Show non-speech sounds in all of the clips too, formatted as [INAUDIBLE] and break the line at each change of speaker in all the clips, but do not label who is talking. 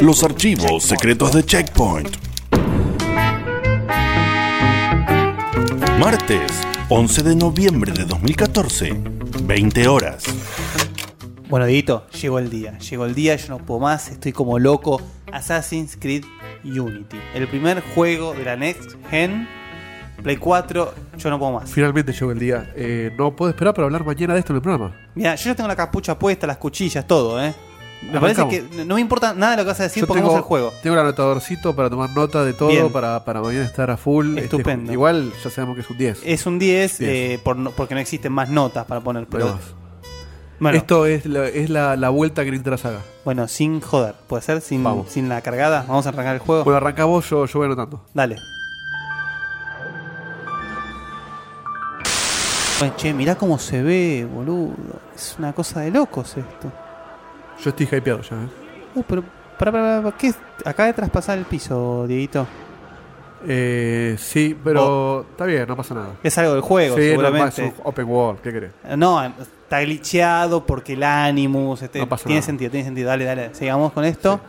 los archivos secretos de Checkpoint. Martes, 11 de noviembre de 2014, 20 horas.
Bueno, Didito, llegó el día. Llegó el día, yo no puedo más, estoy como loco. Assassin's Creed Unity. El primer juego de la Next Gen, Play 4, yo no puedo más.
Finalmente llegó el día. Eh, no puedo esperar para hablar mañana de esto en el programa.
Mira, yo ya tengo la capucha puesta, las cuchillas, todo, ¿eh? Me parece
Arrancamos.
que no me importa nada lo que vas a decir,
Yo
pongamos el juego.
Tengo el anotadorcito para tomar nota de
Bien.
todo, para, para mañana estar a full. Este,
Estupendo.
igual ya sabemos que es un 10.
Es un 10
Diez.
eh, por no- porque no existen más notas para poner.
Pero
Pero,
más.
bueno,
Esto es la, es la, la vuelta que necesita la saga.
bueno, sin joder, puede ser, sin,
Vamos.
sin la cargada. Vamos a arrancar el juego.
Bueno, arranca vos, yo, yo voy anotando.
Dale. Bueno, Che, mirá cómo se ve, boludo. Es una cosa de locos esto.
Yo estoy hypeado ya. ¿eh?
Uh, pero, para, para, para, ¿qué? es? Acaba de traspasar el piso, Dieguito.
Eh, sí, pero está bien, no pasa nada.
Es algo del juego,
sí, normal, es
seguramente.
un open world, ¿qué querés?
Eh, No, em, está glitcheado porque el Animus. este,
No pasa
tiene
nada.
sentido, tiene sentido. Dale, dale, sigamos con esto.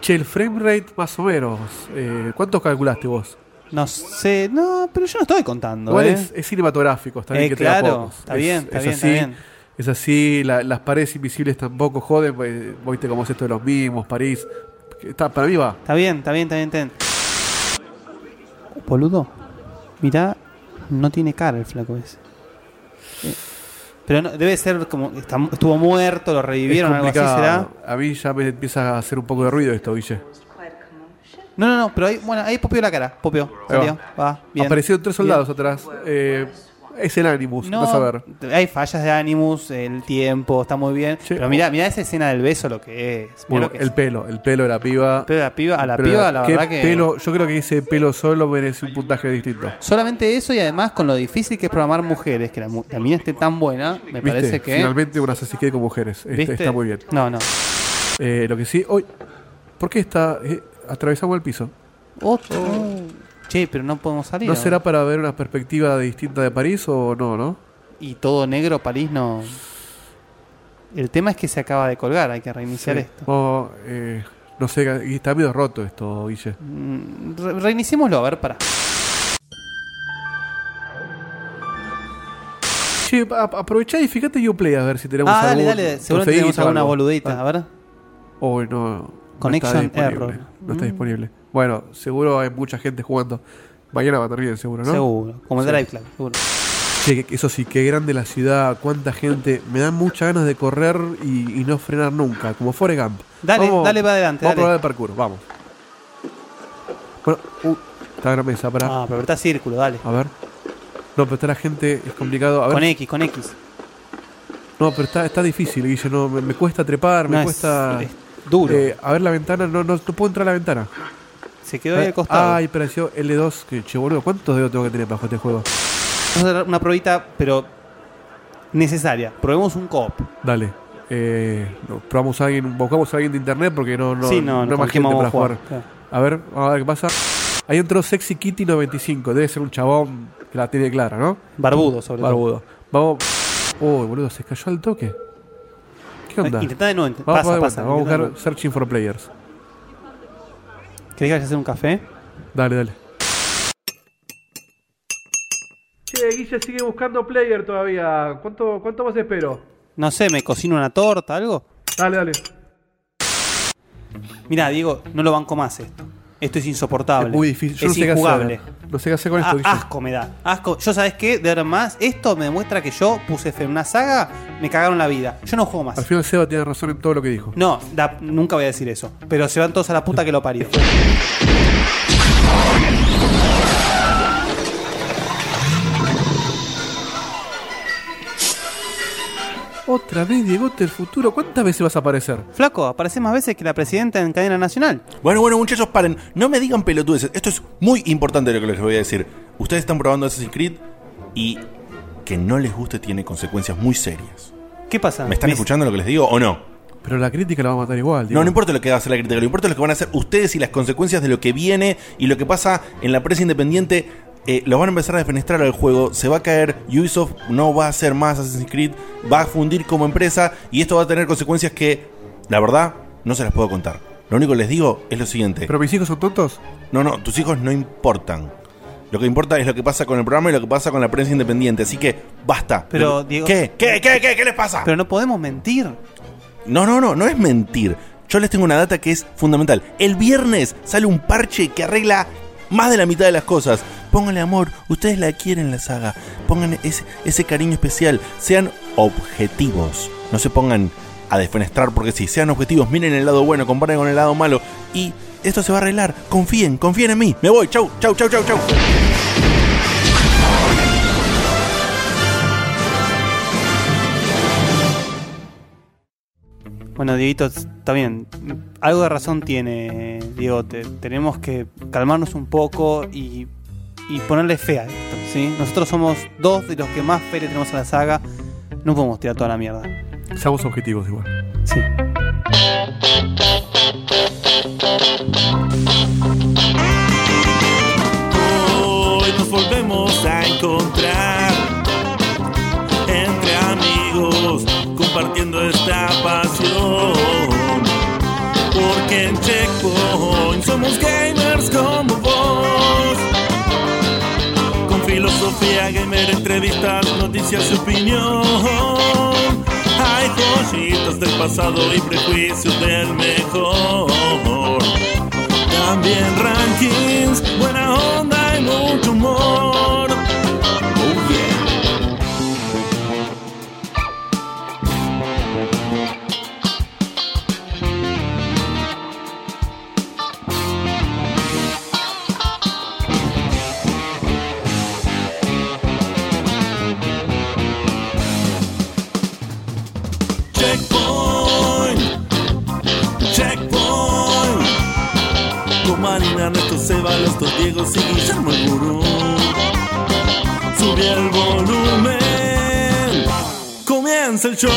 Che, el frame rate más o menos. Eh, ¿Cuántos calculaste vos?
No sé, no, pero yo no estoy contando.
Igual
¿eh?
es, es cinematográfico, está bien
Eh,
que te da
claro,
pocos.
está
Es-
bien, está
es
bien,
así,
está bien.
Es así, la- las paredes invisibles tampoco joden, pues, viste cómo es esto de los mismos, París. que Está, para mí va.
Está bien, está bien, está bien, está bien. Boludo, mirá, no tiene cara el flaco ese. Eh, Pero no, debe ser como.
Este
está- estuvo muerto, lo revivieron,
Es
algo así
complicado.
será.
A mí ya me empieza a hacer un poco de ruido esto, Guille.
No, no, no, pero ahí, bueno, ahí popió la cara, popió.
Ahí va.
Salió, va, bien.
Aparecieron tres soldados atrás. Eh, es el Animus,
No,
vas a ver.
hay fallas de Animus, el tiempo, está muy bien.
Che,
pero mirá, mirá esa escena del beso, lo que es. mirá
Bueno,
lo que es.
el pelo, el pelo de la piba.
Pero la piba, a la
Pero
piba, la
qué
verdad que.
pelo, yo creo que ese pelo solo merece un puntaje distinto.
Solamente eso y además con lo difícil que es programar mujeres, que la, mu- la mina esté tan buena, me
¿Viste?
parece que...
Finalmente una Assassin's Creed con mujeres. Este,
¿viste?
está muy bien.
No, no.
Eh, lo que sí, hoy. ¿Por qué está.? eh, atravesamos el piso. Oh.
Otro. Che, pero no podemos salir.
¿No
ahora.
será para ver una perspectiva distinta de París o no, no?
Y todo negro, París no... El tema es que se acaba de colgar, hay que reiniciar
Sí.
esto.
O, eh, no sé, y está medio roto esto, Guille.
Mm, re- reiniciémoslo, a ver, para.
Che, a- aprovechá y fíjate Uplay a ver si tenemos
Ah, dale,
algún
dale. Seguramente
conseguís
tenemos
o
alguna
algo.
boludita,
Ah,
a ver.
oh, no.
Connection
no está
error.
disponible,
Mm.
No está disponible. Bueno, seguro hay mucha gente jugando. Mañana va a estar bien, seguro, ¿no?
Seguro. Como el
Sí.
Drive Club, seguro.
Che, que- eso sí, qué grande la ciudad, cuánta gente. Me dan muchas ganas de correr y, y no frenar nunca, como Forrest Gump.
Dale, dale para adelante, dale.
Vamos a probar el parkour, vamos. Bueno, uh, está la mesa, pará.
Ah, pero está círculo, dale.
A ver. No, pero está la gente, es complicado. A ver.
Con X, con X.
No, pero está, está difícil, Guille. No, me, me cuesta trepar, me
No, es-
cuesta.
es duro.
Eh, a ver la ventana, no, no, no puedo entrar a la ventana. Ah,
Se quedó ahí al costado.
Eh, Ay, pareció L2. Que, che, boludo, ¿cuántos dedos tengo que tener para jugar este juego?
Vamos a hacer una probita, pero necesaria. Probemos un co-op.
Dale. Eh, no, probamos a alguien, buscamos a alguien de internet porque no, no,
sí, no, no,
hay más gente
vamos
para
a jugar.
jugar.
Claro.
A ver, vamos a ver qué pasa. Ahí entró Sexy Kitty 95. Debe ser un chabón que la tiene clara, ¿no?
Barbudo, sobre
Barbudo. Vamos. Uy, boludo, se cayó al toque. ¿Qué
todo.
onda?
Eh, Intentá de nuevo. int-
Vamos, a
pasa,
probar de
pasa.
vuelta, vamos a
intentá de
buscar Searching for Players.
nuevo. ¿Querés que vaya a hacer un café?
Dale, dale. Che, Guille sigue buscando player todavía. ¿Cuánto, cuánto más espero?
No sé, me cocino una torta, algo.
Dale, dale.
Mirá, Diego, no lo banco más esto. Esto es insoportable.
Es muy difícil. Yo
es
no sé qué
injugable.
hacer. No sé qué hacer con esto,
Ah,
Guille.
asco me da. Asco. Yo, ¿sabes qué? De ahora en más, esto me demuestra que yo puse fe en una saga, me cagaron la vida. Yo no juego más.
Al final Seba tiene razón en todo lo que dijo.
No, da- nunca voy a decir eso. Pero se van todos a la puta que lo parió.
Otra vez, Diego, del futuro. ¿Cuántas veces vas a aparecer?
Flaco, aparece más veces que la presidenta en cadena nacional.
Bueno, bueno, muchachos, paren. No me digan pelotudeces. Esto es muy importante lo que les voy a decir. Ustedes están probando Assassin's Creed y que no les guste tiene consecuencias muy serias.
¿Qué pasa?
¿Me están escuchando lo que les digo o no?
Pero la crítica la va a matar igual, Diego.
No, no importa lo que va a hacer la crítica, lo que importa es lo que van a hacer ustedes y las consecuencias de lo que viene y lo que pasa en la prensa independiente. Eh, los van a empezar a despenestrar al juego, se va a caer, Ubisoft no va a hacer más Assassin's Creed, va a fundir como empresa y esto va a tener consecuencias que, la verdad, no se las puedo contar.
Lo único que les digo es lo siguiente.
¿Pero mis hijos son tontos?
No, no, tus hijos no importan. Lo que importa es lo que pasa con el programa y lo que pasa con la prensa independiente. Así que basta.
Pero,
Lo que-
Diego-
¿Qué? ¿Qué? ¿Qué? ¿Qué? ¿Qué les pasa?
Pero no podemos mentir.
No, no, no, no es mentir. Yo les tengo una data que es fundamental. El viernes sale un parche que arregla más de la mitad de las cosas. Pónganle amor, ustedes la quieren la saga. Pongan ese, ese cariño especial. Sean objetivos. No se pongan a desfenestrar porque sí. Sean objetivos, miren el lado bueno, comparen con el lado malo. Y esto se va a arreglar. Confíen, confíen en mí. Me voy. Chau, chau, chau, chau, chau.
Bueno, Dieguito, está bien. Algo de razón tiene, Diego. Te- tenemos que calmarnos un poco y, y ponerle fe a esto, ¿sí? Nosotros somos dos de los que más fe le tenemos a la saga. No podemos tirar toda la mierda.
Seamos objetivos igual.
Sí.
Hoy nos volvemos a encontrar entre amigos compartiendo esta pasión. Porque en Checkpoint somos gamers como vos. Con filosofía gamer, entrevistas, noticias y opinión. Hay joyitas del pasado y prejuicios del mejor. También rankings, buena onda y mucho humor. Oh yeah. Checkpoint. Checkpoint. Con Marina, Ernesto Seba, los dos Diegos y Guillermo el Gurú. Sube el volumen. Comienza el show.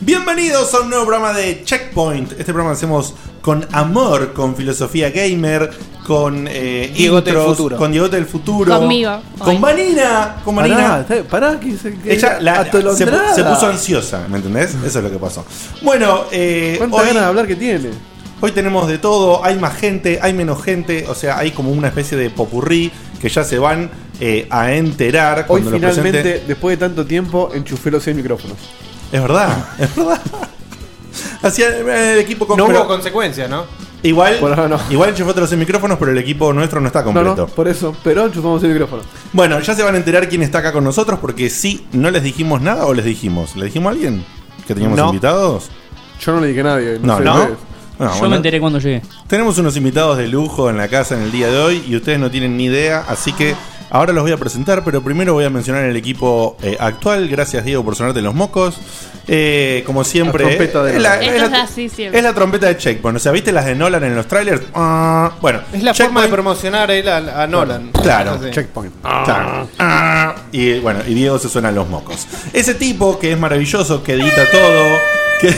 Bienvenidos a un nuevo programa de Checkpoint. Este programa lo hacemos con amor, con filosofía gamer, con eh,
Diegote del futuro.
con Diegote del futuro,
Conmigo,
con
hoy.
Vanina, con
Pará,
Vanina.
está- pará, que se que
Ella la- se, pu-
atolondrada.
se puso ansiosa, ¿me entendés? Eso es lo que pasó. Bueno, eh,
¿Cuántas
hoy,
ganas de hablar que tiene?
hoy tenemos de todo, hay más gente, hay menos gente, o sea, hay como una especie de popurrí que ya se van eh, a enterar
Hoy
cuando lo
finalmente,
presente.
después de tanto tiempo, enchufé los 100 micrófonos.
Es verdad, [LAUGHS] es verdad. Hacía eh, el equipo con
No
pero-
hubo consecuencias, ¿no?
Igual,
Por ahora no.
igual enchufó otros en micrófonos, pero el equipo nuestro no está completo.
No, no, por eso, pero enchufamos el micrófono.
Bueno, ya se van a enterar quién está acá con nosotros, porque sí, no les dijimos nada o les dijimos. ¿Le dijimos a alguien que teníamos
No.
invitados?
Yo no le dije a nadie.
No,
sé
no.
ustedes.
No,
Yo
Ah, bueno,
me enteré cuando llegué.
Tenemos unos invitados de lujo en la casa en el día de hoy y ustedes no tienen ni idea, así que ahora los voy a presentar, pero primero voy a mencionar el equipo eh, actual. Gracias, Diego, por sonarte los mocos. Eh, como siempre.
La trompeta de
es
Nolan.
Esto
es la-
es así siempre.
es la trompeta de Checkpoint. O sea, ¿viste las de Nolan en los trailers? Ah, bueno,
Es la forma de
Checkpoint-
promocionar él a, a Nolan.
Claro,
Sí.
Checkpoint.
Claro. Ah. Y bueno, y Diego se suenan los mocos. Ese tipo que es maravilloso, que edita todo, que,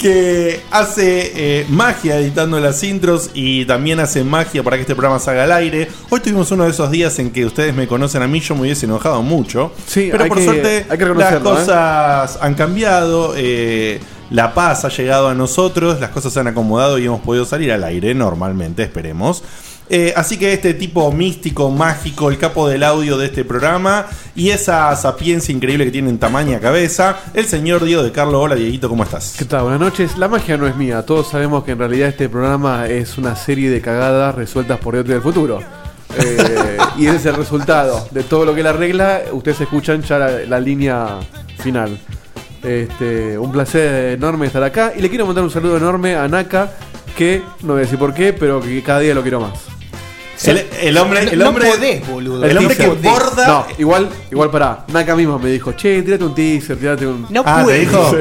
que hace eh, magia editando las intros y también hace magia para que este programa salga al aire. Hoy tuvimos uno de esos días en que ustedes me conocen a mí, yo me hubiese enojado mucho.
Sí,
pero
hay
por
que-
suerte
hay que
las
reconocerlo, ¿eh?
cosas han cambiado. eh, la paz ha llegado a nosotros, las cosas se han acomodado y hemos podido salir al aire normalmente, esperemos. Eh, así que este tipo místico, mágico, el capo del audio de este programa y esa sapiencia increíble que tiene en tamaña cabeza, el señor Diego de Carlos. Hola, Dieguito, ¿cómo estás?
¿Qué tal? Buenas noches. La magia no es mía. Todos sabemos que en realidad este programa es una serie de cagadas resueltas por Dios del futuro. Eh, y ese es el resultado de todo lo que la regla. Ustedes escuchan ya la, la línea final. Este, un placer enorme estar acá. Y le quiero mandar un saludo enorme a Naka, que no voy a decir por qué, pero que cada día lo quiero más.
El, el hombre, el
no
hombre,
podés, boludo.
el
No
hombre que
podés.
borda.
No, igual, igual para Naka mismo me dijo, che, tirate un teaser, tirate un.
No
Ah, ¿te
puede.
[LAUGHS]
dijo?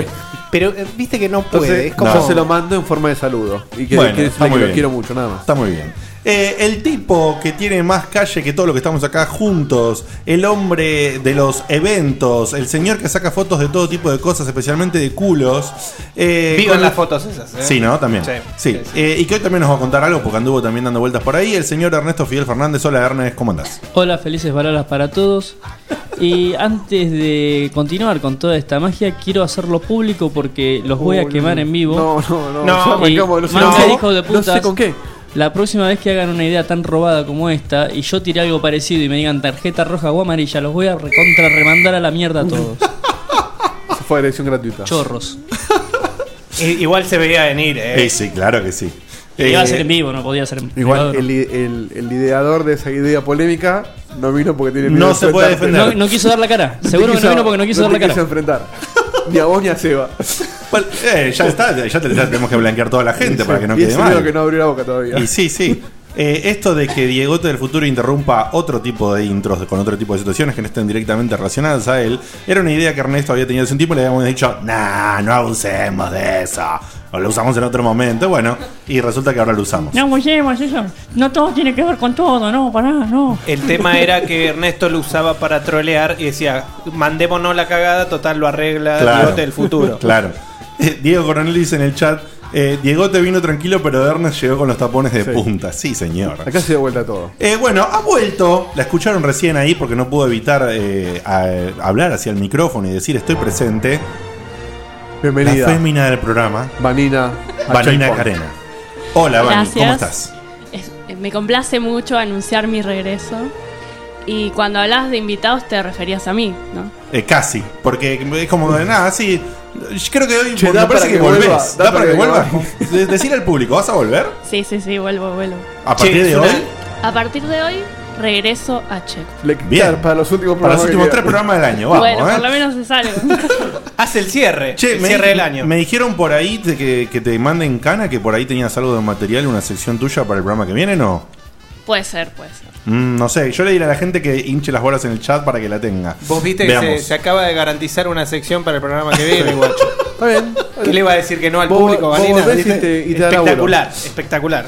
Pero eh, viste que no puede.
Entonces,
es como.
yo se lo mando en forma de saludo. Y que,
Bueno,
que
está
decirle
muy
que lo
bien.
quiero mucho, nada más.
Está muy bien. Eh, el tipo que tiene más calle que todos los que estamos acá juntos, el hombre de los eventos, el señor que saca fotos de todo tipo de cosas, especialmente de culos. eh,
Vivan
con
las fotos esas. ¿eh?
Sí, ¿no? También.
Sí.
Sí. Eh, y que hoy también nos va a contar algo porque anduvo también dando vueltas por ahí. El señor Ernesto Fidel Fernández. Hola, Ernest, ¿cómo andás?
Hola, felices baladas para todos. Y antes de continuar con toda esta magia, quiero hacerlo público porque los voy a
Uy,
quemar en vivo.
No, no, no.
No,
ya arrancamos,
y
no sé-
manga
no,
de hijo de
no sé
putas.
con qué.
La próxima vez que hagan una idea tan robada como esta y yo tire algo parecido y me digan tarjeta roja o amarilla, los voy a recontra remandar a la mierda a
[LAUGHS]
todos.
Eso fue agresión gratuita.
Chorros.
I- Igual se veía venir, eh.
Eh, sí, claro que sí.
Iba a
Eh,
ser en vivo, no podía ser en privado,
Igual
no.
el, el- el ideador de esa idea polémica no vino porque tiene miedo
No
de
se puede
enfrentarte.
defender.
No, no quiso dar la
[LAUGHS]
cara.
te
Seguro que
quiso-
no vino porque no quiso dar la
te quiso
cara.
enfrentar. [LAUGHS] Ni a vos ni a Seba.
bueno, eh,
Oh.
ya está, ya, te- ya tenemos que blanquear toda la gente para que no
y
quede
ese medio
mal.
que no abrió la boca todavía.
Y sí, sí. Eh, esto de que Diegote del futuro interrumpa otro tipo de intros con otro tipo de situaciones que no estén directamente relacionadas a él, era una idea que Ernesto había tenido hace un tiempo y le habíamos dicho, nah, no abusemos de eso. O lo usamos en otro momento, bueno, y resulta que ahora lo usamos.
No, museemos eso. No todo tiene que ver con todo, no, pará, no.
El tema era que Ernesto lo usaba para trolear y decía, mandémonos la cagada, total lo arregla
Claro.
Dios del futuro.
[LAUGHS] Claro. Eh, Diego Coronel dice en el chat, eh, Diegote vino tranquilo, pero Ernest llegó con los tapones de
Sí.
punta. Sí, señor.
Acá se dio vuelta todo.
Eh, bueno, ha vuelto. La escucharon recién ahí porque no pudo evitar eh, a- hablar hacia el micrófono y decir estoy presente. La
Bienvenida.
fémina del programa,
Vanina. a
Vanina
Checkpoint.
Carena. Hola, Vani, ¿cómo
Gracias.
estás?
Es- eh, me complace mucho anunciar mi regreso. Y cuando hablabas de invitados te referías a mí, ¿no?
Eh, casi, porque es como de nada, sí. yo Creo que hoy
Mm. Che,
me
da
parece
para
que
que vuelva,
volvés. Da, para que, vuelvas. De- Decir al público, ¿vas a volver?
Sí, sí, sí, vuelvo, vuelvo.
A
Che,
partir
es
de
una-
hoy.
A partir de hoy, regreso a Check.
Le
Bien.
Para los últimos
Para
programas.
los últimos
que
tres
quedan.
programas del año, vamos,
bueno,
¿eh?
por lo menos es algo.
[LAUGHS]
Hace el cierre,
Che,
el
me,
cierre
di-
del año.
me dijeron por ahí de que, que te manden cana, que por ahí tenías algo de material, una sección tuya para el programa que viene, ¿no?
puede ser, puede ser.
Mm, no sé, yo le diré a la gente que hinche las bolas en el chat para que la tenga.
Vos viste que se,
Veamos.
se acaba de garantizar una sección para el programa que viene, guacho.
Está bien.
¿Qué le iba a decir que no al
Vos-
público,
vos
Vanina?
volvés y te- y te da laburo.
espectacular, espectacular.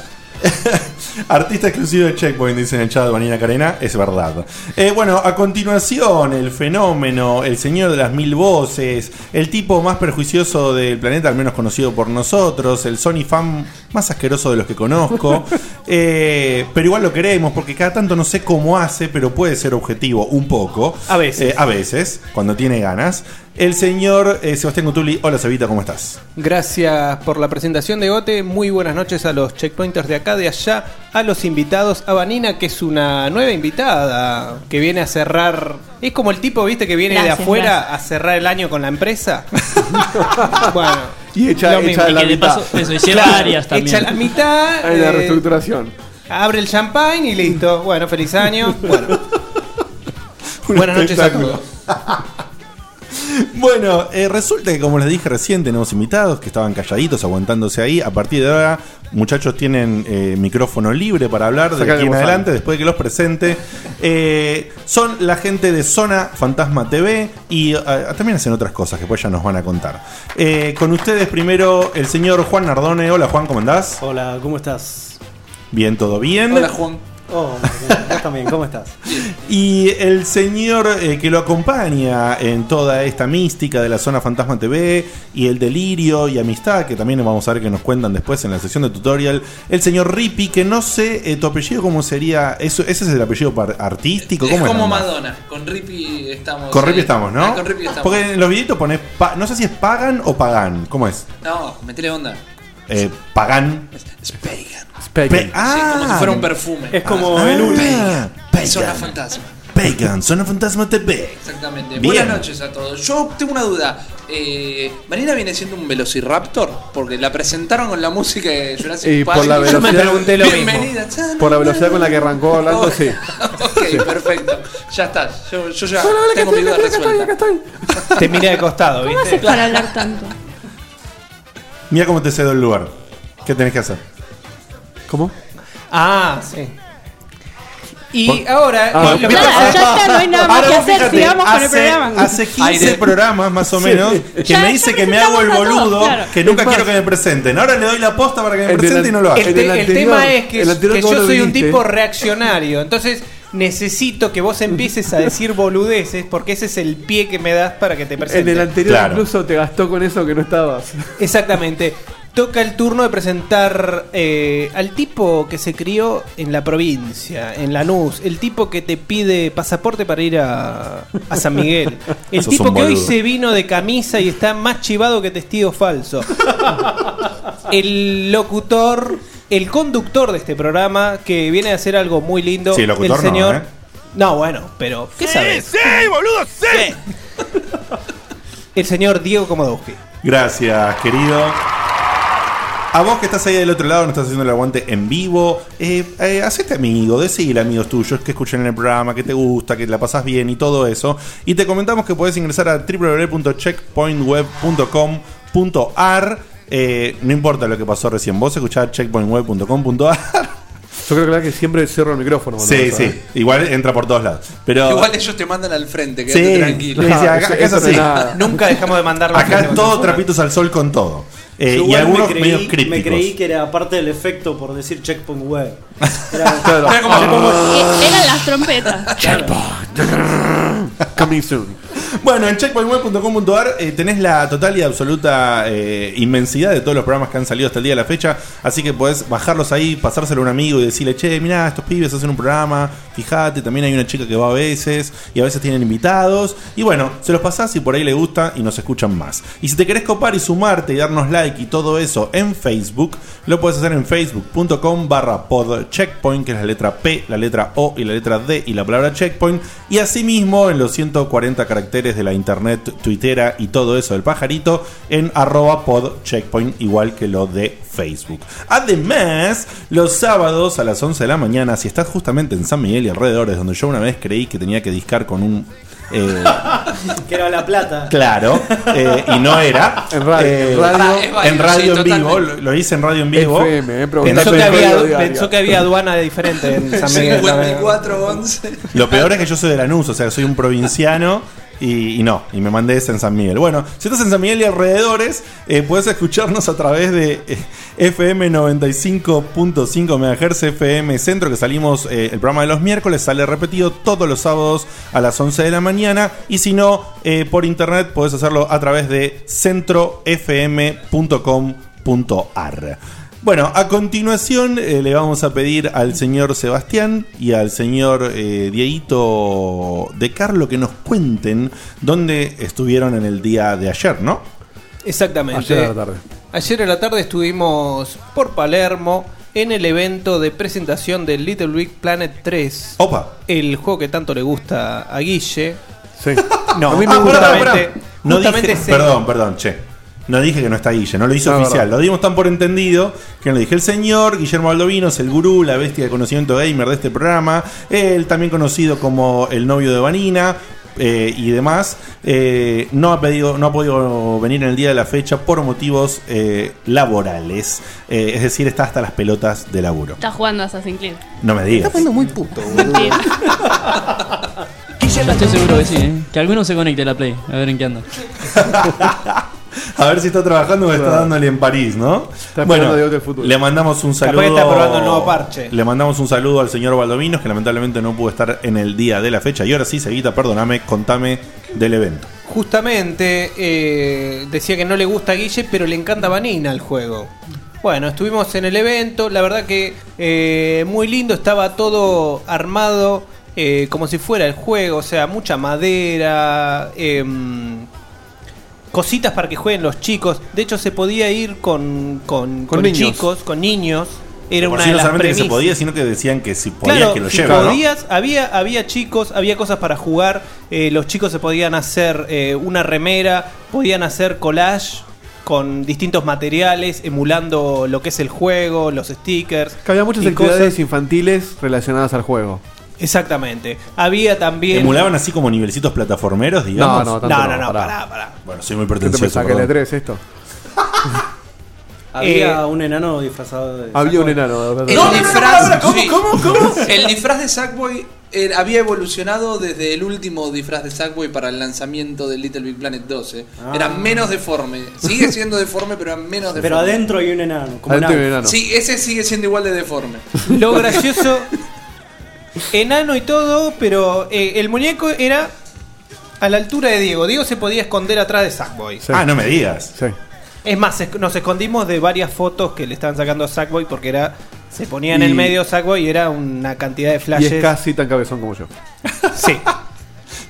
Artista exclusivo de Checkpoint, dice en el chat Vanina Carena, es verdad. Eh, bueno, a continuación, el fenómeno, el señor de las mil voces, el tipo más perjuicioso del planeta, al menos conocido por nosotros, el Sony fan más asqueroso de los
[LAUGHS]
que conozco. Eh, pero igual lo queremos, porque cada tanto no sé cómo hace, pero puede ser objetivo un poco.
A veces.
Eh, a veces, cuando tiene ganas. El señor eh, Sebastián Gutuli, hola Sebita, ¿cómo estás?
Gracias por la presentación de Gote. Muy buenas noches a los checkpointers de acá, de allá, a los invitados, a Vanina, que es una nueva invitada, que viene a cerrar. Es como el tipo, viste, que viene
Gracias,
de afuera a cerrar el año con la empresa. [LAUGHS] bueno,
Y echa-
lo mismo.
echa
Y
la
que de
mitad.
paso, eso, hicieron
Claro,
varias también.
Echa la mitad.
Hay una
eh,
reestructuración.
abre el champagne y listo. Bueno, feliz año. Bueno. Buenas noches a todos.
Bueno, eh, resulta que como les dije recién, tenemos invitados que estaban calladitos, aguantándose ahí. A partir de ahora, muchachos tienen eh, micrófono libre para hablar de
Sacale
aquí en
la bozal.
adelante, después de que los presente. Eh, son la gente de Zona Fantasma TV y eh, también hacen otras cosas que pues ya nos van a contar. Eh, con ustedes primero el señor Juan Nardone. Hola Juan, ¿cómo andás?
Hola, ¿cómo estás?
Bien, todo bien.
Juan.
Oh, vos también, ¿cómo estás?
Y el señor eh, que lo acompaña en toda esta mística de la zona Fantasma TV y el delirio y amistad, que también vamos a ver que nos cuentan después en la sección de tutorial, el señor Rippy, que no sé eh, tu apellido cómo sería, eso, ese es el apellido par- artístico, ¿cómo
es
es
como
la onda?
Madonna. Con Rippy estamos.
Con
eh,
Rippy estamos, ¿no?
ah, con Rippy estamos.
Porque en los videitos pones, pa- no sé si es pagan o pagan, ¿cómo es?
No, metele onda.
Eh, pagan.
Es pagan.
Pe-
Speaking.
Sí, como si fuera un perfume.
Es como el
Ah,
uno.
Pagan.
Zona fantasma.
Pagan, zona fantasma TV.
Exactamente.
Bien.
Buenas noches a todos. Yo tengo una duda. Eh, ¿Marina viene siendo un velociraptor? Porque la presentaron con la música de Jurassic
Y
Park.
por la
Yo
velocidad-
me pregunté lo mismo.
Bienvenida.
Por la velocidad con la que arrancó hablando,
Ok.
sí.
[LAUGHS] ok, perfecto. Ya está. Yo, yo ya tengo mi duda resuelta.
Te mira de costado,
¿Cómo haces
¿viste?
para hablar tanto?
Mira cómo te cedo el lugar. ¿Qué tenés que hacer?
¿Cómo?
Ah, sí. Y ahora,
Ah,
lo que
Nada,
pasa
ya está, no hay nada más
Ahora
que hacer, sigamos con el
hace,
programa.
hace 15
Aire.
programas más o menos que
Ya-
me
ya
dice que me
presentamos
hago el
a todos,
boludo,
claro.
que nunca quiero que me presenten. Ahora le doy la posta para que me
El de la-
presente y no lo haga.
El,
en el
te- el
anterior-
tema es que,
el anterior
que
vos
yo
lo
soy un
viniste.
tipo reaccionario, entonces necesito que vos empieces a decir boludeces porque ese es el pie que me das para que te
En el
presentes.
anterior
Claro.
incluso te gastó con eso que no estabas.
Exactamente. Toca el turno de presentar eh, al tipo que se crió en la provincia, en Lanús, el tipo que te pide pasaporte para ir a, a San Miguel, el
Sos
tipo
un
que hoy
boludo.
se vino de camisa y está más chivado que testigo falso, el locutor, el conductor de este programa que viene a hacer algo muy lindo,
Sí, locutor
el
no,
señor.
¿eh?
No, bueno, pero ¿qué sabes?
boludo, sí.
El señor Diego Komodowski.
Gracias, querido. A vos que estás ahí del otro lado, nos estás haciendo el aguante en vivo, eh, eh, hacete amigo, decile a amigos tuyos que escuchen el programa, que te gusta, que la pasás bien y todo eso. Y te comentamos que podés ingresar a www.checkpointweb.com.ar. Eh, no importa lo que pasó recién, vos escuchás checkpointweb.com.ar.
Yo creo que, la verdad que siempre cierro el micrófono. cuando
Sí,
pasa,
sí,
¿eh?
igual entra por todos lados. Pero
Igual ellos te mandan al frente,
Sí,
quédate
le
tranquilo.
dice,
Ah,
acá-
eso-
acá es
eso no es
así.
nada.
Nunca dejamos de mandarlo a
acá
gente
todo
con nosotros.
trapitos al sol con todo. Eh,
Yo
y
igual
algunos
me creí,
medios críticos.
me creí que era parte del efecto por decir checkpoint web.
[LAUGHS]
Era-
Claro.
Mira cómo-
Eh, Eran las
[LAUGHS]
trompetas.
Coming soon.
Bueno, en checkpointweb.com.ar eh, tenés la total y absoluta eh, inmensidad de todos los programas que han salido hasta el día de la fecha. Así que podés bajarlos ahí, pasárselo a un amigo y decirle, che, mirá, estos pibes hacen un programa, fíjate, también hay una chica que va a veces y a veces tienen invitados. Y bueno, se los pasás y por ahí le gusta y nos escuchan más. Y si te querés copar y sumarte y darnos like y todo eso en Facebook, lo puedes hacer en facebook.com barra podcheckpoint, que es la letra P, la letra O y la letra D y la palabra checkpoint. Y asimismo en los 140 caracteres de la internet tuitera y todo eso del pajarito en arroba podcheckpoint, igual que lo de Facebook. Además, los sábados a las 11 de la mañana, si estás justamente en San Miguel y alrededores, donde yo una vez creí que tenía que discar con un... eh,
Ah.
que era la plata.
Claro, eh, y no era.
[LAUGHS] En radio,
Eh,
en radio.
Ah, es válido,
en radio
sí,
en vivo,
totalmente.
lo, lo hice en radio en vivo.
FM, eh,
En
preguntá
Pensó que,
el
FM.
había,
código diario.
pensó que había aduana diferente en San Miguel.
54, 11.
Lo peor es que yo soy de Lanús, o sea, soy un provinciano y, y no, y me mandé ese en San Miguel. Bueno, si estás en San Miguel y alrededores, eh, puedes escucharnos a través de eh, FM 95.5 MHz, FM Centro, que salimos eh, el programa de los miércoles, sale repetido todos los sábados a las 11 de la mañana. Y si no, eh, por internet, puedes hacerlo a través de centrofm.com.ar. Bueno, a continuación eh, le vamos a pedir al señor Sebastián y al señor eh, Dieguito de Carlo que nos cuenten dónde estuvieron en el día de ayer, ¿no?
Exactamente.
Ayer a la tarde.
Ayer a la tarde estuvimos por Palermo en el evento de presentación de Little Big Planet 3.
Opa.
El juego que tanto le gusta a Guille.
Sí.
[LAUGHS] No,
a mí me
ah,
gusta.
pará,
pará.
justamente-
No
justamente
dije-
se-
Perdón, perdón, che. No dije que no está Guille, no lo hizo
No,
oficial.
verdad.
Lo dimos tan por entendido que lo dije el señor Guillermo Baldovinos, el gurú, la bestia de conocimiento gamer de este programa. Él también conocido como el novio de Vanina. eh, y demás, eh, no, ha pedido, no ha podido venir en el día de la fecha por motivos eh, laborales. Eh, es decir, está hasta las pelotas de laburo.
Está jugando Assassin's Creed.
No me digas.
muy puto,
Mentira.
Yo estoy seguro que sí, ¿eh? Que alguno se conecte a la Play. A ver en qué anda.
A ver si está trabajando o está dándole en París, ¿no?
esperando de otro futuro.
le mandamos un saludo.
que está probando el nuevo parche.
Le mandamos un saludo al señor Valdominos, que lamentablemente no pudo estar en el día de la fecha. Y ahora sí, Seguita, perdóname, contame del evento.
Justamente eh, decía que no le gusta a Guille, pero le encanta Vanina el juego. Bueno, estuvimos en el evento, la verdad que eh, muy lindo, estaba todo armado eh, como si fuera el juego, o sea, mucha madera, em, cositas para que jueguen los chicos. De hecho, se podía ir con, con,
Con
con
niños.
chicos, con niños. Era
Por
una
si
de
no
las
solamente que se
premisas.
podía, sino que decían que si podías
Claro,
que lo
si
lleva, ¿no?
podías, había, había chicos, había cosas para jugar, eh, los chicos se podían hacer eh, una remera, podían hacer collage con distintos materiales, emulando lo que es el juego, los stickers.
Que había muchas
y
actividades
cosas.
infantiles relacionadas al juego.
Exactamente. Había también...
Emulaban así como nivelcitos plataformeros, digamos.
No, no,
No,
tanto
no, no,
pará.
pará, pará.
Bueno, soy muy
¿Qué te
pretencioso.
pensás que el
perdón.
E3 esto?
Eh,
Había un enano disfrazado de.
Había
saco.
un enano.
El
No,
disfraz.
¿Cómo,
sí. [LAUGHS]
cómo, cómo?
El disfraz de Sackboy eh, había evolucionado desde el último disfraz de Sackboy para el lanzamiento de Little Big Planet 12.
Ah.
Era menos deforme.
[LAUGHS]
Sigue siendo deforme, pero era menos deforme.
Pero adentro hay un enano. Como
Adentro
un
hay un
auto.
enano.
Sí, ese sigue siendo igual de deforme.
Lo gracioso, enano y todo, pero eh, el muñeco era a la altura de Diego. Diego se podía esconder atrás de Sackboy.
Sí.
Ah, no me digas.
Eh, Sí.
Es más, esc- nos escondimos de varias fotos que le estaban sacando a Sackboy porque era se ponía en el
Y-
medio Sackboy y era una cantidad de
Y
flashes.
es casi tan cabezón como yo.
[LAUGHS] Sí.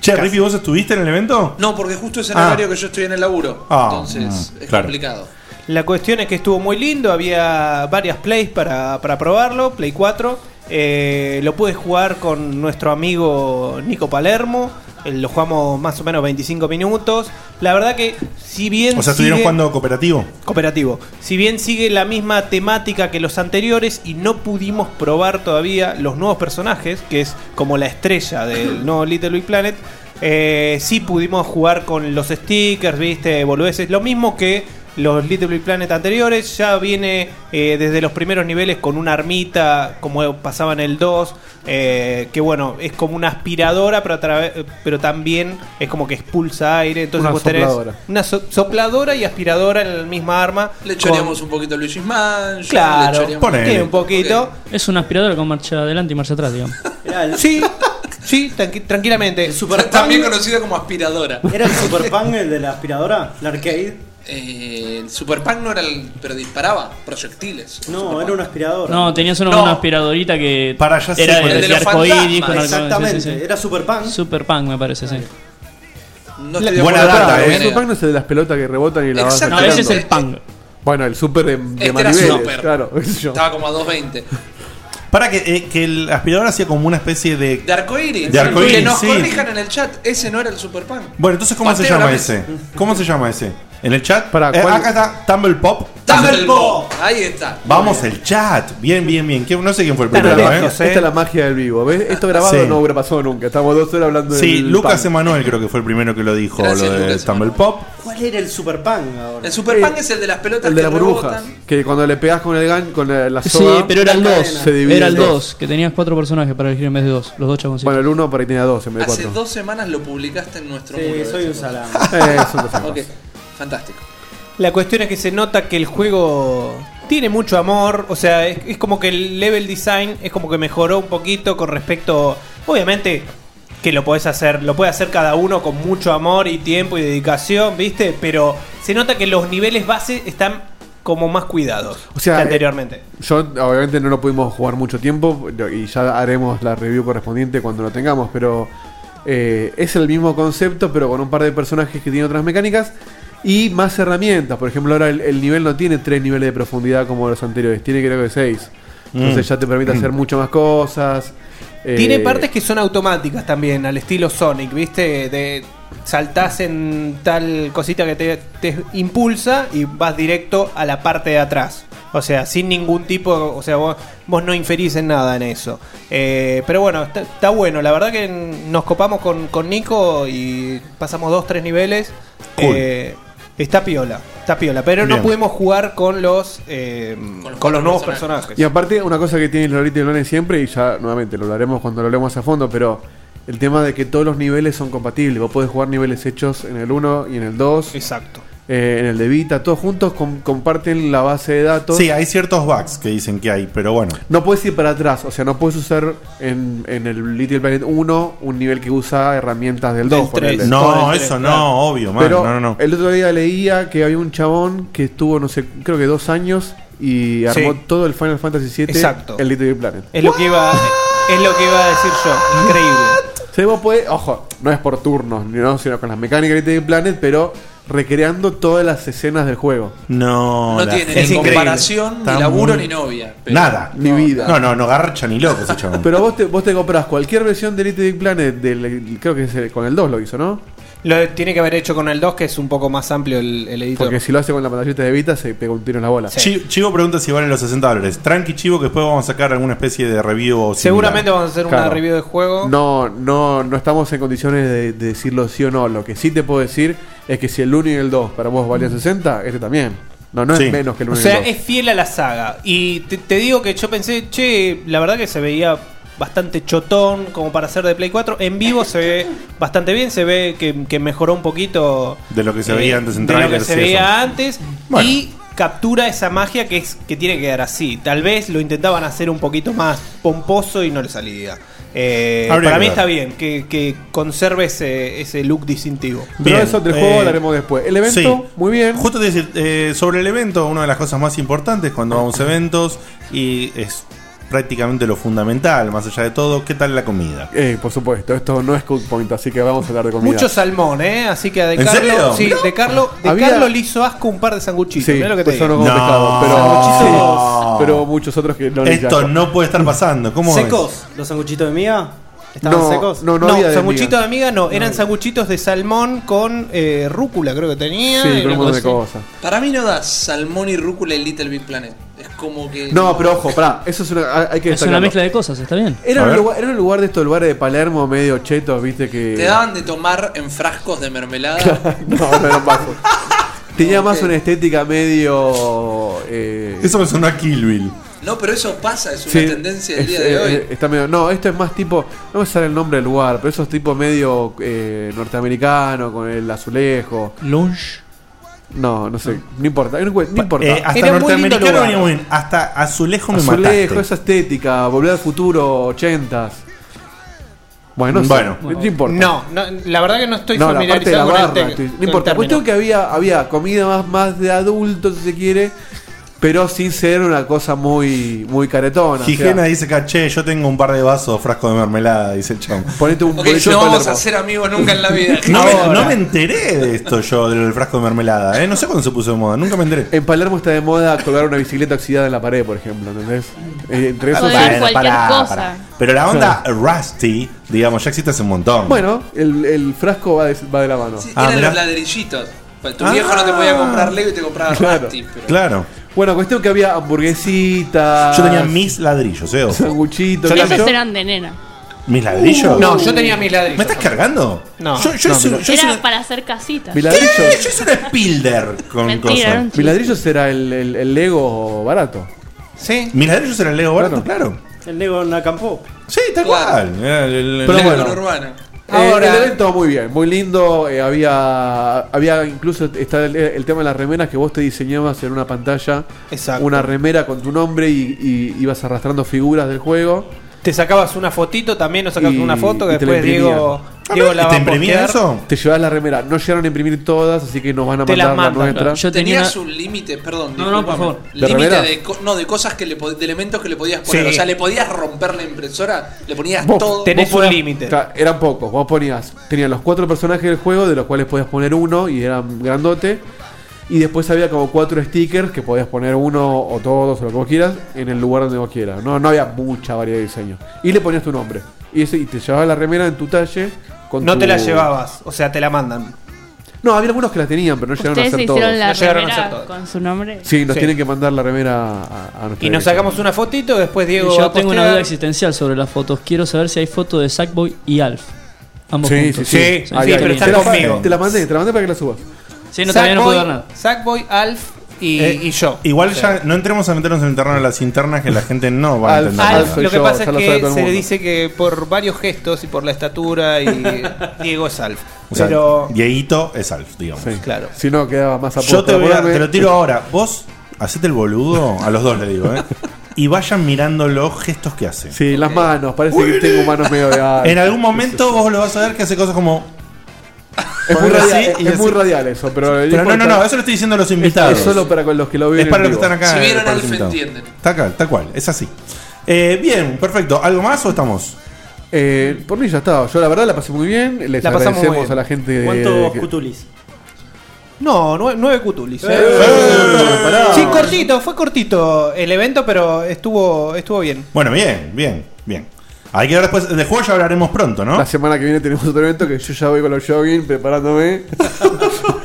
Che, Rippy, ¿vos estuviste en el evento?
No, porque justo es en
Ah.
el horario que yo estoy en el laburo.
Ah,
Entonces,
mm,
es
claro.
complicado.
La cuestión es que estuvo muy lindo, había varias plays para, para probarlo, Play 4. eh, lo pude jugar con nuestro amigo Nico Palermo. eh, Lo jugamos más o menos 25 minutos. La verdad que, si bien.
O sea, estuvieron
sigue-
jugando cooperativo.
Cooperativo. Si bien sigue la misma temática que los anteriores y no pudimos probar todavía los nuevos personajes, que es como la estrella del nuevo Little Big Planet, eh, sí pudimos jugar con los stickers, viste, boludeces. Lo mismo que los Little Big Planet anteriores, ya viene eh, desde los primeros niveles con una armita, como pasaba en el 2, eh, que bueno, es como una aspiradora, pero, a trave- pero también es como que expulsa aire. Entonces
Una
vos tenés
sopladora.
una so- sopladora y aspiradora en la misma arma.
Le
choreamos
choreamos un poquito a Luigi's Mansion. le
Claro,
choreamos-
Ponele.
tiene un poquito.
Es una aspiradora con marcha adelante y marcha atrás, digamos.
Era el,
Sí, sí, tranqui- tranquilamente.
el super
También
Pang-
conocida como aspiradora.
¿Era el Super Pang el de la aspiradora? ¿La arcade?
Eh, el Super Punk no era el. pero disparaba proyectiles.
No, era una aspiradora.
No, tenías una,
No.
una aspiradorita que
Para, ya sé
era
cuál
de,
es.
de
El de los
arcoíris.
fantasmas,
con arco-
Exactamente,
sí, sí, sí.
era Super Pang.
Super punk, me parece, sí.
No estoy de
Buena
acuerdo
data, eh.
con lo que
El
agrega.
Super no es el de las pelotas que rebotan y la vas
Exacto.
No, ese es
sacando.
el punk.
Bueno, el Super de, de
Este era
maniveles,
Super.
claro. qué sé yo.
Estaba como a 220.
Para que, eh, que el aspirador hacía como una especie de.
De arcoíris.
De arcoíris,
Que nos
sí.
corrijan en el chat. Ese no era el Super Punk.
Bueno, entonces, ¿cómo se
Pateo la
llama
mesa.
ese? ¿Cómo se llama ese? ¿En el chat?
Pará,
Eh,
¿cuál-
acá está Tumble Pop.
¡Dame el pop! Ahí está.
Vamos, el chat. Bien, bien, bien. ¿Quién- No sé quién fue el
Esta,
primero,
es la,
¿eh?
esta es la magia del vivo. ¿Ves? Esto grabado
Sí.
no hubiera pasado nunca. Estamos dos horas hablando de.
Sí, Lucas Emanuel creo que fue el primero que lo dijo,
Gracias,
lo de
Lucas
Tumble Pop.
¿Cuál era el Super Pang ahora?
El Super Punk es el de las pelotas
Eh, El de
que
las burbujas.
rebotan.
Que cuando le pegas con el gan, con la, la
Sí,
soga,
pero era el
cadena.
2.
Se divide
Era
en
el
dos.
2, que tenías cuatro personajes para elegir en vez de dos. Los dos chaboncitos.
Bueno, el uno por ahí tenía dos en vez de
Hace
cuatro.
dos semanas lo publicaste en nuestro
Sí,
muro.
soy un
Ese cosa. [LAUGHS]
salame.
Eh, son dos
Ok,
semanas.
fantástico.
La cuestión es que se nota que el juego tiene mucho amor, o sea, es, es como que el level design es como que mejoró un poquito con respecto, obviamente que lo podés hacer, lo puede hacer cada uno con mucho amor y tiempo y dedicación, ¿viste? Pero se nota que los niveles base están como más cuidados
O sea,
que
eh,
anteriormente.
Yo, obviamente, no lo pudimos jugar mucho tiempo lo- y ya haremos la review correspondiente cuando lo tengamos, pero eh, es el mismo concepto, pero con un par de personajes que tienen otras mecánicas y más herramientas. Por ejemplo, ahora el, el nivel no tiene tres niveles de profundidad como los anteriores, tiene creo que seis. Entonces ya te permite hacer mucho más cosas. eh,
Tiene partes que son automáticas también, al estilo Sonic, ¿viste? De saltás en tal cosita que te, te impulsa y vas directo a la parte de atrás. O sea, sin ningún tipo, o sea, vos, vos no inferís en nada en eso. Eh, pero bueno, está, está bueno. La verdad que nos copamos con, con Nico y pasamos dos, tres niveles.
Cool.
Eh, está piola, está piola. Pero no
Bien.
pudimos jugar con los, eh, con
Con
los,
los
nuevos
personajes.
personajes.
Y aparte, una cosa que tiene Lolita y Lone siempre, y ya nuevamente lo hablaremos cuando lo hablemos a fondo, pero el tema de que todos los niveles son compatibles. Vos podés jugar niveles hechos en el 1 y en el 2,
Exacto.
eh, en el de Vita, todos juntos com- comparten la base de datos.
Sí, hay ciertos bugs que dicen que hay, pero bueno.
No puedes ir para atrás, o sea, no puedes usar en, en el Little Planet 1 un nivel que usa herramientas del 2.
Del tres.
ponele.
No,
Todo el
eso
tren,
no,
claro.
obvio, man.
Pero
no, no, no.
el otro día leía que había un chabón que estuvo, no sé, creo que dos años y armó
Sí.
todo el Final Fantasy VII
Exacto.
en Little Big Planet.
Es lo que iba, es lo que iba a decir yo. Increíble.
Sí, vos podés- ojo, no es por turnos, ni no, sino con las mecánicas de Little Big Planet, pero recreando todas las escenas del juego.
No,
No
la-
tiene
es
ni
increíble.
comparación,
Está
ni laburo,
muy-
ni novia. pero-
Nada.
Mi vida.
No, no, no garcha ni [LAUGHS] loco ese chabón.
Pero vos te, vos te comprás cualquier versión de Little Big Planet, del, creo que es el- con el 2 lo hizo, ¿no?
Lo tiene que haber hecho con el 2, que es un poco más amplio el, el editor.
Porque si lo hace con la pantallita de Vita se pega un tiro en la bola.
Chi- Chivo pregunta si valen los 60 dólares. Tranqui, Chivo, que después vamos a sacar alguna especie de review. similar.
Seguramente vamos a hacer una
Claro.
review de juego.
No, no, no estamos en condiciones de, de decirlo sí o no. Lo que sí te puedo decir es que si el 1 y el 2 para vos valían 60, este también. No, no
Sí.
es menos que el
O
1 y
sea,
el 2.
es fiel a la saga. Y te, te digo que yo pensé, che, la verdad que se veía bastante chotón como para hacer de Play 4. En vivo se ve bastante bien, se ve que, que mejoró un poquito
De lo que se veía antes en
de lo que
trailers
se
y eso.
veía antes
Bueno.
y captura esa magia que es que tiene que quedar así. Tal vez lo intentaban hacer un poquito más pomposo y no le salía. Eh,
Habría
para
que
mí
ver.
está bien que, que conserve ese, ese look distintivo.
Pero
Bien,
eso del juego
eh,
hablaremos después. El evento,
sí.
muy bien.
Justo te decir, eh, sobre el evento, una de las cosas más importantes cuando vamos a eventos y es prácticamente lo fundamental, más allá de todo, ¿qué tal la comida?
Eh, por supuesto, esto no es Cook Point, así que vamos a hablar de comida.
Mucho salmón, ¿eh? Así que a De
¿En serio?
Carlo, sí,
Mirá.
de Carlo, de
Había-
Carlo le hizo asco un par de sanguchitos.
Sí,
mirá lo que te
pues yo no
digo.
como
No.
pescado, pero,
No.
sí, pero muchos otros que no les
Esto
llaman.
no puede estar pasando. ¿Cómo es?
¿Secos? ¿Los sanguchitos de mía? ¿Estaban
no,
secos?
No, no,
No,
había de
sanguchitos
miga.
de amiga no, eran sanguchitos de salmón con eh, rúcula, creo que tenía. y
Sí, con
una
un montón de
cosa
cosas.
Para mí no da salmón y rúcula y Little Big Planet. Es como que.
No, pero ojo, pará, eso es una. hay- Hay que
Es una
destacarlo.
mezcla de cosas, está bien.
Era
A
un,
ver.
lugar, era un lugar de estos lugares de Palermo medio chetos, viste que.
Te daban de tomar en frascos de
[LAUGHS]
mermelada.
no, [LAUGHS] no eran vasos. Tenía más una estética medio. eh,
Eso me sonó a Kill Bill.
No, pero eso pasa, es una
sí,
tendencia del
es-
día
eh,
de hoy.
eh, está medio, no, esto es más tipo. No me sale el nombre del lugar, pero eso es tipo medio eh, norteamericano, con el azulejo.
Lunch.
No, no sé, no importa. No, encu- no importa.
Eh, hasta
Era muy lindo
norteamericano
lugar.
venía muy bien. Hasta azulejo me
azulejo,
mataste.
esa estética, volver al futuro, ochentas. Bueno, no sé,
Bueno.
no importa.
No, no, la verdad que no estoy
No, la parte de la
familiarizado con el
barra.
te-
estoy-
con
no
el
importa.
término.
Cuestión que había, había comida más, más de adulto, si se quiere, pero sin ser una cosa muy, muy caretona. o sea,
Gijena dice que, che, yo tengo un par de vasos, frasco de mermelada, dice el chamo.
ponete un
Ok,
ponete un
no vamos
Palermo.
a ser amigos nunca en la
[LAUGHS]
vida.
No
Ahora,
me, no me enteré de esto yo, del frasco de mermelada. ¿eh? No sé cuándo se puso de moda, nunca me enteré.
En Palermo está de moda colgar una bicicleta oxidada en la pared, por ejemplo, ¿entendés? Eh, Entre esos.
Puede
Bueno,
ser cualquier
pará,
cosa.
pará. Pero la onda Rusty, digamos, ya existe hace un montón.
Bueno, el, el frasco va de, va de la mano.
sí,
Ah,
eran
mirá.
los ladrillitos. Pues, Tu
Ah.
viejo no te podía comprar Lego y te compraba
[LAUGHS] Claro,
Rusty, pero-
Claro.
Bueno, cuestión que había hamburguesitas.
Yo tenía mis ladrillos, ¿eh? ojo.
ah, sanguchitos. qué sé yo.
Esos eran de nena.
¿Mis ladrillos?
No, yo tenía mis ladrillos.
¿Me estás cargando?
No,
Yo, yo
no,
hice,
pero-
yo hice
Era
una-
para hacer casitas.
Mi
¿Qué?
ladrillo.
Yo hice una Spilder con
Mentira, era
cosas.
un
Mi
chiste.
ladrillo será el, el- el Lego barato.
Sí.
¿Mis ladrillos eran Lego barato? Claro.
El Lego en acampó.
Sí, tal
Claro.
cual. Era el- el-
Pero
Lego
bueno.
con Urbana.
Eh,
Ahora-
el evento muy bien, muy lindo. eh, había, había incluso está el, el tema de las remeras que vos te diseñabas en una pantalla.
Exacto.
Una remera con tu nombre y, y ibas arrastrando figuras del juego.
Te sacabas una fotito también, nos sacabas
Y-
una foto que
y te la
después
imprimían.
Diego,
Ah,
Diego
¿y
la va
¿Te
a
imprimía
postear.
eso?
Te llevabas la remera. No llegaron a imprimir todas, así que nos van a
Te
mandar
las
la
mandan,
nuestra.
Yo tenía
Tenías
una-
un límite, perdón.
No, no, por
discúlpame.
favor.
¿De
Límite
remera?
de, co- no, de cosas que le po- de elementos que le podías poner.
Sí.
O sea, le podías romper la impresora, le ponías
Vos
todo.
Tenés
Vos podías-
un límite.
Claro, eran pocos. Vos ponías, tenían los cuatro personajes del juego, de los cuales podías poner uno y eran grandote. Y después había como cuatro stickers que podías poner uno o todos o lo que vos quieras en el lugar donde vos quieras. No, no había mucha variedad de diseño. Y le ponías tu nombre. Y, ese- y te llevabas la remera en tu talle. Con
No
tu-
te la llevabas, o sea, te la mandan.
No, había algunos que la tenían, pero no llegaron a
Ustedes se
hacer todos.
hicieron la
No llegaron a
remera
hacer todos.
con su nombre.
Sí, nos
Sí.
tienen que mandar la remera a,
Y
a nuestra
nos
dirección.
sacamos una fotito, después
Y
Diego va
yo
a
tengo una
postear.
duda existencial sobre las fotos. Quiero saber si hay fotos de Sackboy y Alf. Ambos
Sí, sí, sí.
juntos.
Sí, sí,
Ahí,
pero
ahí. Ah, te,
están
la,
conmigo.
te la mandé, te la mandé para que la subas.
Sí, no, todavía no puedo ver nada.
Sackboy, Alf y,
Eh,
y yo.
Igual ya no entremos a meternos en el terreno de las internas que la gente no va a
Al-
entender.
al-
nada.
Alf,
soy
lo que
yo,
pasa
ya
es
lo sabe todo
que
el
se le
mundo.
dice que por varios gestos y por la estatura y
[LAUGHS]
Diego es Alf.
O sea,
pero
Dieguito es Alf, digamos.
Sí.
Claro.
Si no, quedaba más a
Yo te,
posta.
voy a-
Poneme-
te lo tiro ahora. Vos hacete el boludo, a los dos le digo, ¿eh? Y vayan mirando los gestos que hace.
Sí, las manos, parece que
eh.
tengo manos
[LAUGHS]
medio de
En algún momento vos lo vas a ver que hace cosas como.
Es muy,
Poner
radial,
así y
es
así.
muy radial eso, pero,
Pero no, no, no, eso lo estoy diciendo a los invitados.
es solo para con los que lo ven.
Es para los
en
que
vivo.
están acá.
Si
eh,
vieron
para los
Alf,
invitados.
entienden.
Tal cual, tal cual, es así. Eh, bien, perfecto. ¿Algo más o estamos?
Eh, por mí ya estaba. Yo la verdad la pasé muy bien. Les
La pasamos
agradecemos
muy bien.
a la gente de.
¿Cuántos
que-
cutulis?
no, nue- nueve cutulis. ¿eh?
Eh, pará.
Sí, cortito, fue cortito el evento, pero estuvo estuvo bien.
Bueno, bien, bien, bien. Hay que ver después. Del juego ya hablaremos pronto, ¿no?
La semana que viene tenemos otro evento que yo ya voy con los jogging preparándome.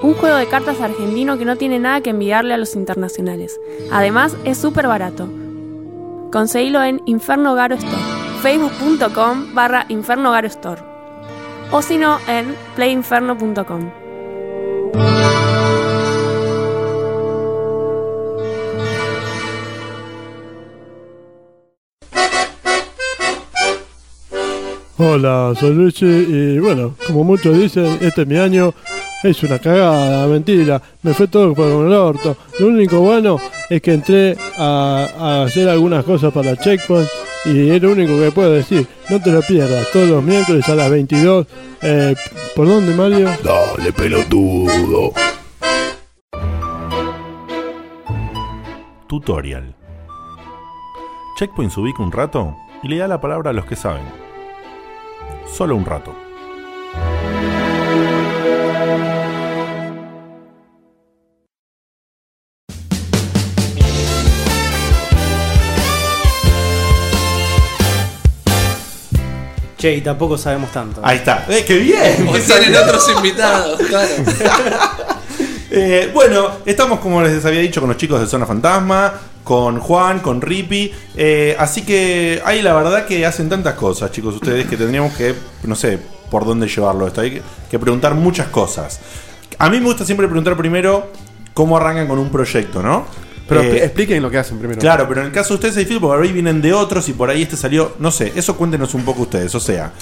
un juego de cartas argentino que no tiene nada que enviarle a los internacionales. Además, es súper barato. Conseguilo en Inferno Garo Store, facebook.com barra Inferno Garo Store. O si no, en playinferno.com.
Hola, soy Luigi y bueno, como muchos dicen, este es mi año. Es una cagada, mentira. Me fue todo por el orto. Lo único bueno es que entré a, a hacer algunas cosas para Checkpoint y es lo único que puedo decir. No te lo pierdas, todos los miércoles a las 22. Eh, ¿Por dónde, Mario?
Dale, pelotudo. Tutorial. Checkpoint se ubica un rato y le da la palabra a los que saben. Solo un rato.
Che, y tampoco sabemos tanto.
Ahí está. ¡Eh, qué bien!
O tienen otros
[LAUGHS]
invitados, claro.
Eh, bueno, estamos como les había dicho con los chicos de Zona Fantasma, con Juan, con Rippy. eh, así que hay la verdad que hacen tantas cosas, chicos, ustedes, que tendríamos que, no sé, por dónde llevarlo esto. Hay que, que preguntar muchas cosas. A mí me gusta siempre preguntar primero cómo arrancan con un proyecto, ¿no?
Pero
Eh,
expli- expliquen lo que hacen primero.
Claro, pero en el caso de ustedes es difícil porque ahí vienen de otros y por ahí este salió. No sé, eso cuéntenos un poco ustedes. O sea,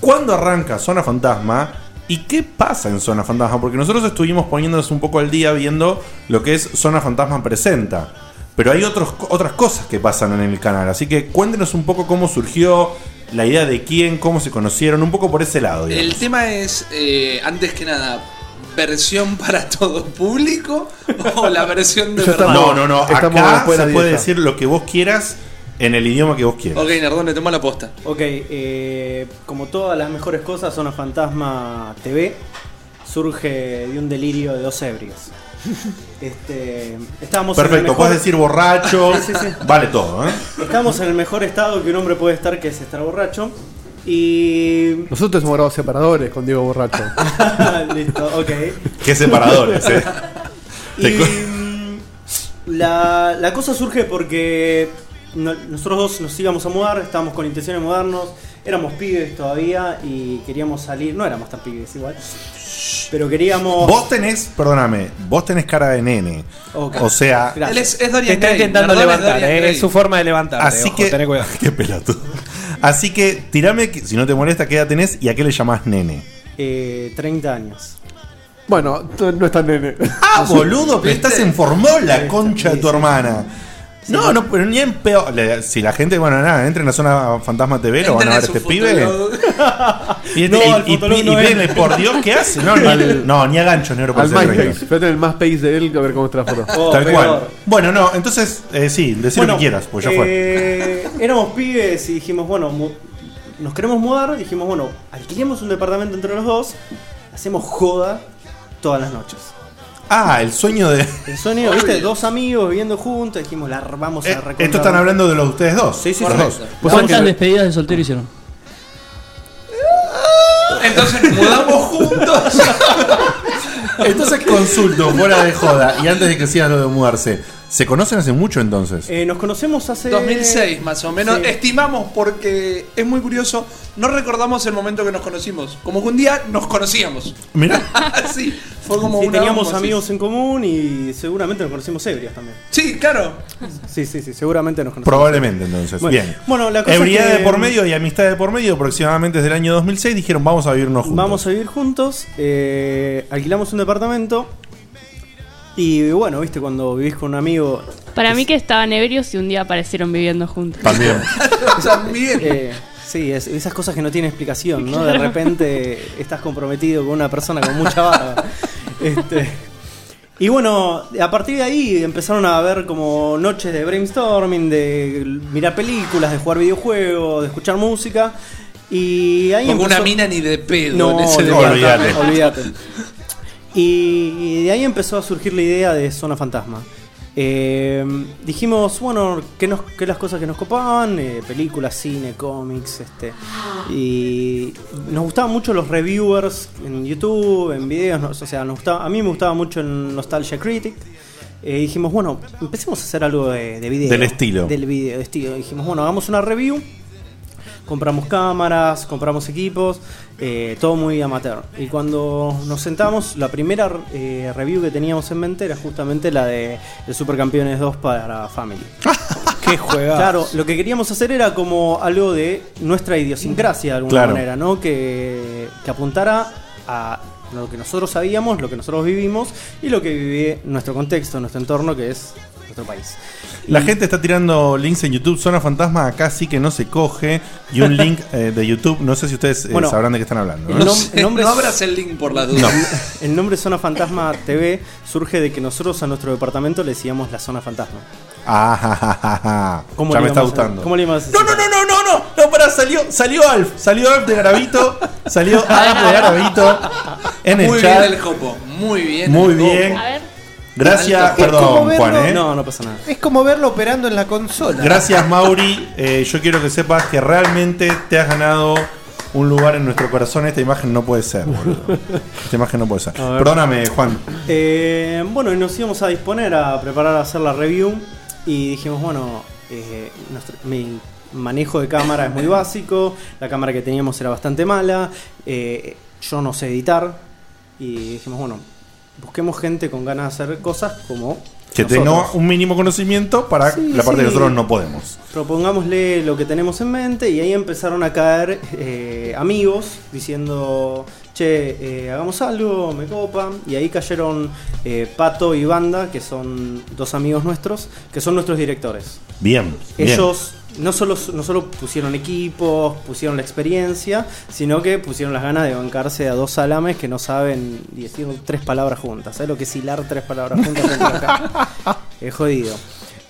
¿cuándo arranca Zona Fantasma y qué pasa en Zona Fantasma? Porque nosotros estuvimos poniéndonos un poco al día viendo lo que es Zona Fantasma Presenta. Pero hay otros, otras cosas que pasan en el canal. Así que cuéntenos un poco cómo surgió la idea de quién, cómo se conocieron, un poco por ese lado. digamos.
El tema es, eh, antes que nada, ¿versión para todo público o la versión de
Ya
verdad?
No, no, no.
Estamos
Acá
después de
se
la
puede
dieta.
decir lo que vos quieras en el idioma que vos quieras.
Ok, Nardone, me tomó la posta.
Ok, eh, como todas las mejores cosas, Zona Fantasma TV surge de un delirio de dos
[LAUGHS]
ebrios. Este, estábamos en el
Perfecto,
mejor-
puedes decir borracho.
Sí, sí, sí.
Vale todo, ¿eh?
Estamos en el mejor estado que un hombre puede estar, que es estar borracho. Y.
Nosotros hemos grabado separadores con
[LAUGHS]
Diego Borracho.
[LAUGHS] Listo, ok.
Qué separadores,
[LAUGHS]
eh. Te cu-
Y, mm, la, la cosa surge porque no- nosotros dos nos íbamos a mudar, estábamos con intención de mudarnos, éramos pibes todavía y queríamos salir. No éramos tan pibes igual, pero queríamos.
Vos tenés, perdóname, vos tenés cara de nene.
Ok.
O sea,
Gracias.
Te está intentando levantar,
Dorian
eh,
Gray.
es su forma de levantar.
Así que. [LAUGHS] Qué pelotudo. Así que, tirame, que- si no te molesta, ¿qué edad tenés y a qué le llamás nene?
Eh, 30 años.
Bueno, t- no es tan nene.
¡Ah, boludo! Pero
este-
estás en Formola, concha de tu hermana. No, no, pero ni en peor. Le- Si la gente, bueno, nada, entra en la zona Fantasma TV, lo van a ver este pibe. [LAUGHS] Y, este,
No,
y-
al
y-
fotolog
y-
no
y
es.
pídele, por Dios, ¿qué hace? No, no,
Al-
no, ni a gancho, negro, por
Al
ser
MySpace.
reina.
Fíjate en el MySpace de él, a ver cómo está la foto.
Tal cual. Bueno, no, entonces, eh, sí, decir lo que quieras, pues ya fue.
eh, éramos pibes y dijimos, bueno, mu- nos queremos mudar. Dijimos, bueno, alquilemos un departamento entre los dos, hacemos joda todas las noches.
Ah, el sueño de.
El sueño, viste, dos amigos viviendo juntos, dijimos, la vamos a recorrer.
Eh, Esto están hablando de los de ustedes dos.
Sí, sí,
los
sí.
dos.
Vos
¿Cuántas despedidas de
[LAUGHS]
soltero hicieron?
Entonces mudamos juntos.
[LAUGHS] Entonces consulto, fuera de joda, y antes de que sigas lo de mudarse, ¿se conocen hace mucho entonces?
eh,
nos conocemos hace.
2006 más o menos.
Sí.
Estimamos porque es muy curioso. No recordamos el momento que nos conocimos. Como que un día nos conocíamos.
Mirá.
[LAUGHS] sí, fue como
Sí,
una
teníamos
bomba, sí.
amigos en común y seguramente nos conocimos ebrios también.
Sí, claro.
Sí, sí, sí, seguramente nos conocimos.
Probablemente entonces.
Bueno,
Bien.
Bueno, la cosa es
Ebriedad
que-
de por medio y amistad de por medio, aproximadamente desde el año 2006, dijeron vamos a vivirnos juntos.
Vamos a vivir juntos, eh, alquilamos un departamento y bueno, viste, cuando vivís con un amigo...
Para mí que estaban ebrios y un día aparecieron viviendo juntos.
[LAUGHS]
También.
[LAUGHS] También.
eh, sí, es- esas cosas que no tienen explicación, ¿no? De repente estás comprometido con una persona con
[LAUGHS]
mucha barba. Este, y bueno, a partir de ahí empezaron a haber como noches de brainstorming, de mirar películas, de jugar videojuegos, de escuchar música. Y ahí
Con una
empezó-
mina ni de pedo
No,
en ese
olvídate.
[LAUGHS] lugar.
olvídate. Y, y de ahí empezó a surgir la idea de Zona Fantasma. Eh, dijimos, bueno, que, nos, que las cosas que nos copaban, eh, películas, cine, cómics, este. Y nos gustaban mucho los reviewers en YouTube, en videos, nos- o sea, nos gustaba, a mí me gustaba mucho el Nostalgia Critic. Eh, dijimos, bueno, empecemos a hacer algo de, de video.
Del estilo.
Del video, de estilo. Dijimos, bueno, hagamos una review compramos cámaras, compramos equipos, eh, todo muy amateur. Y cuando nos sentamos, la primera eh, review que teníamos en mente era justamente la de el Supercampeones 2 para Family. ¡Qué juega! Claro, lo que queríamos hacer era como algo de nuestra idiosincrasia de alguna
Claro.
manera, ¿no? Que, que apuntara a lo que nosotros sabíamos, lo que nosotros vivimos y lo que vive nuestro contexto, nuestro entorno, que es nuestro país.
La gente está tirando links en YouTube, Zona Fantasma acá sí que no se coge, y un
[LAUGHS]
link eh, de YouTube, no sé si ustedes eh,
Bueno,
sabrán de qué están hablando. ¿eh?
nom- nombre-
no abras el link por las dudas.
No. [LAUGHS] El nombre Zona Fantasma TV surge de que nosotros a nuestro departamento le decíamos la Zona Fantasma.
Ah, ja, ja, ja, ja.
¿Cómo
ya
le
me está
íbamos a-
gustando.
¿Cómo le íbamos a
No, no, no, no, no, no, no, pará, salió, salió Alf, salió Alf de Garavito,
[LAUGHS]
salió Alf de Garavito en el
muy
chat.
bien el copo. Muy bien.
Muy
el copo.
bien. Gracias,
Alto.
¿Cómo
Ah, perdón,
verlo?
Juan, ¿eh?
No, no pasa nada.
Es como verlo operando en la consola.
Gracias, Mauri. Eh, yo quiero que sepas que realmente te has ganado un lugar en nuestro corazón. Esta imagen no puede ser, boludo. Esta imagen no puede ser.
ver.
Perdóname, Juan.
Eh, bueno, y nos íbamos a disponer a preparar a hacer la review y dijimos, bueno, eh, nuestro- mi manejo de cámara es muy básico, la cámara que teníamos era bastante mala, eh, yo no sé editar y dijimos, bueno, busquemos gente con ganas de hacer cosas como...
Que
nosotros.
tenga un mínimo conocimiento para
Sí,
la parte que
sí.
nosotros no podemos.
propongámosle lo que tenemos en mente y ahí empezaron a caer eh, amigos diciendo, che, eh, hagamos algo, me copa. Y ahí cayeron eh, Pato y Banda, que son dos amigos nuestros, que son nuestros directores.
Bien. bien.
Ellos no solo, no solo pusieron equipos, pusieron la experiencia, sino que pusieron las ganas de bancarse a dos salames que no saben decir tres palabras juntas. ¿Sabes lo que es hilar tres palabras juntas? dentro de acá? es jodido.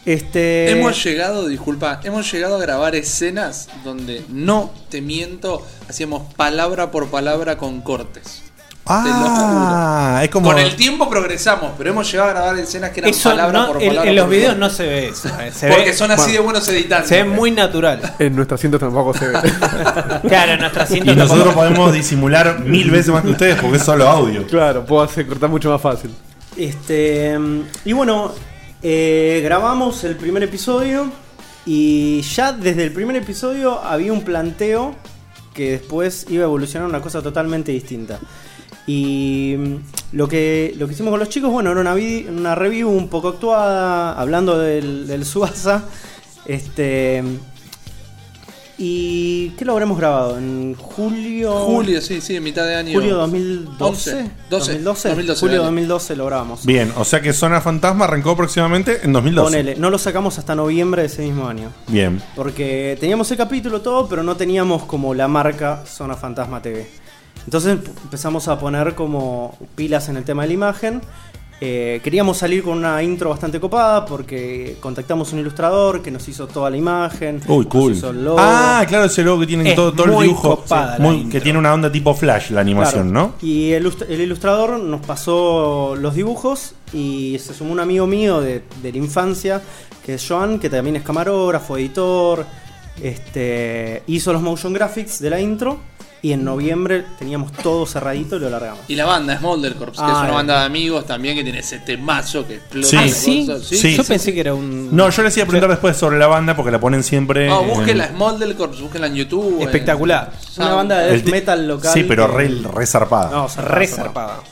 Este...
Hemos llegado, disculpa, hemos llegado a grabar escenas donde, no te miento, hacíamos palabra por palabra con cortes. Te lo
Ah, es como.
Con el tiempo progresamos, pero hemos llegado a grabar escenas que eran
Eso
palabra
no-
por
en-
palabra.
en los
por
videos
palabra.
no se ve eso. eh. Se
Porque
ve-
son así
bueno,
de buenos editando.
Se ve muy natural.
En nuestro asiento tampoco se ve.
[LAUGHS] Claro, en nuestra cinta
Y nosotros
tampoco-
podemos disimular mil veces más que ustedes porque es solo audio.
claro, puedo hacer cortar mucho más fácil.
Este. mm, Y bueno, eh, grabamos el primer episodio. Y ya desde el primer episodio había un planteo que después iba a evolucionar una cosa totalmente distinta. Y mm, lo que, lo que hicimos con los chicos, bueno, era una, vi- una review un poco actuada, hablando del, del Suasa. Este. ¿Y qué lo habremos grabado? ¿En julio?
Julio, sí, sí, en mitad de año.
Julio 2012.
11, 12,
2012.
2012,
Julio
dale.
2012 lo grabamos.
Bien, o sea que Zona Fantasma arrancó aproximadamente en 2012.
Ponele, no lo sacamos hasta noviembre de ese mismo año.
Bien.
Porque teníamos el capítulo todo, pero no teníamos como la marca Zona Fantasma TV. Entonces p- empezamos a poner como pilas en el tema de la imagen. Eh, queríamos salir con una intro bastante copada porque contactamos un ilustrador que nos hizo toda la imagen.
Uy, cool.
Nos hizo el logo.
Ah, claro, ese logo que tiene
Es
todo, todo el
muy
dibujo.
copada la
Muy-
intro.
que tiene una onda tipo flash la animación,
Claro.
¿no?
Y el, ilust- el ilustrador nos pasó los dibujos y se sumó un amigo mío de, de la infancia, que es Joan, que también es camarógrafo, editor, este, hizo los motion graphics de la intro y en noviembre teníamos todo cerradito y lo largamos.
Y la banda Smolder Corps, que
Ah,
es una
eh.
banda de amigos también que tiene ese temazo que explota.
Sí.
la
Ah,
¿Sí?
cosa,
Sí.
Yo pensé que era un.
No, yo les iba a preguntar después sobre la banda porque la ponen siempre.
No,
eh,
en-
búsquenla Ah, Smolder Corps, búsquenla en YouTube. en-
Espectacular.
Una banda de
el
death
ti-
metal local.
Sí, pero
que-
re, re zarpada.
No, zarpazo,
Re
zarpazo.
zarpada.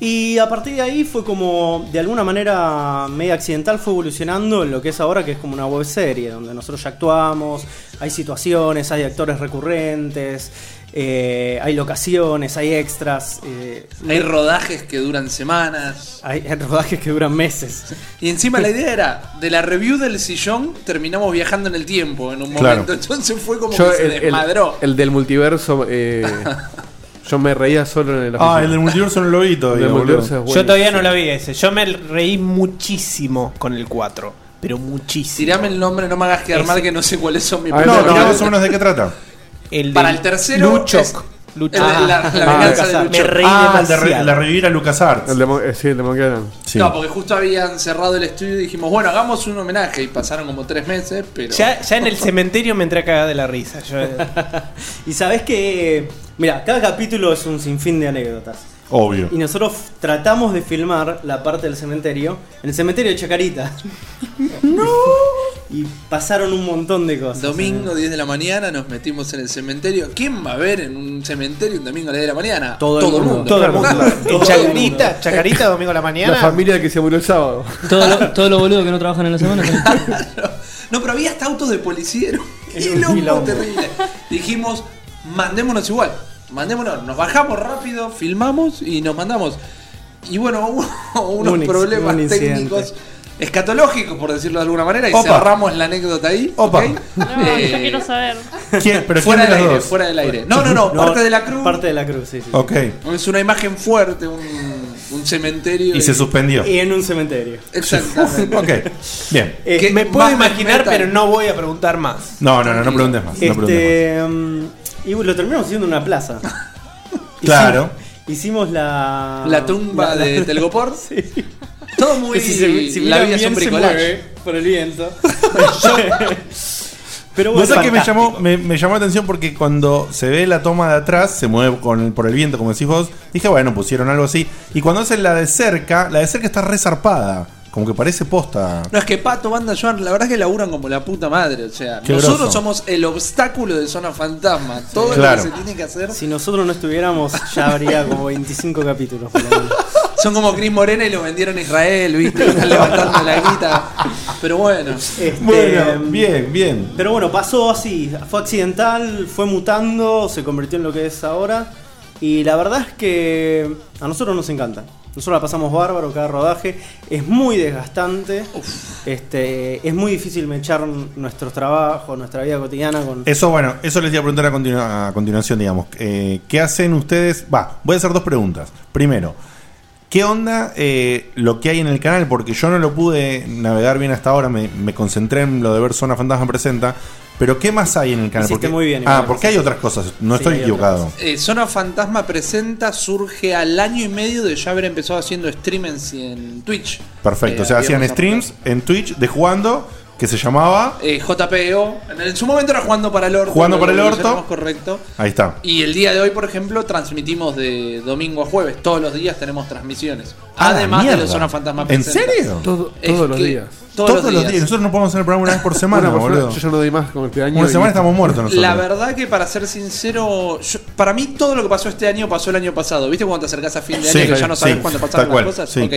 Y a partir de ahí fue como, de alguna manera medio accidental, fue evolucionando en lo que es ahora, que es como una web serie, donde nosotros ya actuamos, hay situaciones, hay actores recurrentes, eh, hay locaciones, hay extras, eh,
Hay
[LAUGHS]
rodajes que duran semanas.
hay rodajes que duran meses.
Y encima la idea era, de la review del sillón terminamos viajando en el tiempo en un momento.
Claro.
Entonces fue como
Yo,
que se
el, el-
desmadró.
el del multiverso, eh, yo me reía solo en el
Ah, el del multiverso no lo vi
El
todavía,
del
boludo.
multiverso es
Yo
bueno.
todavía no la vi ese. Yo me reí muchísimo con el 4. Pero muchísimo.
Tirame el nombre, no me hagas que armar
Ese-
que no sé cuáles son mis
A ver,
No,
propios
pero
no,
más o menos de qué trata.
El
Para
del
el tercero
Luchok.
es-
Luchok.
el de la- la venganza de
Ah, Me
Luchok.
reí
ah, el de
demasiado.
re- la revivir a LucasArts.
El de Mon- eh, sí, el de Monkey Island.
Sí.
No, porque justo habían cerrado el estudio y dijimos, bueno, hagamos un homenaje. Y pasaron como tres meses, pero.
Ya, ya
[LAUGHS]
en el cementerio me entré a cagar de la risa. Yo,
[LAUGHS] Y sabés que, mira, cada capítulo es un sinfín de anécdotas.
Obvio.
Y nosotros tratamos de filmar la parte del cementerio, en el cementerio de Chacarita. ¡No! Y pasaron un montón de cosas.
Domingo 10 de la mañana nos metimos en el cementerio. ¿Quién va a ver en un cementerio un domingo a las 10 de la mañana?
Todo el mundo.
todo el
mundo.
mundo. En
Todo el
Chacarita, Chacarita, domingo a la mañana.
La familia que se murió el sábado.
Todos los todo lo boludos que no trabajan en la semana.
No, pero había hasta autos de policía. Era un quilombo
quilombo.
terrible. Dijimos, mandémonos igual. Mandémonos. Nos bajamos rápido, filmamos y nos mandamos. Y bueno, hubo [LAUGHS] unos
Un ex-
problemas
un incidente.
técnicos escatológicos, por decirlo de alguna manera, y
Opa.
cerramos la anécdota ahí.
Opa.
¿ok?
No,
Eh,
yo
[LAUGHS]
quiero saber.
¿Quién- ¿Pero
Fuera
quién de
del
los
aire,
dos?
fuera del aire. No, no, no,
No,
parte de la cruz.
Parte de la cruz, sí, sí. sí.
Ok.
Es una imagen fuerte, un, un cementerio.
Y se suspendió.
Y en un cementerio.
[LAUGHS]
Exactamente.
[LAUGHS] Ok. Bien.
Eh,
¿Qué?
Me puedo
Más
imaginar,
metal.
pero no voy a preguntar más.
No, no, no, no preguntes más. No preguntes
este, mm, y lo terminamos haciendo en una plaza.
[LAUGHS] Claro.
Hicimos, hicimos la.
La tumba de
[LAUGHS]
Telgopor.
Sí.
Todo muy.
Que si se- si
la
miras
vida es un
bien, se
bricolage.
mueve por
[LAUGHS]
el viento. [LAUGHS]
[LAUGHS]
Pero
No
bueno,
sé qué me
fantástico.
llamó, me, me llamó la atención porque cuando se ve la toma de atrás, se mueve con el- por el viento, como decís vos, dije, bueno, pusieron algo así. Y cuando hacen la de cerca, la de cerca está resarpada. Como que parece posta.
No, es que Pato, Banda, Joan, la verdad es que laburan como la puta madre. O sea,
Qué
nosotros
groso.
somos el obstáculo de Zona Fantasma. Todo
Claro.
lo que se tiene que hacer
Si nosotros no estuviéramos, ya habría como 25 capítulos. por lo menos.
son como Cris Morena y lo vendieron a Israel, ¿viste? Están levantando la guita. Pero bueno.
Este,
Bueno, bien, bien.
Pero bueno, pasó así, fue accidental, fue mutando, se convirtió en lo que es ahora. Y la verdad es que a nosotros nos encanta. Nosotros la pasamos bárbaro cada rodaje. Es muy desgastante. Este, es muy difícil mechar nuestros trabajos, nuestra vida cotidiana con.
Eso, bueno, eso les iba a preguntar a, continua- a continuación, digamos. Eh, ¿Qué hacen ustedes? Va, voy a hacer dos preguntas. Primero, ¿Qué onda eh, lo que hay en el canal? Porque yo no lo pude navegar bien hasta ahora, me, me concentré en lo de ver Zona Fantasma Presenta. Pero ¿qué más hay en el canal?
Hiciste
Porque-
muy bien,
ah,
igual.
porque hay otras cosas, no
Sí,
estoy
hay
equivocado.
Eh, Zona Fantasma Presenta surge al año y medio de ya haber empezado haciendo streamings en Twitch.
Perfecto,
Eh,
o sea, hacían
habíamos
streams en Twitch de jugando, que se llamaba
Eh, JPO. En, el- en su momento era jugando para el orto.
Jugando
lo-
para el
lo
orto.
hicimos correcto.
Ahí está.
Y el día de hoy, por ejemplo, transmitimos de domingo a jueves. Todos los días tenemos transmisiones.
Ah, la
Además de
mierda.
los Zona Fantasma
¿En
Presenta.
serio? Todo-
Es
todos los
que-
días.
Todos, los días.
Nosotros no podemos hacer el programa una vez por semana,
Una por
boludo.
semana, yo ya no doy más con este año.
Una semana
y-
estamos muertos nosotros.
La verdad que para ser sincero, yo- para mí todo lo que pasó este año pasó el año pasado. ¿Viste cuando te acercás a fin de
Sí,
año que ya no sabes
sí,
cuándo
tal
pasaron
cual,
las cosas?
sí.
Ok.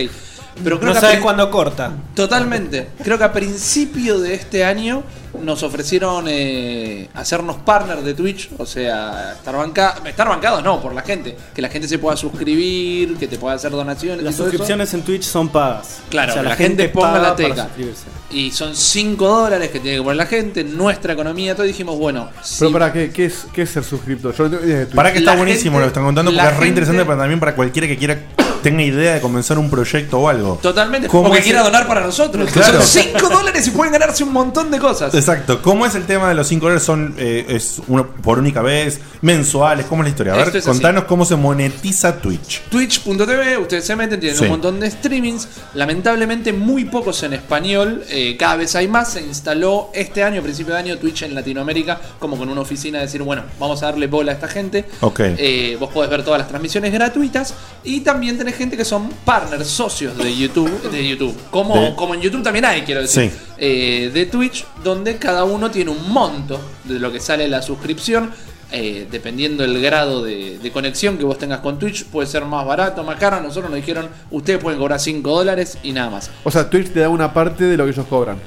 Pero creo
no
que a
sabes
prin-
cuándo corta.
Totalmente. Creo que a principio de este año nos ofrecieron eh, hacernos partner de Twitch, o sea, estar, banca estar bancados, no, por la gente. Que la gente se pueda suscribir, que te pueda hacer donaciones.
Las
y todo eso.
suscripciones en Twitch son pagas.
Claro, que la gente ponga
paga
la teca.
para suscribirse.
Y son 5 dólares que tiene que poner la gente, nuestra economía, todo. Y dijimos, bueno,
Pero
si-
para qué, qué es, qué es ser suscriptor? Yo no tengo idea de Twitch.
Para que está
La
buenísimo
gente-
lo que están contando, porque
la
es re interesante
gente-
para, también para cualquiera que quiera tenga idea de comenzar un proyecto o algo.
Totalmente,
¿Cómo
como que
es
quiera
el-
donar para nosotros.
Claro.
Son 5 dólares y pueden ganarse un montón de cosas.
Exacto. ¿Cómo es el tema de los 5 dólares? ¿Son eh, es uno por única vez? ¿Mensuales? ¿Cómo es la historia? A ver,
Esto es así.
contanos cómo se monetiza Twitch.
Twitch.tv, ustedes se meten, tienen
Sí.
un montón de streamings. Lamentablemente, muy pocos en español. eh, cada vez hay más. Se instaló este año, principio de año, Twitch en Latinoamérica, como con una oficina de decir, bueno, vamos a darle bola a esta gente.
Ok.
Eh, vos podés ver todas las transmisiones gratuitas. Y también tenés gente que son partners, socios de YouTube. De YouTube. Como,
De-
como en YouTube también hay, quiero decir.
Sí.
eh, de Twitch, donde cada uno tiene un monto de lo que sale la suscripción. eh, dependiendo el grado de, de conexión que vos tengas con Twitch, puede ser más barato, más caro. Nosotros nos dijeron, ustedes pueden cobrar 5 dólares y nada más.
O sea, Twitch te da una parte de lo que ellos cobran.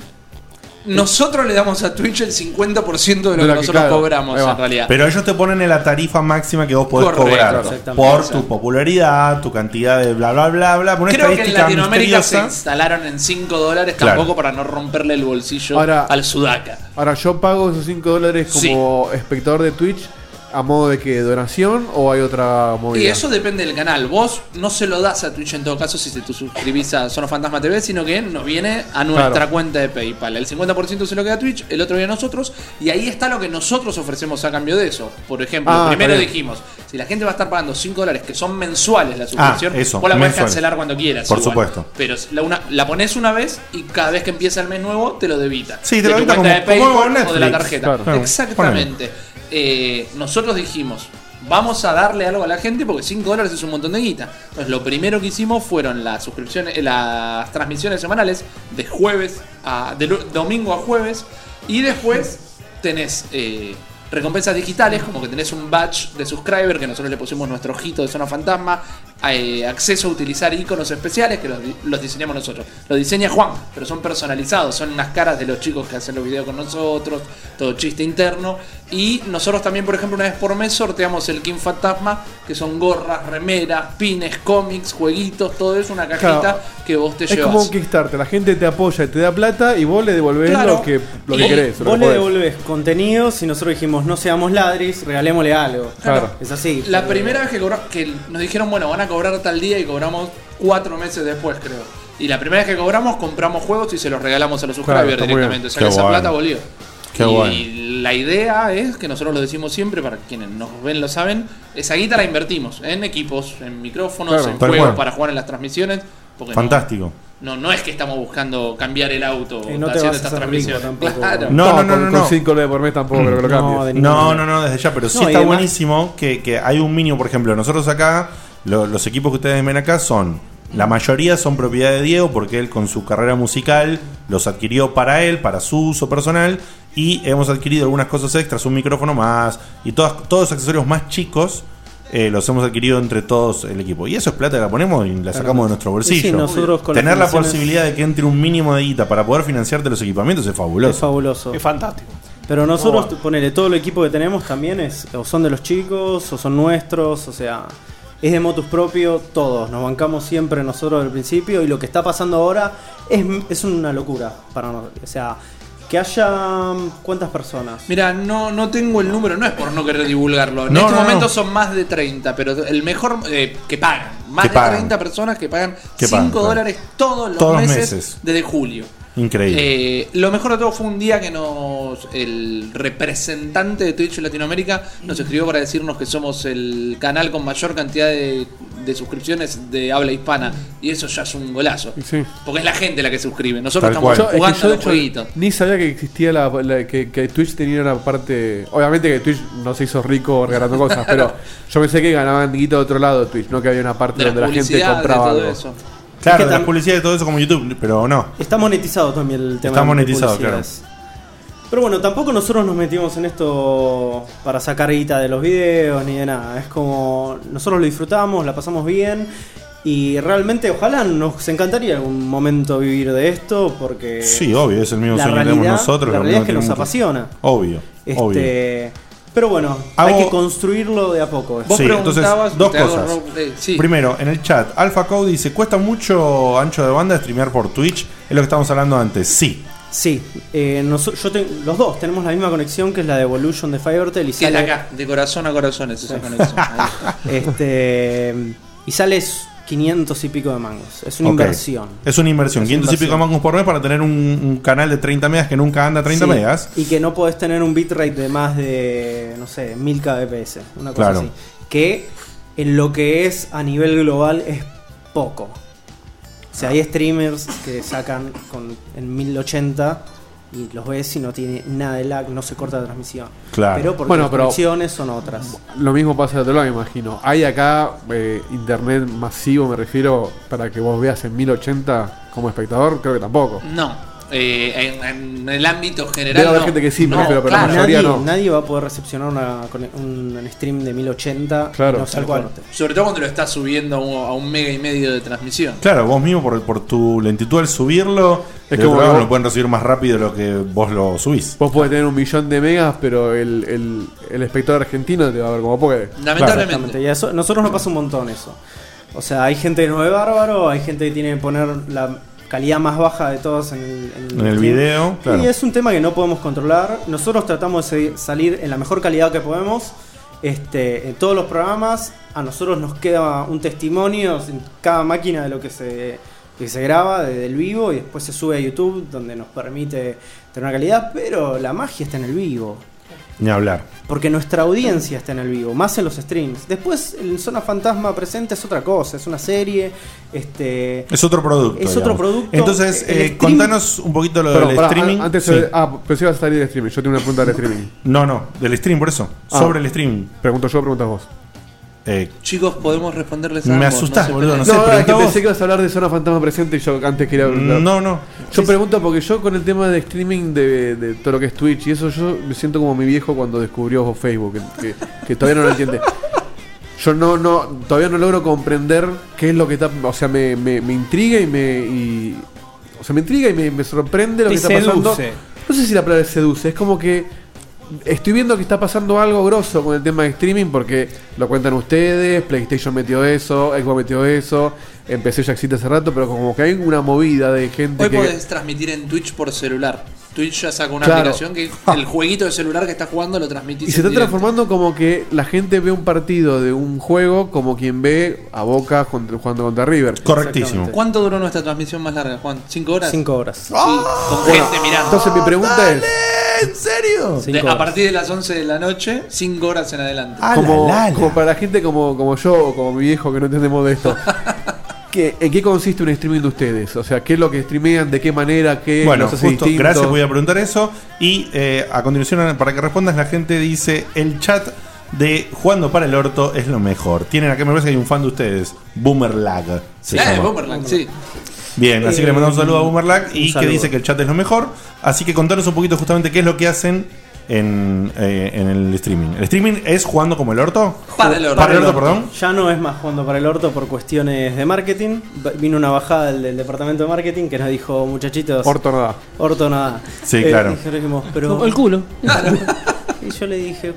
Nosotros le damos a Twitch el 50% de lo
De
que
la que-
nosotros
claro,
cobramos
ahí va.
en realidad.
Pero ellos te ponen en la tarifa máxima que vos podés
Correcto,
cobrar.
exactamente.
Por tu
Exacto.
popularidad, tu cantidad de bla, bla, bla, bla. por Una
Creo que en
estadística
Latinoamérica se
misteriosa.
instalaron en 5 dólares
Claro.
tampoco para no romperle el bolsillo
Ahora-
al sudaca.
Ahora, yo pago esos 5 dólares como espectador de Twitch a modo de que donación o hay otra movida.
Y eso depende del canal. Vos no se lo das a Twitch en todo caso si te tú suscribís a Zona Fantasma TV, sino que nos viene a nuestra
Claro.
cuenta de PayPal. El 50% se lo queda a Twitch, el otro día a nosotros. Y ahí está lo que nosotros ofrecemos a cambio de eso. Por ejemplo,
Ah,
primero
está bien. Ah,
dijimos, si la gente va a estar pagando 5 dólares, que son mensuales la suscripción,
eso,
vos la puedes
mensual.
cancelar cuando quieras.
Por supuesto.
Pero la, una- la pones una vez y cada vez que empieza el mes nuevo, te lo debita.
Sí, te
De
lo
tu
debita
cuenta
como-
de
como
PayPal o de la
Netflix,
tarjeta.
claro.
Claro,
Exactamente. Eh, nosotros dijimos, vamos a darle algo a la gente porque 5 dólares es un montón de guita. Entonces, lo primero que hicimos fueron las suscripciones, eh, las transmisiones semanales de jueves a de lu- domingo a jueves y después tenés eh, recompensas digitales como que tenés un batch de subscriber que nosotros le pusimos nuestro ojito de zona fantasma, eh, acceso a utilizar iconos especiales que los, di- los diseñamos nosotros. Los diseña Juan, pero son personalizados, son unas caras de los chicos que hacen los videos con nosotros, todo chiste interno. Y nosotros también, por ejemplo, una vez por mes sorteamos el King Fantasma, que son gorras, remeras, pines, cómics, jueguitos, todo eso, una cajita
Claro.
que vos te
Es
llevas.
como un Kickstarter. La gente te apoya y te da plata y vos le devolvés
Claro.
lo que, Eh, lo que
Y
querés. lo que
Vos le
podés.
devolvés contenidos y nosotros dijimos, no seamos ladris, regalémosle algo.
Claro.
Es así. eh,
La primera vez que, cobra- que nos dijeron, bueno, van a cobrar tal día y cobramos cuatro meses después, creo. Y la primera vez que cobramos, compramos juegos y se los regalamos a los
Claro,
subscribers
está muy
directamente.
bien.
O sea,
Qué
que esa
bueno.
plata volvió.
Qué
y
bueno.
la idea es, que nosotros lo decimos siempre, para quienes nos ven lo saben, esa guita la invertimos en equipos, en micrófonos,
Claro,
en
tal
juegos
cual.
para jugar en las transmisiones. porque no-
Fantástico.
No, no, es que estamos buscando cambiar el auto
Y no te vas a hacer rico tampoco.
Claro.
No, no, no,
con-
no,
Con
no.
5 dólares por mes tampoco creo que lo
No,
cambies.
de ninguna
No, no,
manera.
no, desde ya, pero sí
No, y
está
además-
buenísimo que, que hay un mínimo, por ejemplo, nosotros acá, lo- los equipos que ustedes ven acá son, la mayoría son propiedad de Diego porque él con su carrera musical los adquirió para él, para su uso personal, y hemos adquirido algunas cosas extras, un micrófono más, y todas, todos los accesorios más chicos. eh, los hemos adquirido entre todos el equipo. Y eso es plata que la ponemos y la sacamos de nuestro bolsillo.
sí, nosotros con las
Tener la
donaciones-
posibilidad de que entre un mínimo de guita para poder financiarte los equipamientos es fabuloso.
Es fabuloso.
Es fantástico.
Pero nosotros, ponele, todo el equipo que tenemos también es, o son de los chicos, o son nuestros, o sea, es de motus propio, todos, nos bancamos siempre nosotros del principio y lo que está pasando ahora es, es una locura para nosotros. O sea, que haya mm, cuántas personas.
Mira, no, no tengo el número, no es por no querer divulgarlo. En
No,
este
no,
momento
no.
son más de 30, pero el mejor eh, que pagan. más
Que
de
pagan.
30 personas que pagan
Que
5
pagan, claro.
dólares todos los
Todos los
meses,
meses.
desde julio.
Increíble.
Eh, lo mejor de todo fue un día que nos el representante de Twitch en Latinoamérica nos escribió para decirnos que somos el canal con mayor cantidad de, de suscripciones de habla hispana. Y eso ya es un golazo.
Sí.
Porque es la gente la que suscribe. Nosotros
Tal
estamos
cual.
Yo, es que
jugando
yo,
a
de
los
hecho,
jueguitos.
Ni sabía que existía la, la- que, que Twitch tenía una parte. Obviamente que Twitch no se hizo rico regalando cosas,
[LAUGHS]
pero yo pensé que ganaban guita de otro lado Twitch, no que había una parte
De la
donde la gente
publicidad, de
compraba
todo
algo.
eso.
claro,
es que
las
tam-
publicidades y todo eso como YouTube, pero no.
Está monetizado también el tema.
Está
de
monetizado,
publicidades. Pero bueno, tampoco nosotros nos metimos en esto para sacar guita de los videos ni de nada. Es como nosotros lo disfrutamos, la pasamos bien y realmente ojalá nos encantaría algún momento vivir de esto
Eh,
porque
Sí, obvio, es el mismo
la
sueño que tenemos
realidad,
nosotros.
la
lo
realidad
mismo
es que nos
tenemos-
apasiona.
Obvio, obvio.
Este, pero bueno,
Hago-
hay que construirlo de a poco.
Vos
Sí, entonces,
preguntabas.
dos
te hago
cosas.
ro- eh, sí.
Primero, en el chat, Alpha Code dice, ¿cuesta mucho ancho de banda streamear por Twitch? Es lo que estábamos hablando antes. Sí,
Sí, eh, noso- yo te- los dos tenemos la misma conexión que es la de Evolution de Fivertel y
Que es
sale
de acá, de corazón a corazón es esa
[LAUGHS]
conexión. Ahí está.
Este. Y sales 500 y pico de mangos. Es una
Ok.
inversión.
Es una inversión.
Es
500 y pico
inversión.
mangos por mes para tener un, un canal de 30 megas que nunca anda a 30
Sí,
megas.
Y que no podés tener un bitrate de más de, no sé, 1000 kbps. Una cosa
Claro.
así. Que en lo que es a nivel global es poco. O sea, hay streamers que sacan con, en 1080 y los ves y no tiene nada de lag, no se corta la transmisión.
Claro.
Pero porque
Bueno,
las
pero-
conexiones son otras.
Lo mismo pasa de otro lado, me imagino. Hay acá eh, internet masivo, me refiero, para que vos veas en 1080 como espectador, creo que tampoco.
No. eh, en, en el ámbito general.
Debe haber
no.
gente que sí, me
No,
refiero, pero la
claro.
mayoría-
nadie,
no.
nadie va a poder recepcionar una, con- un, un stream de 1080
Claro,
y no se
tal cual.
corte.
Sobre todo cuando lo estás subiendo a un, a un mega y medio de transmisión.
Claro, vos mismo por, por tu lentitud al subirlo,
Es
del
como
otro lado
vos-
lo pueden recibir más rápido de lo que vos lo subís.
Vos podés tener un millón de megas, pero el, el, el espectador argentino te va a ver como puede.
Lamentablemente.
Exactamente. Y eso, nosotros nos pasa un montón eso. O sea, hay gente que no ve bárbaro, hay gente que tiene que poner la calidad más baja de todas en el,
En el video, claro.
Y es un tema que no podemos controlar. Nosotros tratamos de seguir- salir en la mejor calidad que podemos. Este, en todos los programas, a nosotros nos queda un testimonio en cada máquina de lo que se, que se graba desde el vivo y después se sube a YouTube, donde nos permite tener una calidad, pero la magia está en el vivo.
Ni hablar.
Porque nuestra audiencia está en el vivo, más en los streams. Después, en Zona Fantasma presente es otra cosa, es una serie. Este,
Es otro producto.
Es otro producto.
Entonces,
El
eh,
stream-
contanos un poquito lo
Perdón,
del
pará,
streaming.
an- Antes,
Sí.
eh, ah, pensé ibas a salir del streaming. Yo tengo una pregunta del streaming.
No, no, del stream, por eso.
Ah.
Sobre el stream.
Pregunto yo, preguntas vos.
Eh,
Chicos, podemos responderles a
Me
ambos,
asustás,
se
boludo,
peleen.
no sé.
No, es que
preguntá vos.
pensé que ibas a hablar de Zona Fantasma presente y yo antes quería preguntar.
no, no.
Yo pregunto porque yo con el tema de streaming de, de todo lo que es Twitch y eso, yo me siento como mi viejo cuando descubrió Facebook, que, que- que todavía no lo entiende. Yo no, no, todavía no logro comprender qué es lo que está. O sea, me, me, me intriga y me. y- o sea, me intriga y me, me sorprende lo
Te
que está pasando.
seduce.
No sé si la palabra es seduce, es como que. Estoy viendo que está pasando algo grosso con el tema de streaming porque lo cuentan ustedes, PlayStation metió eso, Xbox metió eso, empecé ya existe hace rato, pero como que hay una movida de gente
Hoy
que...
podés transmitir en Twitch por celular. Twitch ya sacó una
Claro.
aplicación
[LAUGHS]
que el jueguito de celular que estás jugando lo transmitís.
Y se
en
está
directo.
transformando como que la gente ve un partido de un juego como quien ve a Boca contra- jugando contra River.
Correctísimo.
¿Cuánto duró nuestra transmisión más larga, Juan? ¿Cinco horas?
5 horas.
Sí, con gente mirando.
Ah. Entonces mi pregunta es,
¿En serio?
De-
Cinco
a
horas.
partir de las 11 de la noche, cinco horas en adelante.
Ah,
como,
la, la, la.
como para la gente como, como yo o como mi viejo que no entendemos
[LAUGHS]
de esto, ¿qué- ¿en qué consiste un streaming de ustedes? O sea, ¿qué es lo que streamean? ¿De qué manera? ¿Qué
Bueno,
los hace
justo,
distintos?
gracias, voy a preguntar eso. Y eh, a continuación, para que respondas, la gente dice: el chat de Jugando para el Orto es lo mejor. Tienen acá, me parece que hay un fan de ustedes, Boomer Lag. se
Ah,
llama.
Boomerang, sí.
Bien, así que le mandamos un
Eh,
saludo a Boomer Lag
Eh, un
y que
saludo.
dice que el chat es lo mejor. Así que contanos un poquito justamente qué es lo que hacen. En, eh, en el streaming. ¿El streaming es jugando como el orto?
Para el orto.
Para el orto, perdón.
Ya no es más jugando para el orto por cuestiones de marketing. Va- Vino una bajada del, del departamento de marketing que nos dijo, muchachitos, orto,
Orto no da.
nada.
Sí, claro.
y dijimos,
O
pero...
El culo.
Y yo le dije,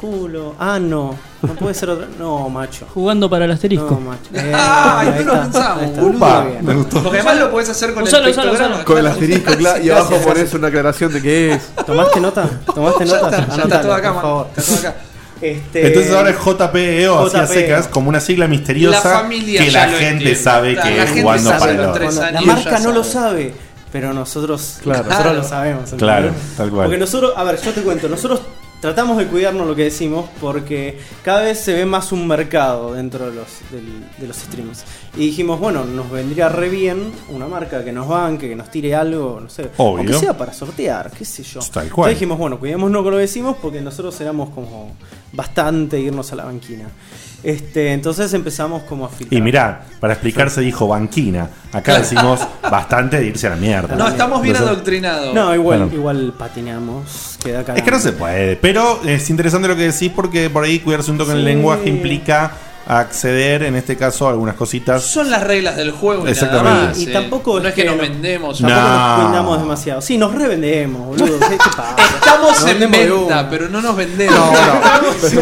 "Cu- culo, ah, no, no puede ser otra. No, macho.
Jugando para el
No,
asterisco.
macho. Eh,
Ay,
ahí
no lo
está,
pensamos,
ahí está.
boludo.
Muy bien.
Porque además lo podés hacer con
Usalo,
el
usalo,
pictograma.
usalo.
Con el asterisco,
[LAUGHS]
claro, y abajo pones una aclaración de qué es.
¿Tomaste nota? ¿Tomaste
Ya
nota?
está, ya está
Anotalo,
todo acá,
por
man.
favor. [LAUGHS]
Está todo acá.
Este,
Entonces ahora es JPEO, así a
JPEO.
secas, como una sigla misteriosa que la
ya lo
gente
entiende.
sabe
La
que
gente
es jugando
sabe
para
los
el otro.
tres
La
años,
marca
ya
no lo
sabe.
sabe, pero nosotros,
Claro.
nosotros lo sabemos. ¿entendés?
Claro, tal cual.
Porque nosotros, a ver, yo te cuento, nosotros tratamos de cuidarnos lo que decimos porque cada vez se ve más un mercado dentro de los, del- de los streams. Y dijimos, bueno, nos vendría re bien una marca que nos banque, que nos tire algo, no sé.
Obvio.
O que sea para sortear, qué sé yo.
Tal cual.
Entonces dijimos, bueno, cuidémonos con lo que decimos porque nosotros éramos como bastante irnos a la banquina. Este, entonces empezamos como a filtrar.
Y mirá, para explicarse dijo banquina. Acá decimos bastante de irse a la mierda.
No, estamos bien
Nosotros-
adoctrinados.
No, igual,
Bueno.
igual patinamos. Queda cara.
Es que no se puede, pero es interesante lo que decís porque por ahí cuidarse un toque en el
Sí.
lenguaje implica acceder, en este caso, a algunas cositas.
Son las reglas del juego y nada
Exactamente.
más.
Y
eh.
tampoco
no
es
es que
que
nos
no-
vendemos.
No.
Tampoco
Nah.
nos cuidamos demasiado. Sí, nos
[LAUGHS]
revendemos, boludo. ¿Qué te pasa?
Estamos
Nos
en
vendemos de
venta,
una.
pero no nos vendemos. [LAUGHS]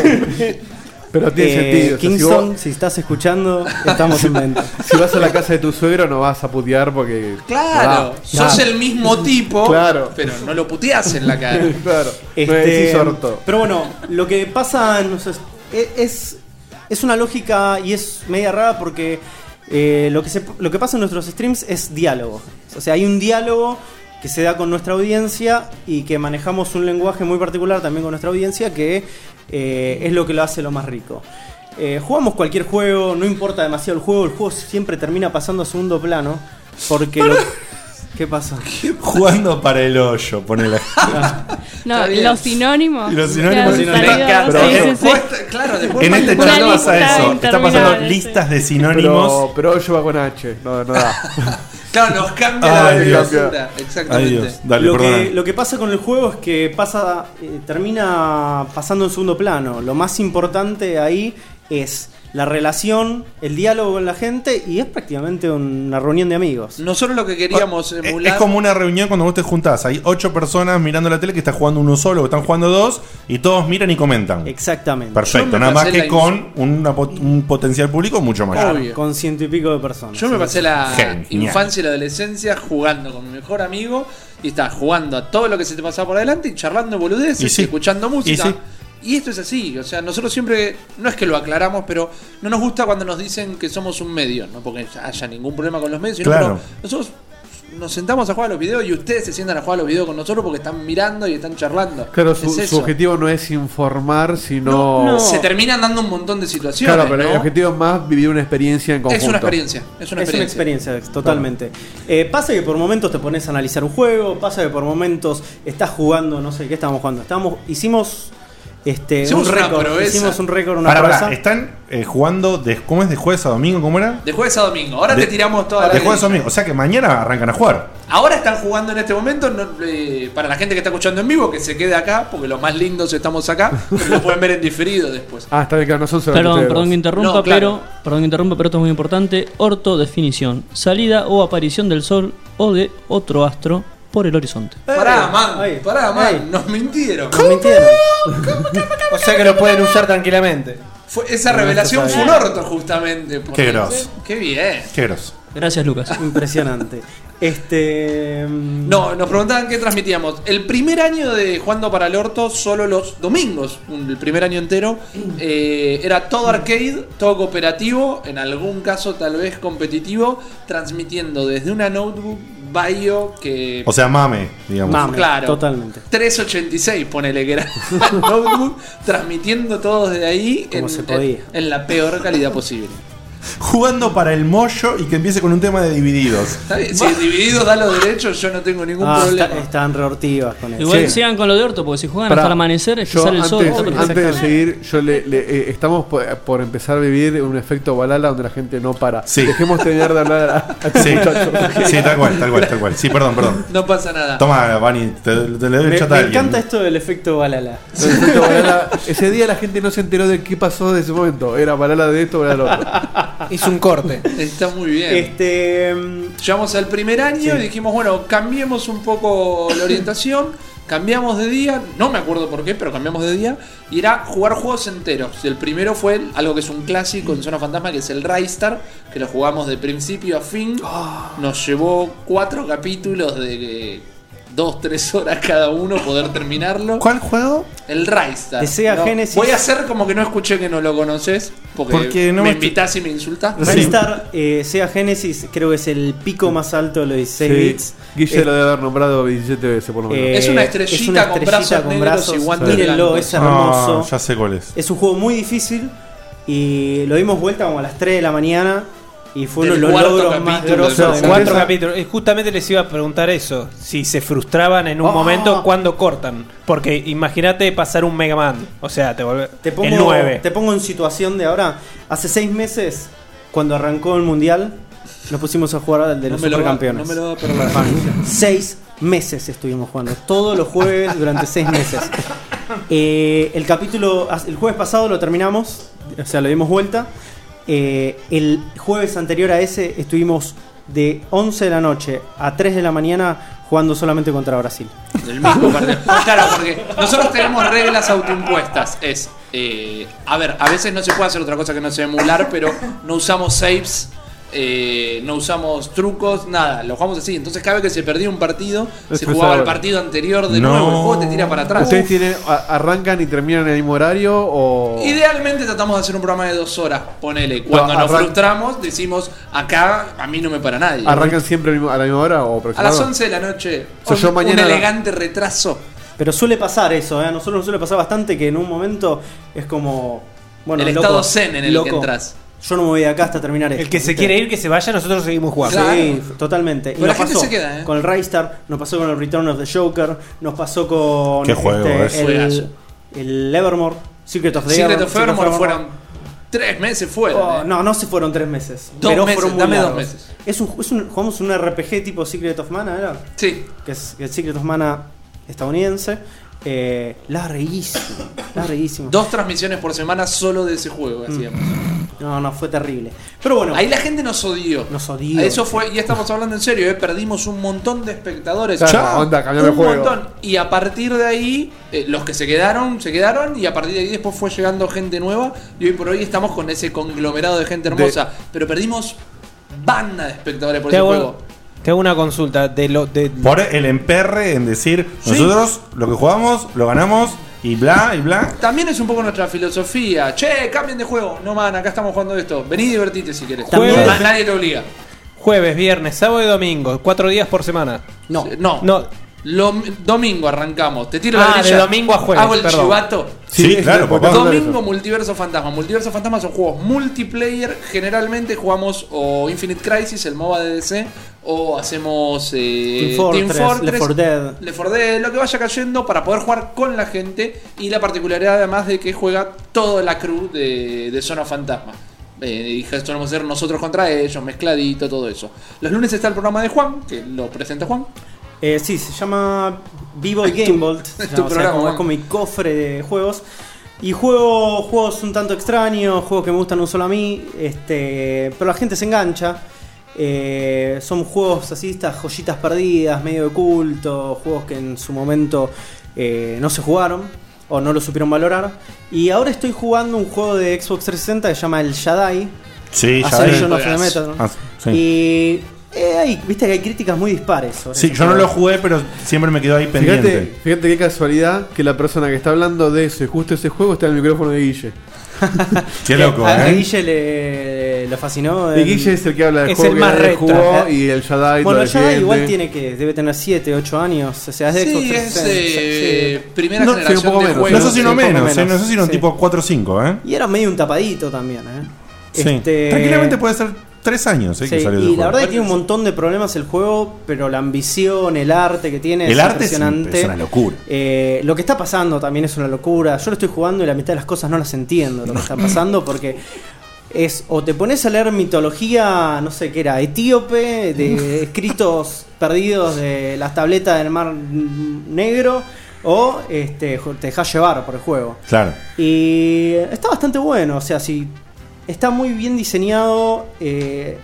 Pero tiene
Eh,
sentido. o sea,
Kingston,
si, vos-
si estás escuchando, estamos en venta.
[LAUGHS] si vas a la casa de tu suegro no vas a putear porque...
Claro,
Ah,
sos el mismo tipo,
Claro.
pero no lo puteás en la
[LAUGHS]
cara.
claro. No
Este,
decís orto.
Pero bueno, lo que pasa no sé, es, es, es una lógica y es media rara porque eh, lo, que se- lo que pasa en nuestros streams es diálogo. O sea, hay un diálogo que se da con nuestra audiencia y que manejamos un lenguaje muy particular también con nuestra audiencia que eh, es lo que lo hace lo más rico. Eh, jugamos cualquier juego, no importa demasiado el juego, el juego siempre termina pasando a segundo plano porque... lo-
[LAUGHS]
¿Qué pasó?
Jugando para el hoyo, ponele.
Está
No,
bien.
los sinónimos.
Y los sinónimos.
que han salido,
Pero- pero-
sí, sí, sí.
Después, claro, después
En este
mandan
Una
chat
todas
pasa
lista
eso. Está pasando
interminable,
listas de
Pero,
sinónimos.
pero yo va con H. No, no da.
[LAUGHS] Claro, nos cambia la
Ay,
Dios.
nomenclatura.
Ay,
Exactamente.
Dios. Dale,
lo,
perdona.
que, lo que pasa con el juego es que pasa, eh, termina pasando en segundo plano. Lo más importante ahí es la relación, el diálogo con la gente y es prácticamente una reunión de amigos.
Nosotros lo que queríamos
Es-
emular.
Es como una reunión cuando vos te juntás. Hay ocho personas mirando la tele que está jugando uno solo, o están jugando dos, y todos miran y comentan.
Exactamente.
Yo
Perfecto,
me
nada más
pasé la
que con una pot- un potencial público mucho mayor.
Obvio.
Con ciento y pico de personas.
Yo me pasé la
Genial.
infancia y la adolescencia jugando con mi mejor amigo y estaba jugando a todo lo que se te pasaba por adelante y charlando boludeces
Y
y,
sí.
escuchando música.
Y
Y,
sí.
esto es así, o sea, nosotros siempre, no es que lo aclaramos, pero no nos gusta cuando nos dicen que somos un medio, no porque haya ningún problema con los medios, sino
Claro.
pero nosotros nos sentamos a jugar a los videos y ustedes se sientan a jugar a los videos con nosotros porque están mirando y están charlando.
Claro,
Es
su, su
eso.
objetivo no es informar, sino...
No, no.
Se terminan dando un montón de situaciones.
Claro, pero
¿no?
el objetivo es más vivir una experiencia en conjunto.
es una experiencia, es una
es una
experiencia.
experiencia, totalmente. Eh, pasa que por momentos te pones a analizar un juego, pasa que por momentos estás jugando, no sé qué estábamos jugando. Estábamos, hicimos este
Hicimos
un
una
récord.
proeza.
Hicimos un récord, una
Pará, pará,
proeza.
están eh, jugando de, ¿cómo es de jueves a domingo? ¿Cómo era?
De jueves a domingo, ahora
De-
te tiramos toda la
De jueves a
lista.
domingo. O sea que mañana arrancan a jugar.
Ahora están jugando en este momento, no, eh, para la gente que está escuchando en vivo, que se quede acá, porque los más lindos estamos acá, pero lo pueden ver en diferido después.
Ah, está bien, claro, no son solamente
Perdón,
ustedes
perdón que
dos.
interrumpa,
No, claro.
pero perdón que interrumpa, pero esto es muy importante. Orto definición, salida o aparición del sol o de otro astro por el horizonte.
pará, man,
ay,
pará, man,
ay.
nos mintieron. [LAUGHS]
Nos mintieron.
O sea que lo pueden usar tranquilamente.
Fue- esa revelación fue un orto, justamente. porque-
Qué grosso.
Qué bien.
Qué groso.
Gracias, Lucas.
[LAUGHS] Impresionante. Este. mm,
No, nos preguntaban qué transmitíamos. El primer año de Jugando para el Orto, solo los domingos, un- el primer año entero, eh, era todo arcade, todo cooperativo, en algún caso tal vez competitivo, transmitiendo desde una notebook Bayo que...
O sea, mame, digamos.
Mame,
claro.
Totalmente.
386, ponele
[LAUGHS]
que era la notebook, transmitiendo todo desde ahí
Como se podía.
en- en la peor calidad posible.
Jugando para el mollo y que empiece con un tema de divididos.
Está bien,
[LAUGHS]
Si dividido da los derechos, yo no tengo ningún
Ah,
problema.
está- están reortivas con eso.
Igual
Sí.
sigan con lo de Orto, porque si juegan
Pará,
hasta el amanecer es que
yo
sale el sol.
antes,
otro.
antes de seguir, yo le, le- eh, estamos por, por empezar a vivir un efecto balala donde la gente no para.
Sí.
Dejemos terminar de hablar a, a estos
[LAUGHS]
Sí,
muchachos.
sí, tal cual, tal cual, tal cual. Sí, perdón, perdón.
No pasa nada.
Toma, Vani, te, te le doy
Me,
el chat
me
a alguien.
encanta esto del efecto balala.
El efecto balala- ese día la gente no se enteró de qué pasó de ese momento. Era balala de esto, balala de lo otro.
[LAUGHS]
Hizo un corte.
Está muy bien.
Este. mm,
Llegamos al primer año y dijimos, bueno, cambiemos un poco la orientación, cambiamos de día, no me acuerdo por qué, pero cambiamos de día, y era jugar juegos enteros. El primero fue el- algo que es un clásico en Zona Fantasma, que es el Raistar, que lo jugamos de principio a fin. Nos llevó cuatro capítulos de dos, tres horas cada uno poder terminarlo.
¿Cuál juego?
El Raistar.
De Sega
No,
Genesis.
Voy a hacer como que no escuché que no lo conoces, porque,
Porque no
me
me-
invitás y me insultás.
Raystar, eh, Sega Genesis, creo que es el pico más alto de los 16 bits.
Guille lo debe haber nombrado 17 veces por lo menos.
Eh,
Es una estrellita con brazos negros y guantes
Mírenlo,
blancos.
es hermoso.
Ah, ya sé cuál es.
Es un juego muy difícil y lo dimos vuelta como a las 3 de la mañana y fue uno de
Del
los
cuarto
logros más
capítulo,
grosos
del
de mi
cuarto
vida.
Cuatro capítulos. Eh, Justamente les iba a preguntar eso. Si se frustraban en un
Ah.
momento, ¿cuándo cortan? Porque imagínate pasar un Mega Man. O sea, te vuelve.
Te
el
pongo,
9.
te pongo en situación de ahora. Hace 6 meses, cuando arrancó el mundial, nos pusimos a jugar al de
No
los
me, lo, va- no
supercampeones.
me lo va a perdonar.
Seis meses estuvimos jugando, todos los jueves durante seis
[LAUGHS]
meses. Eh, el capítulo, el jueves pasado lo terminamos, o sea, lo dimos vuelta. Eh, el jueves anterior a ese estuvimos de 11 de la noche a 3 de la mañana jugando solamente contra Brasil.
Del
[LAUGHS]
mismo partido. Claro, porque nosotros tenemos reglas autoimpuestas. Es, eh, a ver, a veces no se puede hacer otra cosa que no sea emular, pero no usamos saves, eh, no usamos trucos, nada. Lo jugamos así. Entonces cada vez que se perdía un partido, se
Empezaba.
jugaba el partido anterior de
No.
nuevo. El juego te tira para atrás.
¿Ustedes tienen, a- arrancan y terminan en el mismo horario o...?
Idealmente tratamos de hacer un programa de dos horas, ponele. Cuando
No,
nos
arran-
frustramos, decimos, acá a mí no me para nadie.
¿Arrancan siempre al mismo- a la misma hora
a
o
las
aproximadamente?
11 de la noche,
O sea, yo
un-
mañana-
un elegante retraso.
Pero suele pasar eso, ¿eh? a nosotros nos suele pasar bastante que en un momento es como. Bueno,
El
loco,
estado zen en el que
loco,
entras.
Yo no me voy de acá hasta terminar esto.
El que se
¿viste?
quiere ir, que se vaya, nosotros seguimos jugando.
Claro.
Sí, totalmente.
Pero la gente se queda, ¿eh?
con el Raystar, nos pasó con el Return of the Joker, nos pasó con
Qué
este,
juego ese.
Juegazo.
el, el Evermore, Secret of the
Secret
Evermore,
of Evermore fueron
Evermore.
tres meses fuera. ¿eh?
Oh, no, no se fueron tres meses.
Dos
pero
meses,
fueron muy
dame dos
largos.
meses.
Es un, es un- jugamos un RPG tipo Secret of Mana, ¿era?
Sí,
Que es que es Secret of Mana estadounidense. Eh, larguísimo, larguísimo.
dos transmisiones por semana solo de ese juego
Mm.
hacíamos.
Mm. No, no, fue terrible. Pero bueno,
Ahí la gente nos odió.
Nos odió.
Eso fue, y estamos hablando en serio, ¿eh? perdimos un montón de espectadores.
Claro, onda, cambiame
un
el juego.
montón. Y a partir de ahí, eh, los que se quedaron, se quedaron, y a partir de ahí después fue llegando gente nueva, y hoy por hoy estamos con ese conglomerado de gente hermosa. Pero perdimos banda de espectadores por
Te
ese
hago,
juego.
te hago una consulta. De lo, de,
Por el emperre en decir, nosotros lo que jugamos, lo ganamos y bla y bla.
También es un poco nuestra filosofía. Che, cambien de juego. No, man, acá estamos jugando esto. Vení y divertite si querés.
También-
Na- Nadie te obliga.
Jueves, viernes, sábado y domingo. Cuatro días por semana.
no.
Eh, No.
No.
Lo- domingo arrancamos. Te tiro la
Ah, de
grilla.
domingo a jueves,
Hago el
perdón.
chivato.
Sí, claro, papá.
Domingo Multiverso Fantasma. Multiverso Fantasma son juegos multiplayer. Generalmente jugamos o Infinite Crisis, el MOBA de DC, o hacemos eh,
Team Fortress, Left 4 Dead.
Left 4 Dead, lo que vaya cayendo para poder jugar con la gente. Y la particularidad además de que juega toda la crew de, de Zona Fantasma. Eh, y esto vamos a ser nosotros contra ellos, mezcladito, todo eso. Los lunes está el programa de Juan, que lo presenta Juan.
Eh, sí, se llama Vivo y Game Vault. se
es [LAUGHS] tu
llama, o sea,
programa,
como
man.
es como mi cofre de juegos. Y juego juegos un tanto extraños, juegos que me gustan no solo a mí, este, pero la gente se engancha. Eh, son juegos así, estas joyitas perdidas, medio de culto, juegos que en su momento eh, no se jugaron o no lo supieron valorar. Y ahora estoy jugando un juego de Xbox 360 que se llama el Jedi.
Sí, ya sé.
Ascension of the Metal.
Ah, sí.
Y eh, hay- viste que hay críticas muy dispares. sobre
Sí,
ese
yo no
juego.
lo jugué, pero siempre me quedó ahí
Fíjate,
pendiente.
fíjate qué casualidad que la persona que está hablando de eso y justo ese juego está en el micrófono de Guille.
Qué loco,
a
¿eh?
Guille le, lo fascinó.
Y
el- eh.
Guille es el que habla del
Es
juego
el
que
más
nadie
retro.
jugó y el Jadai
bueno,
lo
ya
defiende.
igual tiene que. Debe tener 7, 8 años. O sea, es de
Sí,
Xbox
es
360,
eh,
sí.
primera
No, sí, un
generación
poco
de
menos.
juegos.
No sé si no
Sí,
menos,
menos,
¿eh? no sé si no
sí.
tipo 4 o 5, ¿eh?
Y era medio un tapadito también, ¿eh?
Sí.
Este-
Tranquilamente puede ser 3 años, ¿eh?
Sí,
que salió ese
y la
juego.
verdad que tiene un montón de problemas el juego, pero la ambición, el arte que tiene
El
es
arte es
impresionante.
un- es una locura.
Eh, lo que está pasando también es una locura. Yo lo estoy jugando y la mitad de las cosas no las entiendo lo que está pasando porque es o te pones a leer mitología, no sé qué era, etíope, de escritos perdidos de las tabletas del Mar Negro, o este, te dejas llevar por el juego.
Claro.
Y está bastante bueno, o sea, si está muy bien diseñado. eh,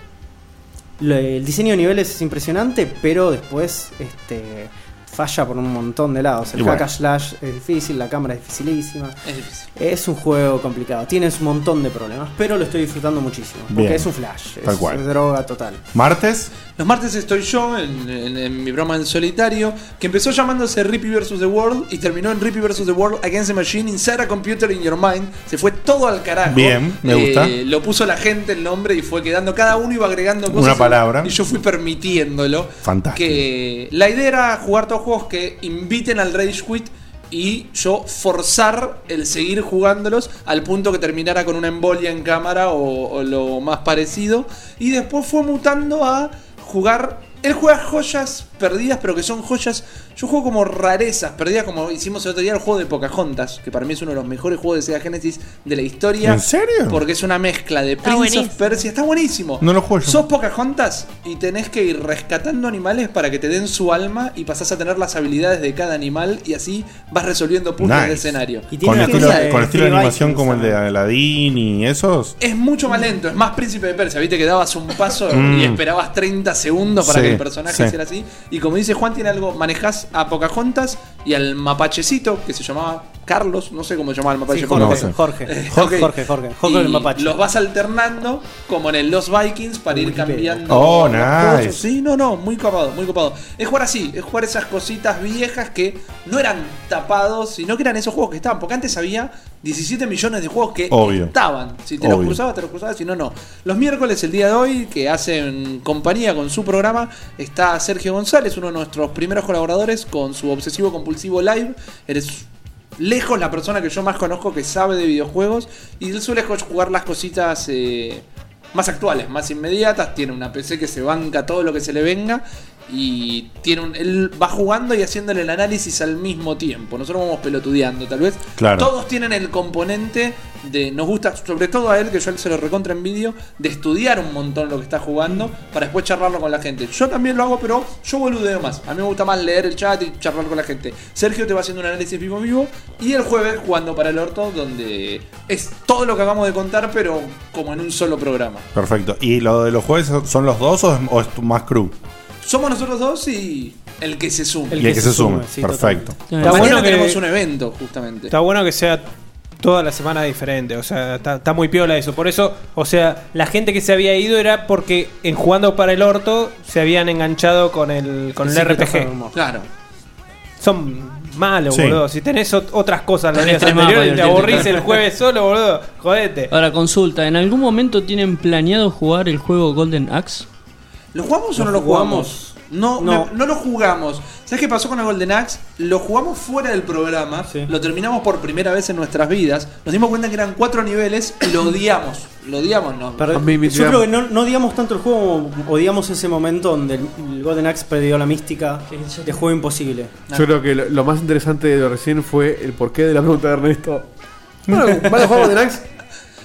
lo- el diseño de niveles es impresionante, pero después este, falla por un montón de lados. El
Y bueno.
hack and slash es difícil, la cámara es dificilísima.
Es difícil.
Es un juego complicado, tienes un montón de problemas, pero lo estoy disfrutando muchísimo. Porque
Bien.
es un flash,
Tal
es
cual.
droga total.
¿Martes?
Los martes estoy yo en, en- en mi broma en solitario, que empezó llamándose Rippy vs. The World y terminó en Rippy vs. The World Against the Machine, Inside a Computer in Your Mind. Se fue todo al carajo. Eh,
Bien, me gusta.
Lo puso la gente el nombre y fue quedando. Cada uno iba agregando cosas.
Una palabra.
Y yo fui permitiéndolo.
Fantástico.
Que la idea era jugar todos juegos que inviten al Rage Quit. Y yo forzar el seguir jugándolos al punto que terminara con una embolia en cámara o, o lo más parecido. Y después fue mutando a jugar. Él juega joyas perdidas, pero que son joyas. Yo juego como rarezas perdidas, como hicimos el otro día el juego de Pocahontas, que para mí es uno de los mejores juegos de Sega Genesis de la historia.
¿En serio?
Porque es una mezcla de
Está
Prince of
buenísimo.
Persia. Está buenísimo.
No lo juego yo.
Sos Pocahontas y tenés que ir rescatando animales para que te den su alma y pasás a tener las habilidades de cada animal y así vas resolviendo puzzles
Nice.
de escenario.
Y tiene
Con
una
estilo,
cosa de
con estilo de
Free
animación
Vikings
como el de
también.
Aladdin y esos.
Es mucho más lento, es más príncipe de Persia. Viste que dabas un paso
[LAUGHS] Mm.
y esperabas 30 segundos para
Sí,
que el personaje
sí.
hiciera así. Y como dice Juan, tiene algo. Manejás a Pocahontas y al mapachecito que se llamaba Carlos, no sé cómo se llamaba el mapache. Eh,
Sí,
No, sé.
Jorge, Jorge,
Ok.
Jorge, Jorge, Jorge, Jorge
Y
el mapache.
Los vas alternando como en el Los Vikings para ir cambiando.
Oh,
los
nice.
cosas. Sí, no, no, muy copado, muy copado. Es jugar así, es jugar esas cositas viejas que no eran tapados, sino que eran esos juegos que estaban. Porque antes había 17 millones de juegos que
Obvio.
estaban. Si te los
Obvio.
cruzabas, te los cruzabas, si no, no. Los miércoles, el día de hoy, que hacen compañía con su programa, está Sergio González, uno de nuestros primeros colaboradores, con su obsesivo compulsivo live. Eres lejos la persona que yo más conozco que sabe de videojuegos y él suele jo- jugar las cositas eh, más actuales, más inmediatas. Tiene una PC que se banca todo lo que se le venga y tiene un, él va jugando y haciéndole el análisis al mismo tiempo. Nosotros vamos pelotudeando, tal vez.
Claro.
Todos tienen el componente de nos gusta, sobre todo a él, que yo a él se lo recontra en vídeo, de estudiar un montón lo que está jugando para después charlarlo con la gente. Yo también lo hago, pero yo boludeo más. A mí me gusta más leer el chat y charlar con la gente. Sergio te va haciendo un análisis vivo vivo y el jueves jugando para el orto, donde es todo lo que acabamos de contar, pero como en un solo programa.
Perfecto. ¿Y lo de los jueves son- son los dos o es, o es tu- más crew?
Somos nosotros dos y el que se suma.
y el que se, sume. Perfecto.
Está
Mañana
bueno que-
tenemos un evento, justamente.
Está bueno que sea toda la semana diferente, o sea, está, está muy piola eso. Por eso, o sea, la gente que se había ido era porque en jugando para el orto se habían enganchado con el, con el
Sí, que toca
RPG.
humor.
Claro.
Son malos,
Sí.
boludo. Si tenés ot- otras cosas los
Tenés
días
tres más
anteriores,
para
te
divertirte.
aburrís el jueves solo, boludo. Jodete.
Ahora, consulta, ¿en algún momento tienen planeado jugar el juego Golden Axe?
¿Lo jugamos o no
Lo
lo jugamos? No, me- no.
No.
lo jugamos. ¿Sabes qué pasó con el Golden Axe? Lo jugamos fuera del programa,
Sí.
lo terminamos por primera vez en nuestras vidas, nos dimos cuenta que eran cuatro niveles y lo odiamos. Lo odiamos, ¿no?
Pero
A mí me
yo
tiramos.
creo que no, no odiamos tanto el juego como odiamos ese momento donde el, el Golden Axe perdió la mística de juego imposible.
Yo creo que lo, lo más interesante de lo recién fue el porqué de la pregunta de Ernesto. Bueno, ¿van a jugar de Nax?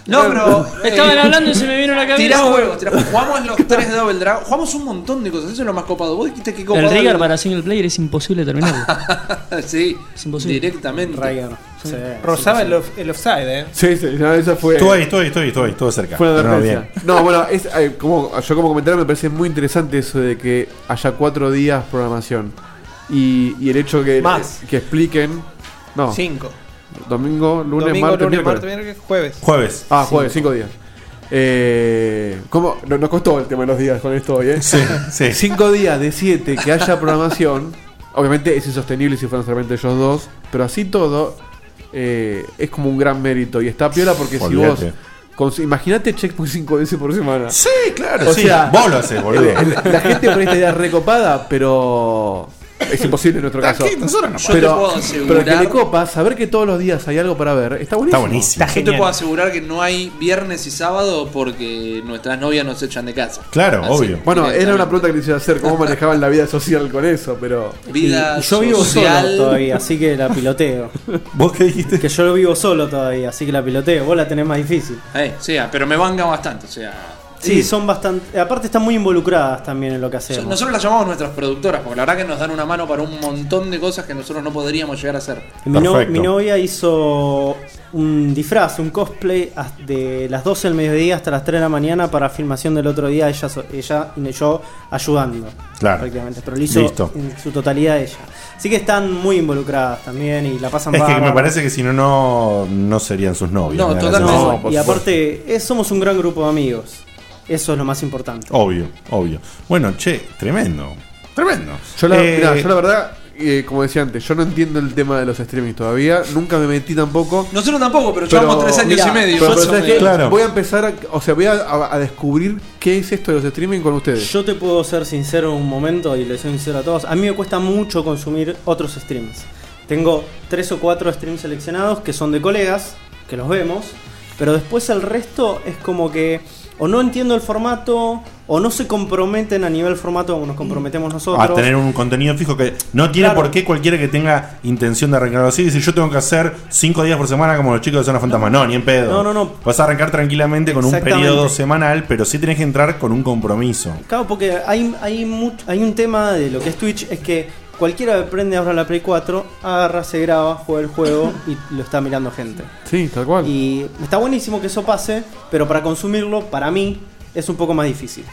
No, pero. eh,
Estaban hablando y se me vino a la cabeza.
Tirá juegos, tirá juegos. Jugamos los tres de Double Dragon, jugamos un montón de cosas, eso es lo más copado. Vos dijiste que copado.
El Rigger para single player es imposible terminarlo.
[LAUGHS] sí,
Es imposible.
directamente.
Raiger. Sí,
Rozaba el, off- el offside, eh.
[LAUGHS] Sí, sí, no, esa fue.
Estuve ahí, estuve ahí, estuve ahí, estuve ahí, estuve cerca.
Fue una
Pero no,
advertencia.
bien.
No, bueno, es, eh, como, yo como comentario me parece muy interesante eso de que haya cuatro días programación. Y, y el hecho que,
Más.
que expliquen. No,
Cinco.
domingo, lunes,
Domingo,
martes,
lunes,
miércoles.
martes, miércoles, jueves.
Jueves.
Ah, jueves, cinco días. Eh, ¿Cómo? No- Nos costó el tema de los días con esto hoy, ¿eh?
Sí, sí.
[LAUGHS] Cinco días de siete que haya programación. Obviamente es insostenible si fueran solamente ellos dos. Pero así todo eh, es como un gran mérito. Y está piola porque si vos.
Olvídate.
cons- Imagínate Checkpoint cinco veces por semana.
Sí, claro,
O
sí.
sea-
vos lo haces, boludo.
La gente pone esta idea recopada, pero. Es imposible en nuestro caso.
Aquí nosotros no
Yo te
Pero,
puedo asegurar.
pero el que le copa, saber que todos los días hay algo para ver, está
Está
buenísimo.
buenísimo.
Yo te puedo asegurar que no hay viernes y sábado porque nuestras novias nos echan de casa.
Claro,
Así.
obvio.
Bueno, era una pregunta que les iba a hacer, cómo manejaban la vida social con eso, pero...
Vida
Y- y yo vivo
social.
solo todavía,
[LAUGHS]
así que la piloteo.
[LAUGHS]
¿Vos qué dijiste?
que yo lo vivo solo todavía, así que la piloteo. Vos la tenés más difícil.
ah, Eh, o sea, pero me banca bastante, o sea.
Sí, son bastante. Aparte, están muy involucradas también en lo que hacemos.
Nosotros las llamamos nuestras productoras, porque la verdad que nos dan una mano para un montón de cosas que nosotros no podríamos llegar a hacer.
Mi, no-
Perfecto.
mi novia hizo un disfraz, un cosplay as- de las 12 del mediodía hasta las 3 de la mañana para filmación del otro día, ella, so- ella y yo ayudando.
Claro.
Prácticamente, pero lo hizo
Listo.
en su totalidad ella. Así que están muy involucradas también y la pasan
Es que me
bárbaro.
parece que si no, no, no serían sus novios.
No,
me da la
totalmente.
sensación.
No, por
y aparte, eh, somos un gran grupo de amigos. Eso es lo más importante.
Obvio, obvio. Bueno, che, tremendo. Tremendo.
Yo la,
Eh,
mirá, yo la verdad, eh, como decía antes, yo no entiendo el tema de los streamings todavía. Nunca me metí tampoco.
Nosotros tampoco, pero
Pero-
llevamos tres años
mirá,
y medio.
pero- pero
Eso
¿sabes
me-
qué?
Claro.
Voy a empezar, a- o sea, voy a, a- a descubrir qué es esto de los streaming con ustedes.
Yo te puedo ser sincero un momento y le soy sincero a todos. A mí me cuesta mucho consumir otros streams. Tengo tres o cuatro streams seleccionados que son de colegas, que los vemos, pero después el resto es como que o no entiendo el formato o no se comprometen a nivel formato como nos comprometemos nosotros.
a tener un contenido fijo que no tiene
Claro.
por qué cualquiera que tenga intención de arrancar así. Dice, yo tengo que hacer cinco días por semana como los chicos de Zona Fantasma. No, ni en pedo.
No, no, no.
Vas a arrancar tranquilamente con un
Exactamente.
periodo semanal, pero sí tenés que entrar con un compromiso.
Claro, porque hay, hay, much- hay un tema de lo que es Twitch, es que cualquiera que prende ahora la Play 4, agarra, se graba, juega el juego y lo está mirando gente.
Sí, tal cual.
Y está buenísimo que eso pase, pero para consumirlo, para mí, es un poco más difícil.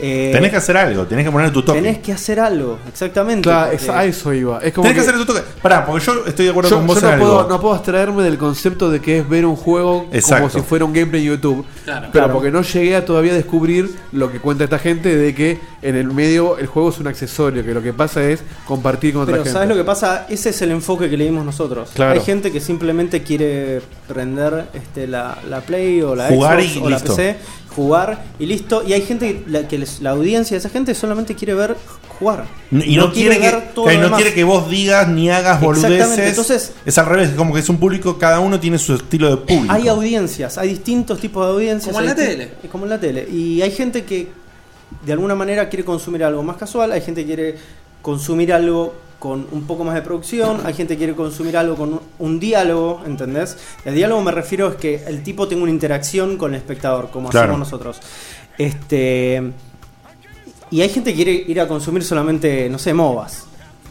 Eh,
tenés que hacer algo, tenés que poner tu toque.
tenés que hacer algo, exactamente.
Claro,
porque-
es- a eso iba. Es como
Tenés que
que-
hacer tu toque. Pará, porque yo estoy de acuerdo
Yo,
con vos
yo
en
no,
algo.
puedo, no puedo abstraerme del concepto de que es ver un juego
Exacto.
como si fuera un gameplay en YouTube.
Claro.
pero
Claro.
porque no llegué a todavía descubrir lo que cuenta esta gente de que en el medio el juego es un accesorio, que lo que pasa es compartir con otra
Pero
gente.
¿sabes lo que pasa? Ese es el enfoque que le dimos nosotros.
Claro.
Hay gente que simplemente quiere prender este, la, la Play o la
Jugar
Xbox
y
o
listo.
la PC, jugar y listo. Y hay gente, que- la, que les- la audiencia de esa gente solamente quiere ver jugar.
Y no, quiere, que,
ver todo
que
lo
no
demás.
quiere que vos digas ni hagas
Exactamente,
boludeces.
entonces-
es al revés, es como que es un público, cada uno tiene su estilo de público.
Hay audiencias, hay distintos tipos de audiencias.
Como en
hay
la
ti-
tele.
eh, Como en la tele. Y hay gente que de alguna manera quiere consumir algo más casual, hay gente que quiere consumir algo con un poco más de producción, hay gente que quiere consumir algo con un, un diálogo, ¿entendés? El diálogo me refiero es que el tipo tenga una interacción con el espectador, como
Claro.
hacemos nosotros. Este y hay gente que quiere ir a consumir solamente, no sé, MOBAs,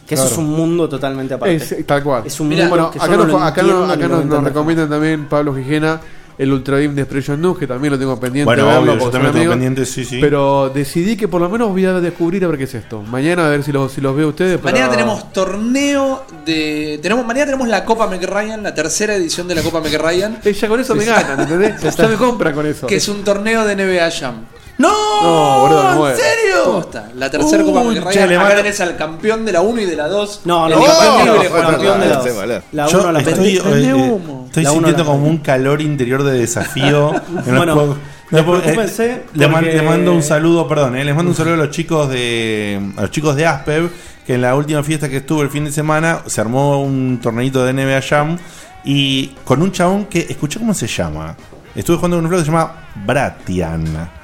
que eso
Claro.
es un mundo totalmente aparte.
Es, tal cual.
Es un
Mirá,
mundo
bueno,
que yo
acá,
no
nos,
lo
acá
entiendo
nos-
ni
acá
lo
nos- nos
entiendo.
recomiendan también Pablo Gijena el Ultra Beam de Expression News, que también lo tengo pendiente.
Bueno,
de verlo,
obvio, yo
porque
también
son
tengo
amigos.
pendiente, sí, sí.
Pero decidí que por lo menos voy a descubrir a ver qué es esto. Mañana a ver si los, si los veo a ustedes. pero-
Mañana tenemos torneo de. Tenemos, mañana tenemos la Copa McRyan, la tercera edición de la Copa McRyan,
Eh, ya
[LAUGHS]
con eso me ganan, ¿entendés? Ya me compran con eso.
que es un torneo de NBA Jam.
No, boludo, no
¿En
es.
serio? Posta, La tercera Copa
Uy,
McRyan.
che, le
Acá
mato-
tenés al campeón de la 1 y de la 2.
No, no,
el
no,
campeón
no,
libre
no, campeón
Juan
de
Pablo.
la dos. La
Yo
uno a la
estoy,
tres.
eh, eh,
humo.
estoy
La uno
sintiendo
a la
como un calor interior de
[LAUGHS]
desafío. Que no
Bueno,
puedo- no puedo- eh,
despreocúpense,
le, man-
porque-
le mando un saludo, perdón, eh, les mando un saludo a los chicos de a los chicos de Aspev, que en la última fiesta que estuve el fin de semana se armó un torneito de NBA Jam y con un chabón que escuché cómo se llama. Estuve jugando con un flaco que se llama Bratian.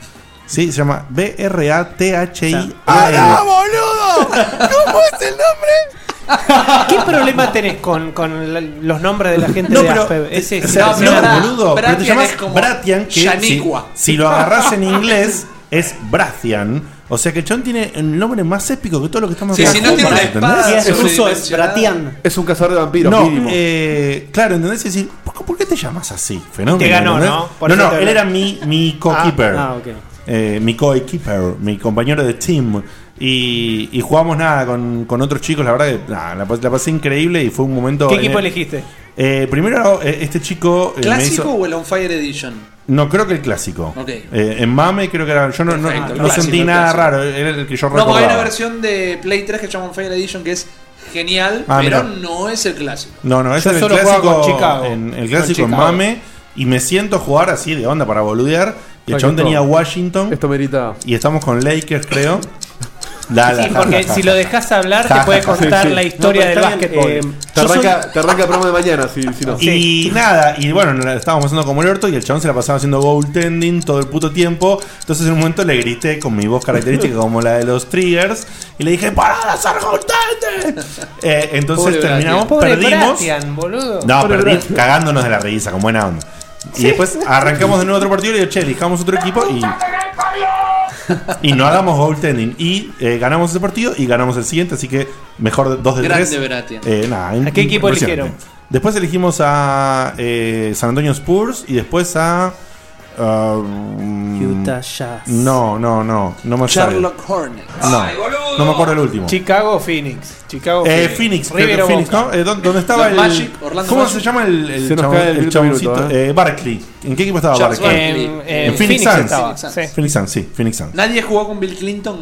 Sí, se llama B R A T H I A N.
Ah,
¿Qué problema tenés con, con la- los nombres de la gente
No,
de
pero-
Aspev? Es,
O
es
sea,
No,
no,
pero pará,
boludo, pero te
Bratian
llamas
es como
Bratian, que si,
Yanicua.
si lo agarrás
[LAUGHS]
en inglés es Bratian. O sea que el Chon tiene el nombre más épico que todo lo que estamos
Sí,
acá
si no tiene
juntos,
una
¿entendés?
espada,
Y es
Sobre
ruso, es
dimensionado.
Bratian.
Es un cazador de vampiros,
No,
mínimo.
eh, claro, ¿entendés? Es decir, ¿por qué- ¿por qué te llamas así? Fenómeno.
Te ganó,
¿entendés?
¿no? Por
No,
eso
no,
te
él
ganó.
era mi, mi co-keeper.
Ah, ok.
Eh, mi co-keeper, mi compañero de team. Y, y jugamos nada con, con otros chicos, la verdad que nada, la, pas- la pasé increíble y fue un momento.
¿Qué
en
equipo
el-
elegiste?
Eh, primero, eh, este chico. eh, me
¿Clásico
hizo-
o el On Fire Edition?
No, creo que el clásico.
Ok.
Eh, en Mame creo que era. Yo no, no-
Perfecto, el
no
clásico,
sentí
el
nada
clásico.
raro. Era el que yo
No, porque hay
recordaba.
una versión de Play 3 que se llama On Fire Edition que es genial,
Ah,
pero
mirá.
no es el clásico.
No, no,
Yo
ese era el
solo jugaba
clásico. eh,
con Chicago.
En, el
Con
clásico en
Chicago.
Mame. Y me siento a jugar así de onda para boludear. Y el
Ay,
chabón
esto-
tenía Washington.
Esto merita.
Y estamos con Lakers, creo. La, la,
Sí,
ja,
porque
ja, ja,
si
ja.
lo dejas hablar,
Ja,
te puede
ja, ja,
contar
sí, sí.
la historia
No,
del
pero está bien,
básquetbol.
eh,
Te arranca, te arranca el programa de mañana, si, si no.
Y nada, y bueno, la estábamos haciendo como el orto y el chabón se la pasaba haciendo goaltending todo el puto tiempo. Entonces en un momento le grité con mi voz
[LAUGHS]
característica como la de los triggers y le dije, ¡Pará de hacer goaltending! Eh, entonces
Pobre
terminamos,
Pobre
perdimos.
Bratian, boludo.
No, perdí cagándonos de la risa, con buena onda. Y después arrancamos de nuevo otro partido y le digo, che, elijamos otro equipo y Y no hagamos goaltending. Y eh, ganamos ese partido y ganamos el siguiente, así que mejor dos de
Grande
tres.
Beratia.
Eh, nada,
¿A qué equipo
impresionante.
eligieron?
Después elegimos a eh, San Antonio Spurs y después a. ah, mm,
Utah Jazz.
No, no, no. No me sale.
Sherlock Hornets.
No, no me acuerdo el último.
Chicago Phoenix. Chicago
Eh, Phoenix, creo que
River o
Phoenix,
Boca.
¿no? Eh, ¿dó- ¿Dónde estaba
Los
el.
Magic, Orlando
¿Cómo
Magic.
se llama el, el
Se nos
chabón-
cae el
el
minuto a minuto,
chaboncito?
¿eh?
Eh, Barkley. ¿En qué equipo estaba
Charles
Barkley?
Barkley.
En,
En
en Phoenix,
Phoenix Suns.
estaba.
Phoenix
sí.
Phoenix Suns, sí, Phoenix
[LAUGHS]
Suns.
Nadie jugó con Bill Clinton.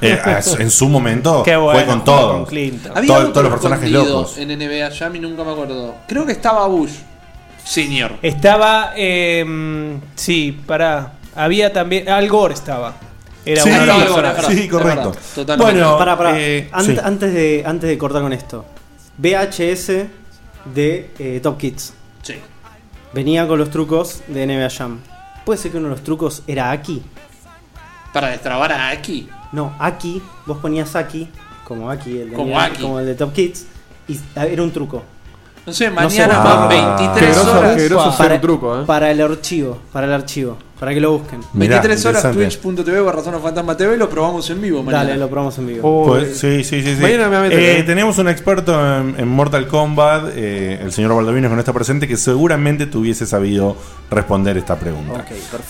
Eh, a- en su momento
Qué bueno.
fue con
jugó
todo.
Con Clinton.
Todo-
otro
todos los personajes
escondido
locos.
En NBA, ya a mí nunca me acuerdo. Creo que estaba Bush. Senior.
Estaba. eh, sí, pará. Había también. Al Gore estaba. Era
Sí,
uno de los
estaba Al Gore,
personajes.
es verdad,
sí,
es
correcto.
verdad, totalmente.
Bueno,
Pará, pará.
eh,
Ant-
sí.
antes, de, antes de cortar con esto. VHS de eh, Top Kids.
Sí.
Venía con los trucos de NBA Jam. ¿Puede ser que uno de los trucos era Aki?
Para destrabar a Aki.
No, Aki, vos ponías Aki, como Aki, el de,
Como
NBA,
Aki.
como el de Top Kids, y ah, era un truco.
No sé,
No sé,
mañana
ah,
van 23
groso,
horas.
qué groso
Para-
ser un truco, ¿eh?
Para el archivo, para el archivo, para que lo busquen.
Mirá,
23 horas
interesante.
twitch.tv barra zona fantasma TV lo probamos en vivo mañana.
Dale, lo probamos en vivo.
Oh,
Pues, sí, sí, sí. sí.
Mañana me voy a meter,
Eh,
eh.
Tenemos un experto en, en Mortal Kombat, eh, el señor Baldovino, que no está presente, que seguramente te hubiese sabido responder esta pregunta.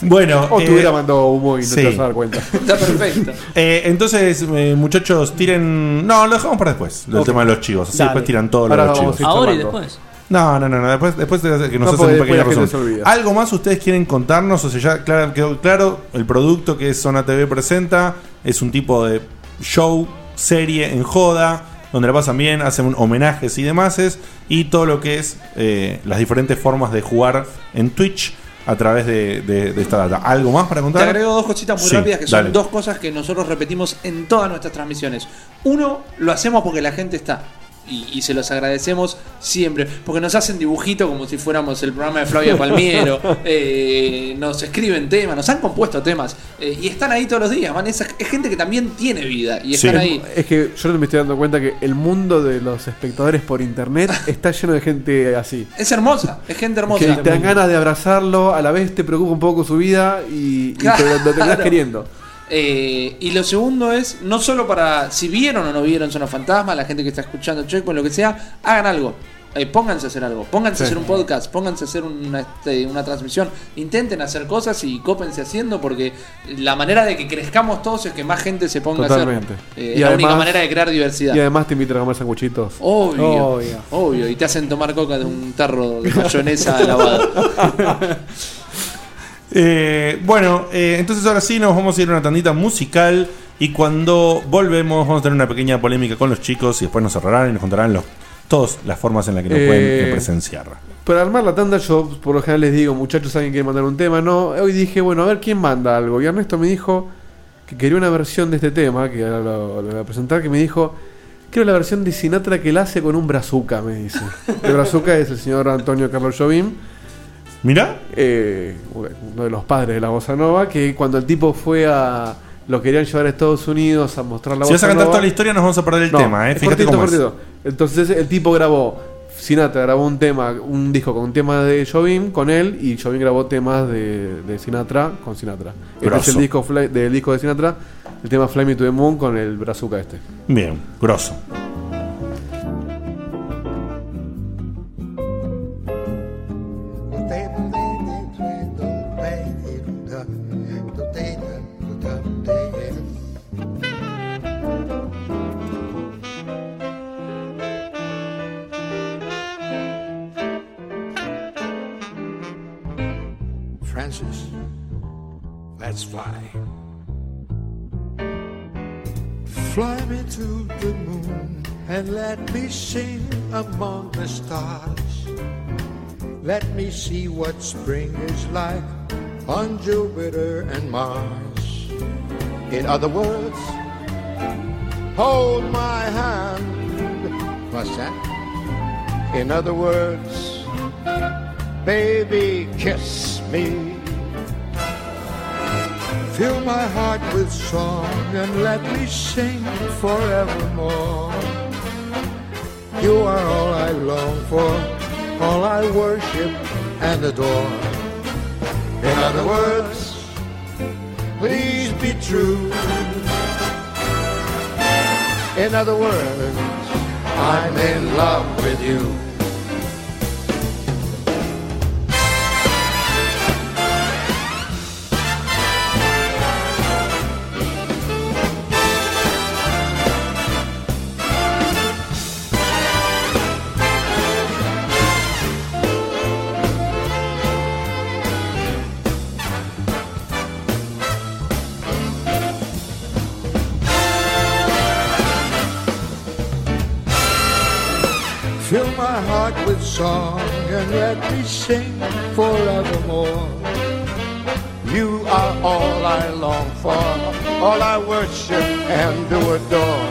Bueno,
O
eh,
te hubiera mandado humo y no
sí.
te vas a dar cuenta.
Está perfecto.
eh, entonces, eh, muchachos, tiren. No, lo dejamos para después, el
Ok.
tema de los chivos. Así
Dale.
después tiran todos
Ahora
los chivos.
vamos Sí,
Ahora y
charlando.
después.
No, no, no, no, Después, después de que nos hacen
No, porque
un
después
pequeño
la gente se
resumen.
olvida.
¿Algo más ustedes quieren contarnos? O sea, ya claro, quedó claro, el producto que es Zona TV presenta es un tipo de show, serie en joda, donde la pasan bien, hacen un- homenajes y demás, y todo lo que es eh, las diferentes formas de jugar en Twitch a través de, de- de esta data. ¿Algo más para
Te
contar?
agrego dos cositas muy
Sí,
rápidas que son
dale.
dos cosas que nosotros repetimos en todas nuestras transmisiones. Uno, lo hacemos porque la gente está. Y, y se los agradecemos siempre. Porque nos hacen dibujito como si fuéramos el programa de
[LAUGHS]
Flavia Palmiero. eh, nos escriben temas, nos han compuesto temas. eh, y están ahí todos los días, man. Es, es gente que también tiene vida. [LAUGHS] Y
Sí.
están ahí.
Es que yo no me estoy dando cuenta que el mundo de los espectadores por internet está lleno de gente así.
Es hermosa, es gente hermosa.
Que te dan ganas de abrazarlo, a la vez te preocupa un poco su vida y, y te lo, lo terminás
Claro.
queriendo.
Eh, y lo segundo es, no solo para si vieron o no vieron Zona Fantasma, la gente que está escuchando Checkpoint, lo que sea, hagan algo. Eh, pónganse a hacer algo, pónganse a hacer un podcast, pónganse a hacer una, este, una transmisión, intenten hacer cosas y cópense haciendo porque la manera de que crezcamos todos es que más gente se ponga
Totalmente.
a hacer. Eh,
Y
es la única
además-
manera de crear diversidad.
Y además te invitan a comer sanguchitos.
Obvio, obvio,
Obvio.
y te hacen tomar coca de un tarro de
[LAUGHS]
mayonesa lavada.
Eh, bueno, eh, entonces ahora sí nos vamos a ir a una tandita musical y cuando volvemos vamos a tener una pequeña polémica con los chicos y después nos cerrarán y nos contarán los, todas las formas en las que nos
Eh,
pueden eh, presenciar.
Para armar la tanda, yo por lo general les digo, muchachos, alguien quiere mandar un tema, ¿no? Hoy dije, bueno, a ver quién manda algo. Y Ernesto me dijo que quería una versión de este tema, que ahora lo, lo voy a presentar, que me dijo, quiero la versión de Sinatra que la hace con un brazuca, me dice. El brazuca es el señor Antonio Carlos Jobim,
Mirá,
eh, uno de los padres de la bossa nova, que cuando el tipo fue a... Lo querían llevar a Estados Unidos a mostrar la
si vas
bossa
a cantar
nova.
toda la historia nos vamos a perder el
No,
tema, eh.
es
Fíjate
cortito,
cómo es.
cortito. Entonces el tipo grabó, Sinatra grabó un tema, un disco con un tema de Jobim con él y Jobim grabó temas de, de Sinatra con Sinatra. Este es
Grosso.
el disco Fly- del disco de Sinatra, el tema Fly Me to the Moon con el brazuca este.
Bien, grosso.
Francis, let's fly. Fly me to the moon and let me sing among the stars. Let me see what spring is like on Jupiter and Mars. In other words, hold my hand. What's that? In other words, baby, kiss me. Fill my heart with song and let me sing forevermore. You are all I long for, all I worship and adore. In other words, please be true. In other words, I'm in love with you. Fill my heart with song and let me sing forevermore. You are all I long for, all I worship and do adore.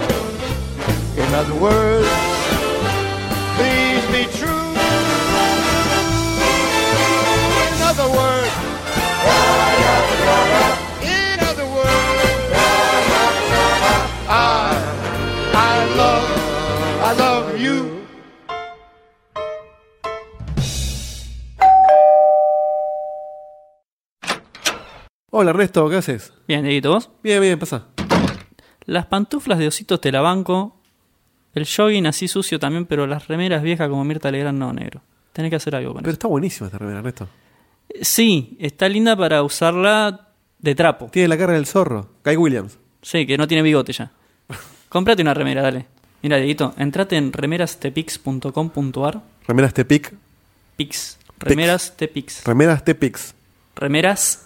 In other words, please be true. In other words, in other words, I, I love, I love you.
Hola, Ernesto, ¿qué haces?
Bien, Dieguito, ¿vos?
Bien, bien, pasa.
Las pantuflas de ositos te la banco. El jogging así sucio también, pero las remeras viejas como Mirta Legrand no, negro. Tenés que hacer algo con
Pero está buenísima esta remera, Ernesto.
eso. Sí, está linda para usarla de trapo.
Tiene la cara del zorro. Kai Williams.
Sí, que no tiene bigote ya. Comprate una remera, dale. Mira, Dieguito, entrate en remerastepix.com.ar.
Remeras Tepic.
Pix. Remeras Tepix.
Remeras Tepix.
Remeras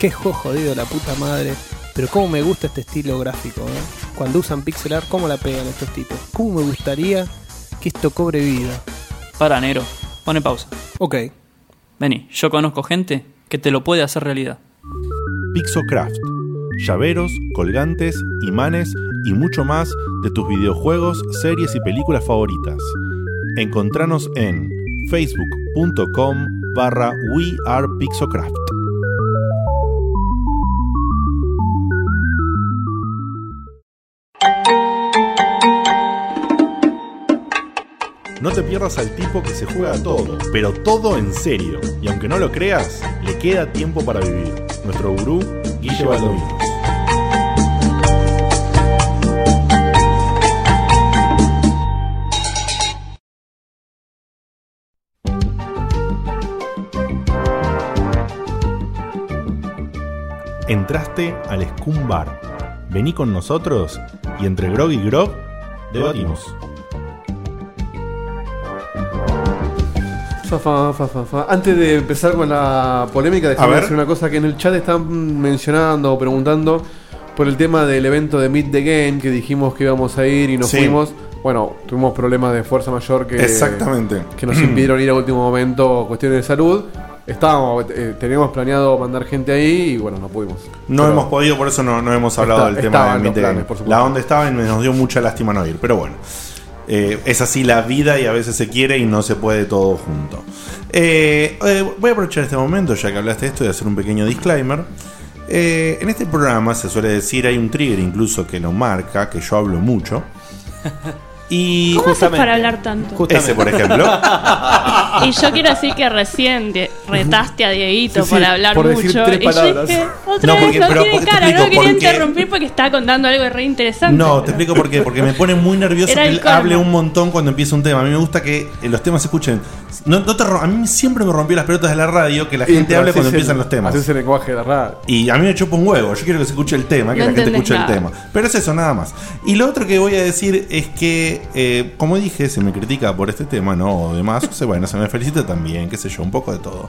Qué jo- jodido la puta madre. Pero cómo me gusta este estilo gráfico, ¿eh? Cuando usan pixel art, cómo la pegan estos tipos. Cómo me gustaría que esto cobre vida.
Para, negro. Pone pausa.
Ok.
Vení, yo conozco gente que te lo puede hacer realidad.
Pixocraft. Llaveros, colgantes, imanes y mucho más de tus videojuegos, series y películas favoritas. Encontranos en facebook.com barra we are Pixocraft. No te pierdas al tipo que se juega todo, pero todo en serio. Y aunque no lo creas, le queda tiempo para vivir. Nuestro gurú, Guille Baldovinos. Entraste al Scum Bar. Vení con nosotros y entre Grog y Grog debatimos.
Fa, fa, fa, fa, fa. Antes de empezar con la polémica, déjame
ver.
decir una cosa que en el chat están mencionando o preguntando por el tema del evento de Meet the Game que dijimos que íbamos a ir y nos
Sí.
fuimos. Bueno, tuvimos problemas de fuerza mayor que,
Exactamente.
que nos impidieron ir a último momento, cuestiones de salud. Estábamos, eh, teníamos planeado mandar gente ahí y bueno, no pudimos.
No
Pero-
hemos podido, por eso no, no hemos hablado
Está-
del tema
estaba
de
en
Meet
los
the
planes,
Game.
por supuesto.
La onda estaba y me- nos dio mucha lástima no ir, pero bueno. Eh, es así la vida y a veces se quiere y no se puede todo junto. Eh, eh, voy a aprovechar este momento, ya que hablaste de esto, y hacer un pequeño disclaimer. Eh, en este programa se suele decir, hay un trigger incluso que lo marca, que yo hablo
[LAUGHS]
mucho. Y
¿Cómo haces para hablar tanto?
Ese, por ejemplo.
Y yo quiero decir que recién de- retaste a Dieguito
Sí, sí,
por hablar
por decir
mucho.
tres
y yo
palabras.
dije, otra
No,
vez
porque-
no
pero
tiene
porque- te
cara, no
explico
lo quería
por qué.
interrumpir porque estaba contando algo re interesante.
No, te explico por qué. Porque me pone muy nervioso
Era
que
el
él
colmo.
hable un montón cuando empieza un tema. A mí me gusta que eh, los temas se escuchen. No, no te ro- a mí siempre me rompió las pelotas de la radio que la
Y,
gente
pero
hable
así
cuando
es
empiezan
el-
los temas.
así es el lenguaje de la radio.
Y a mí me chupa un huevo. Yo quiero que se escuche el tema, que
No
la gente
entendés
escuche el
nada.
tema. Pero es eso, nada más. Y lo otro que voy a decir es que, eh, como dije, se me critica por este tema, ¿no? O demás. O sea, bueno, se me felicita también, qué sé yo, un poco de todo.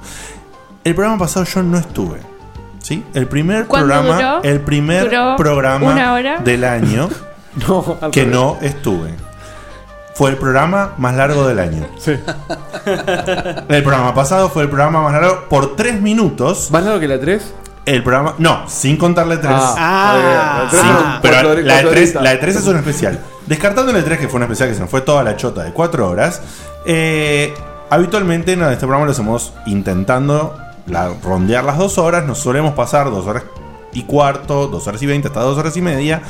El programa pasado yo no estuve. ¿Sí? El primer
¿Cuánto
programa.
duró?
El primer
Duró
programa
una hora.
del año que no estuve. Fue el programa más largo del año.
Sí.
El programa pasado fue el programa más largo por 3 minutos.
¿Más largo que la 3?
El programa. No, sin contar la E3.
Ah,
Sin-
ah.
pero la E3,
Cuatro-
la E3 es un especial. Descartando la E3, que fue un especial que se nos fue toda la chota de 4 horas. eh, habitualmente en este programa lo hacemos intentando la- rondear las 2 horas. Nos solemos pasar 2 horas y cuarto, 2 horas y 20, hasta 2 horas y media.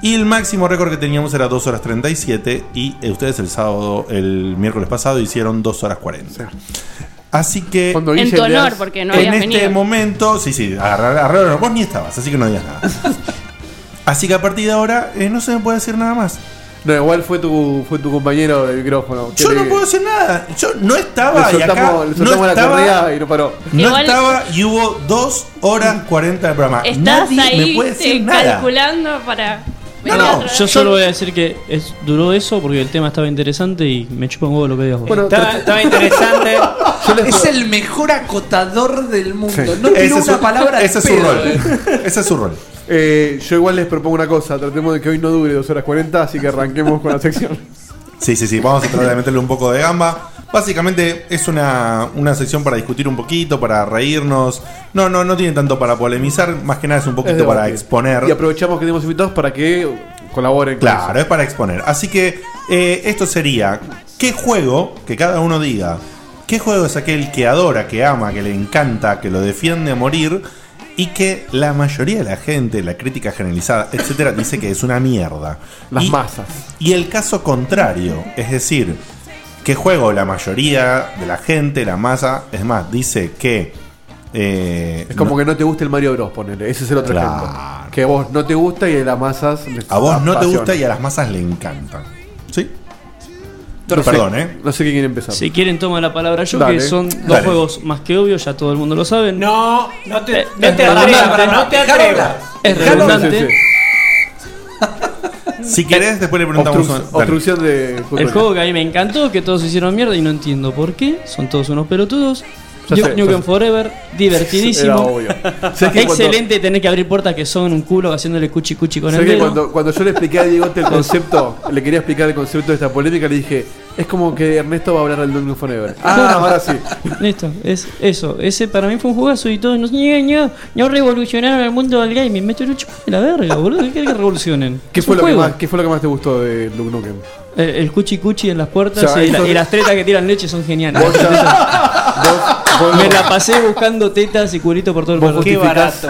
Y el máximo récord que teníamos era 2 horas 37. Y eh, ustedes el sábado, el miércoles pasado, hicieron 2 horas 40. Así que.
En Guille tu honor, Blas- porque no
En
habías
este
venido.
momento. Sí, sí, agarrar- agarrar- Vos ni estabas, así que no digas
[LAUGHS]
nada. así que a partir de ahora eh, no se me puede decir nada más.
No, igual fue tu, Uh, fue tu compañero del micrófono.
Yo no puedo decir nada. Yo no estaba y acá
le
no
soltamos la
estaba-
correa y no paró.
No
Igual-
estaba y hubo 2 horas 40 de programa.
Estás
Nadie
ahí
me puede
eh,
decir nada.
calculando para. venir a traer-
yo solo voy a decir que es, duró eso porque el tema estaba interesante y me chupa un huevo lo que digas vos.
estaba, estaba interesante. es el mejor acotador del mundo. No tiene una palabra. al
[LAUGHS]
pedo, eh.
Ese es su rol.
Eh, yo igual les propongo una cosa. Tratemos de que hoy no dure 2 horas 40, así que arranquemos con la
[LAUGHS]
sección.
Sí, sí, sí. Vamos a tratar de meterle un poco de gamba. Básicamente es una, una sección para discutir un poquito, para reírnos. No, no, no tiene tanto para polemizar, más que nada es un poquito
Es debate.
para exponer.
Y aprovechamos que tenemos invitados para que colaboren.
Claro, es para exponer. Así que eh, esto sería, ¿qué juego que cada uno diga? ¿Qué juego es aquel que adora, que ama, que le encanta, que lo defiende a morir y que la mayoría de la gente, la crítica generalizada, etcétera, dice que es una mierda? Las
masas.
Y el caso contrario, es decir, ¿qué juego la mayoría de la gente, la masa, es más, dice que... eh,
Es como
no-
que no te gusta el Mario Bros, ponele. Ese es el otro
Claro.
ejemplo. Que a vos no te gusta y a las masas les
a vos no te
apasiona.
gusta y a las masas le encantan. ¿Sí?
No sé-
Perdón, ¿eh?
No sé quién quiere empezar.
Si quieren toma la palabra yo,
Dale.
que son dos
Dale.
juegos más que obvios, ya todo el mundo lo sabe. No,
no te- no te atrevas, no te atrevas.
Es
Dejalo hablar.
redundante.
Sí,
Si querés, después le preguntamos
Obstru-
a- dale.
obstrucción de fútbol.
El juego que a mí me encantó, que todos hicieron mierda y no entiendo por qué. Son todos unos pelotudos.
Ya
Duke
sé, ya
Nukem
sé.
Forever, divertidísimo.
Era
[LAUGHS]
obvio. Sé que cuando-
Excelente tener que abrir puertas que son un culo haciéndole cuchi cuchi con
Sé
el
que
dedo. [LAUGHS]
cuando, cuando yo le expliqué a Diegote el concepto, le quería explicar el concepto de esta polémica, le dije, es como que Ernesto va a hablar del Dungeon Forever. Ah, ahora sí.
[LAUGHS] Listo, es eso. Ese para mí fue un jugazo y todos nos "Ña, ña, no revolucionaron el mundo del gaming. Me estoy chupa de la verga, boludo. ¿Qué quiere que revolucionen?
¿Qué
Es
fue,
un
lo que
juego.
más, ¿Qué fue lo que más te gustó de Duke Nukem?
El, el cuchi cuchi en las puertas
O sea,
y, la-
eso-
y las tretas que tiran leche son geniales.
Vos
Me la pasé buscando tetas y culito por todo el
Vos
cuerpo.
justificás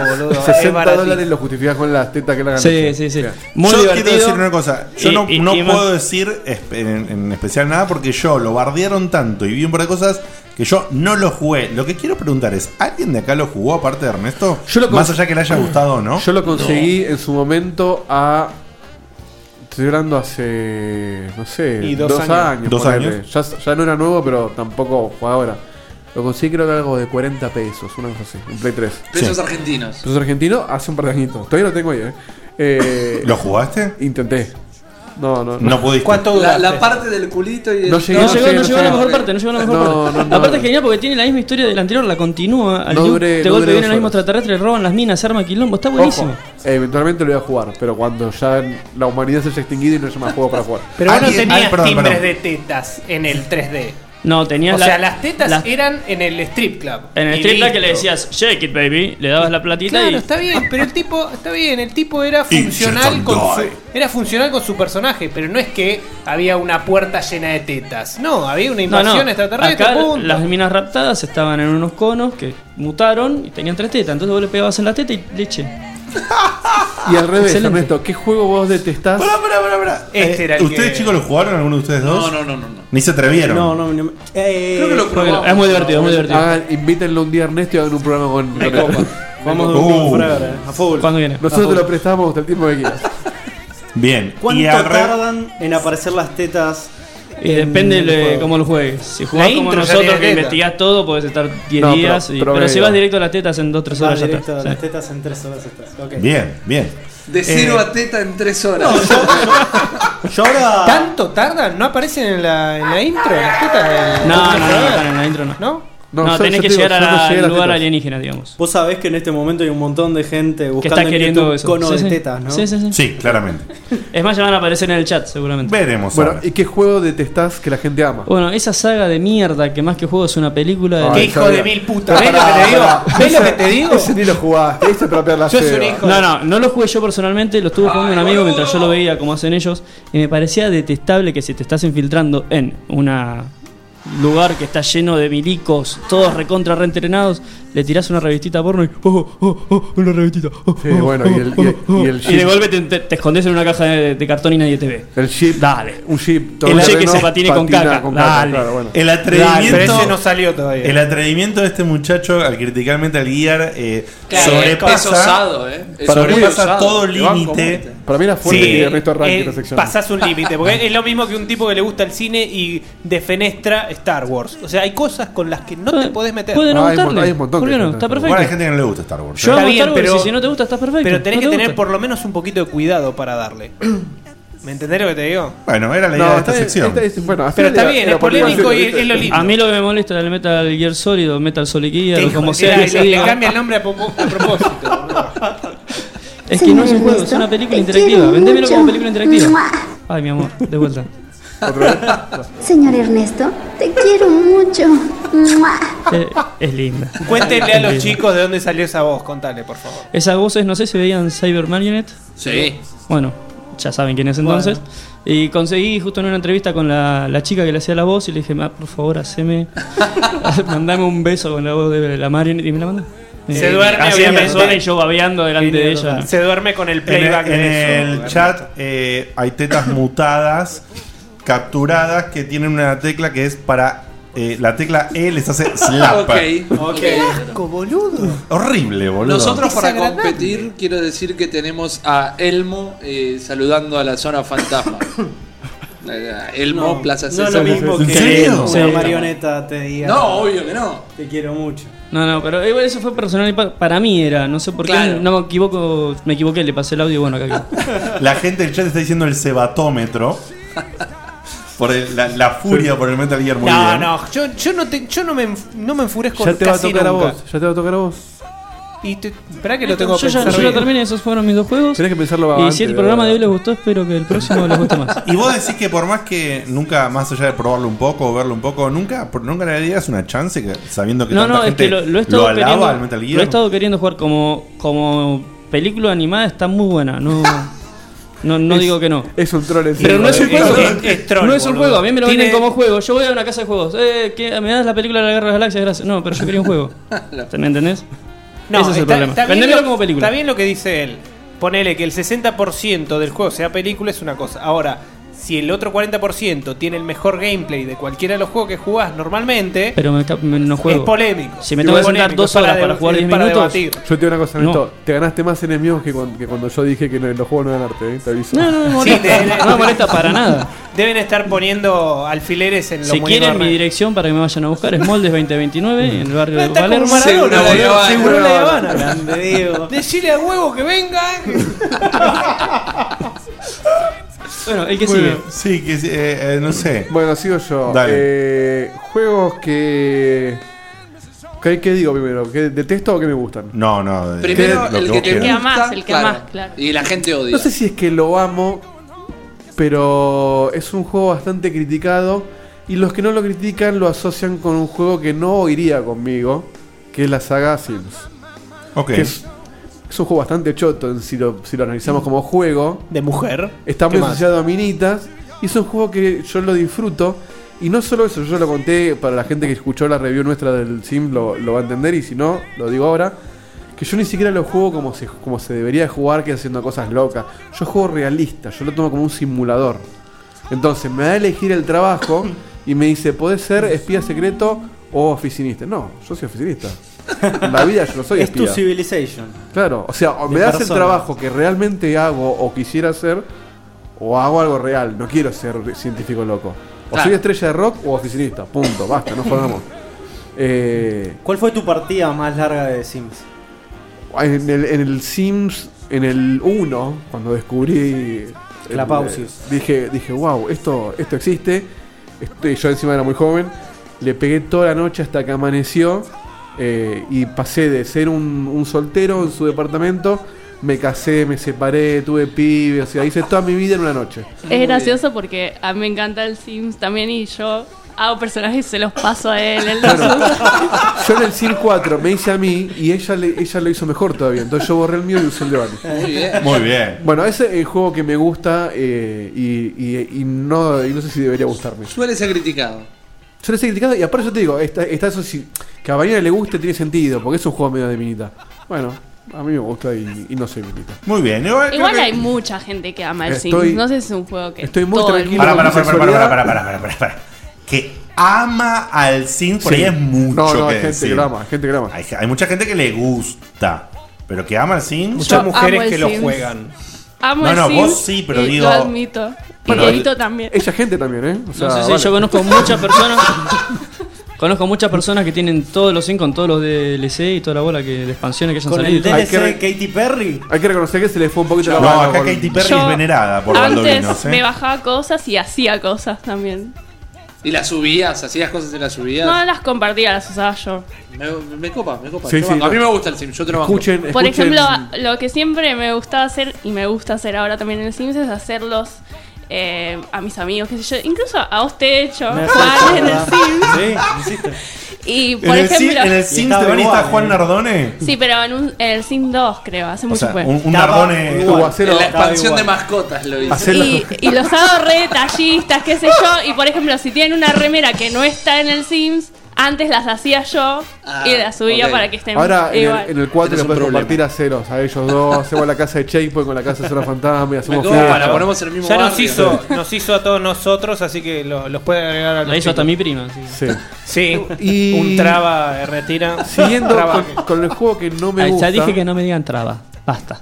60 dólares lo justificás con las tetas que le hagan.
Sí, sí, sí. Muy
yo
divertido.
quiero decir una cosa. Yo
Y-
no,
y-
no
y más-
puedo decir espe- en, en especial nada porque yo lo bardearon tanto y vi un par de cosas que yo no lo jugué. Lo que quiero preguntar es: ¿alguien de acá lo jugó aparte de Ernesto?
Yo lo
Más
cons-
allá que le haya gustado o no.
Yo lo conseguí en su momento a. Estoy hablando hace. No sé.
Y dos años.
años.
Dos
ponele.
años.
Ya, ya no era nuevo, pero tampoco fue ahora. Lo conseguí creo que algo de 40 pesos, una cosa así, en Play 3.
Pesos argentinos.
Pesos argentinos hace un par de añitos. Todavía lo tengo ahí, ¿eh? Eh,
¿Lo jugaste?
Intenté. No, no.
No pudiste.
la, la parte del culito y del-
No
No, llegó, no llegó a la mejor parte, no llegó a la mejor
No,
parte.
no, no.
Aparte es genial porque tiene la misma historia del anterior, la continúa. Al
No
Duke
duré-
te golpe
no duré
vienen
dos
los mismos
horas.
extraterrestres, roban las minas, se arma quilombo, está buenísimo.
Ojo, eventualmente lo voy a jugar, pero cuando ya la humanidad se haya extinguido y no haya más juego para jugar. Ah,
Pero vos no tenías timbres de tetas en el 3D.
No, tenías
o
la-
sea, las tetas
las-
eran en el strip club.
En el
Y
strip club que
listo.
le decías, shake it baby, le dabas la platita
Claro,
y...
está bien, pero el tipo, está bien, el tipo era
Y
funcional
Jetson
con su,
Guy.
era funcional con su personaje, pero no es que había una puerta llena de tetas. No, había una
No,
invasión
no,
extraterrestre,
acá
punto.
las minas raptadas estaban en unos conos que mutaron y tenían tres tetas, entonces vos le pegabas en la teta y leche.
Y al revés,
Excelente.
Ernesto, ¿qué juego vos detestás?
Pará, pará, pará, pará. Eh, ¿Ustedes chicos lo jugaron? ¿Alguno de ustedes dos?
No, no, no,
Ni se atrevieron.
No, no, no. eh,
Creo que lo probamos.
Es muy divertido, es muy divertido.
Hagan- invítenlo un día a Ernesto y hagan un programa con, con él.
Uh.
Vamos a un por ahora, a full.
¿Cuándo viene?
Nosotros
A
te
full.
lo prestamos hasta el tiempo que [LAUGHS] quieras.
Bien.
¿Cuánto
Y al re-
tardan en aparecer las tetas?
Y
en
depende
el
de
juego?
cómo lo juegues. Si jugás
La
como
intro ya
nosotros
tiene
que
teta.
investigás todo, podés estar 10
No, pero-
días. y- Pero,
pero
si
medio.
vas directo a las tetas en 2-3
Va
horas ya
directo
está.
a las
Sí.
tetas en tres horas estás. ok.
Bien, bien.
De cero
Eh,
a teta en tres horas.
¿Tanto tardan? ¿No aparecen en la, en la intro? Las tetas de-
No, no, no, no, no, en la intro no.
¿No?
No, No, yo- tenés yo que te digo, llegar yo no a- llegué a las lugar tetas.
alienígena, digamos.
Vos sabés que en este momento hay un montón de gente buscando
está
en
queriendo
YouTube
eso.
cono
Sí,
de
sí.
tetas, ¿no?
Sí, sí, sí.
Sí, claramente.
[LAUGHS] Es más, ya van a aparecer en el chat, seguramente.
Bueno, ¿y qué juego detestás que la gente ama?
Bueno, esa saga de mierda que más que juego es una película.
Ay, sabía.
¿Ves lo que te digo? ¿Ves lo que te digo?
Ese ni lo jugaste, ese propiar la ceba.
No, no, no lo jugué yo personalmente, lo estuvo
Ah,
jugando un amigo mientras yo lo veía como hacen ellos. Y me parecía detestable que si te estás infiltrando en una lugar que está lleno de milicos, todos recontra reentrenados, le tirás una revistita porno y oh, oh, oh, una revistita. oh,
Sí,
oh,
bueno,
oh,
y el- y el-
oh,
y el
de
jeep.
golpe te, te- te escondes en una caja de, de cartón y nadie te ve.
El jeep.
Dale.
Un jeep.
El jeep que
terreno,
se patine con
patina
caca.
con caca,
Dale.
claro, bueno. El atrevimiento-
Pero ese no salió todavía.
El atrevimiento de este muchacho al criticar Metal Gear eh,
Claro,
sobrepasa,
es osado, eh. Es
para mí
muy
sobrepasa
osado.
todo
Te banco
límite.
Para mí la fuerte y el resto arranque
eh,
esta sección.
pasás un límite, porque es lo mismo que un tipo que le gusta el cine y defenestra Star Wars. O sea, hay cosas con las que no te podés meter.
puede no Ah, hay un mon- gustarle. hay un montón ¿Por que qué no? no? Está Igual perfecto. hay gente que no le gusta
Star Wars. ¿eh?
Yo amo Star Wars y si no te gusta, estás perfecto.
Pero tenés
No
que
te
tener
gusta.
por lo menos un poquito de cuidado para darle. ¿Me entendés lo que te digo?
Bueno, era la idea
No,
de esta
este
está bien,
sección.
está bien, bueno, Pero está bien, es polémico y es lo lindo.
A mí lo que me molesta del Metal Gear Solid o Metal Solid Gear o
Hijo,
como
era-
sea que se
le, le
diga.
cambia el nombre a, poco- a propósito.
Es que no es un juego, es una película interactiva. Vendémelo como película interactiva. Ay, mi amor, de vuelta.
Señor Ernesto, te quiero mucho. Mua.
[LAUGHS] Eh, es linda.
[LAUGHS] Cuéntenle a los
Es linda.
chicos de dónde salió esa voz, contale, por favor.
Esas voces, no sé si veían Cyber Marionette.
Sí.
Bueno, ya saben quién es entonces. Y conseguí justo en una entrevista con la, la chica que le hacía la voz y le dije, "Ma, por favor, haceme. [LAUGHS] mandame un beso con la voz de la Marionette. Y me la mandó. Eh,
Se duerme,
así en
obviamente.
persona y yo babeando delante de
Genio
ella.
total. Se duerme con el playback
en el,
de
en
eso,
el chat eh, hay tetas mutadas, capturadas, que tienen una tecla que es para. eh, la tecla E les hace
[LAUGHS]
slap.
Ok, ok.
Qué asco, boludo.
Horrible, boludo.
Nosotros para competir, quiero decir que tenemos a Elmo eh, saludando a la zona fantasma. Eh, Elmo,
No,
Plaza
no
Sésamo.
lo mismo que una
Sí.
marioneta te diga.
No, obvio que no.
Te quiero mucho.
No, no, pero igual eso fue personal y pa- para mí era, no sé por qué,
Claro.
no me equivoco, me equivoqué, le pasé el audio, bueno, acá quedó.
La gente del chat está diciendo el cebatómetro. Por el- la, la furia por el Metal Gear muy
No,
bien.
no, yo, yo no, te, yo no, me, enf- no me enfurezco
Ya te va a
casi
tocar a
nunca.
vos, ya te va a tocar a vos.
Y te, esperá que lo tengo
yo ya
pensado
yo ya
bien.
terminé, esos fueron mis dos juegos.
Tenés que pensarlo
Ah,
Y si el programa de hoy les gustó, espero que el próximo les guste más.
Y vos decís que por más que nunca, más allá de probarlo un poco o verlo un poco, nunca, por- nunca le darías una chance que, sabiendo [LAUGHS] que
No,
tanta
no, es
gente
que lo, lo he estado
alaba
queriendo,
al Metal Gear.
lo he estado queriendo jugar como, como película animada, está muy buena, no, no, no
Es-
digo que no.
Es un troll en sí,
Pero no es un
boludo.
juego. eh, no es un juego. A mí me lo venden como juego. Yo voy a una casa de juegos. Eh, ¿qué? ¿Me das la película de la guerra de las galaxias? Gracias. No, pero yo quería un juego. ¿Me entendés?
No,
Ese es el
está-
problema.
está bien
Vendémelo
lo-
como película.
Está bien lo que dice él. Ponele que el 60% del juego sea película es una cosa. Ahora, si el otro 40% tiene el mejor gameplay de cualquiera de los juegos que jugás normalmente,
Pero me, me- no juego.
es polémico.
Si me tengo que sentar dos horas para jugar 10 minutos.
Yo te digo una cosa,
No.
Neto, Te ganaste más enemigos que cuando, que cuando yo dije que no- los juegos no eran arte, ¿eh? te aviso.
No, no me molesta. no me
[LAUGHS]
molesta para nada.
Deben estar poniendo alfileres en los
Si quieren mi dirección para que me vayan a buscar es Moldes 2029
Mm.
en el barrio de
Está como
Palermo.
Maradona, boludo. Seguro la Habana.
Grande Diego.
Decile a huevo que venga. eh.
Bueno, [LAUGHS] el que
Muy
sigue.
bien.
Sí, que eh, eh, no sé.
Bueno, sigo yo.
Dale.
Eh, juegos que. ¿Qué, qué digo primero? ¿Que ¿Detesto o que me gustan?
No, no. eh,
Primero,
lo
el
vos
que te
quieras.
gusta.
más, el que
claro.
más, claro.
Y la gente odia.
No sé si es que lo amo, pero es un juego bastante criticado. Y los que no lo critican lo asocian con un juego que no iría conmigo, que es la saga Sims.
Ok.
Que es, es un juego bastante choto en si lo, si lo analizamos como juego.
De mujer.
Está
¿Qué
muy
más?
asociado a minitas. Y es un juego que yo lo disfruto. Y no solo eso, yo lo conté para la gente que escuchó la review nuestra del Sim, lo, lo va a entender. Y si no, lo digo ahora. Que yo ni siquiera lo juego como se, como se debería jugar, que es haciendo cosas locas. Yo juego realista, yo lo tomo como un simulador. Entonces me da a elegir el trabajo y me dice, ¿podés ser espía secreto o oficinista? No, yo soy oficinista. En la vida yo no soy
es
espía.
tu civilization.
Claro, o sea, o
De
me das el
persona.
trabajo que realmente hago o quisiera hacer, o hago algo real. No quiero ser científico loco. O
Claro.
soy estrella de rock o oficinista. Punto, basta, no
[LAUGHS]
jodamos. Eh,
¿Cuál fue tu partida más larga de Sims?
en, el, en el Sims, en el 1, cuando descubrí. el- eh,
Clapausius.
dije, dije, wow, esto, esto existe. Este, yo encima era muy joven. Le pegué toda la noche hasta que amaneció eh, y pasé de ser un, un soltero en su departamento, me casé, me separé, tuve pibes, o sea, hice toda mi vida en una noche.
Es gracioso porque a mí me encanta el Sims también y yo hago personajes y se los paso a él. él los usa.
Yo en el CIR 4 me hice a mí y ella, le- ella lo hizo mejor todavía. Entonces yo borré el mío y usé el de Vani.
Muy bien.
Muy bien.
Bueno, ese es el juego que me gusta eh, y, y- y no, y no sé si debería gustarme.
Suele ser criticado.
Yo les he criticado y aparte yo te digo, está, está eso si que a Vanina le guste tiene sentido, porque es un juego medio de minita. Bueno, a mí me gusta y, y no soy minita.
Muy bien, igual,
Igual hay mucha gente que ama el
Estoy-
Sims. No sé si es un juego que.
estoy muy
todo el
tranquilo
mundo-
Para, para, para, para, para,
homosexualidad.
para, para, para, para, para. Que ama al Sims, por
Sí.
ahí es mucho.
No, no,
que
hay gente
decir.
que lo ama, hay gente que lo ama.
Hay, hay mucha gente que le gusta, pero que ama al Sims.
Muchas Yo mujeres amo el que lo Sims. juegan. Amo
No,
el
no,
Sims
vos sí, pero
y
digo-
Lo admito.
Bueno,
y Dieguito también.
Ella gente también, ¿eh? O sea,
no sé si
vale.
yo conozco muchas
[LAUGHS]
personas. conozco muchas personas que tienen todos los Sims con todos los DLC y toda la bola que, de expansiones que hayan
Con
salido.
el DLC de
Katy Perry?
Hay que reconocer que se le fue un poquito la
No,
mano
acá
con-
Katy Perry es venerada por
Antes
Baldovinos,
me
¿eh?
bajaba cosas y hacía cosas también.
Y las subías, hacías cosas y las subías.
No las compartía, las usaba yo.
Me, me copa, me copa.
Sí,
Yo
sí,
banco. a
no.
mí me gusta el sim, yo te lo banco.
Escuchen,
Por
escuchen-
ejemplo, lo que siempre me gustaba hacer y me gusta hacer ahora también en el Sims es hacerlos eh, a mis amigos, qué sé yo, incluso a usted he hecho,
Me
Juan en el
hace
Sims.
Sí,
Y [LAUGHS]
¿En
por
el, Sims-
ejemplo.
en el Sims de Bani está
eh.
Juan Nardone?
Sí, pero en, un- en el Sims 2, creo, hace
O
mucho
sea,
fue.
un, un Nardone.
En la expansión de mascotas lo hice.
Y, y los hago re detallistas, qué sé yo. Y por ejemplo, si tienen una remera que no está en el Sims, antes las hacía yo
Ah,
y las subía
Ok.
para que estén
Ahora en
igual.
el, en el
Tenés
4 le
Este un
puedes
problema.
compartir a ceros, a
[LAUGHS]
ellos dos, hacemos la casa de Checkpoint con la casa de Cero Fantasma y hacemos
Me copa,
fiesta.
la ponemos en el mismo
Ya nos
barrio.
hizo, nos hizo a todos nosotros, así que lo- los puede agregar a los
La hizo hasta
chicos.
mi prima.
Sí.
Sí,
Y-
un traba eh, retira.
Siguiendo
Traba.
con, con el juego que no me
Ay,
gusta.
ya dije que no me digan traba. Basta.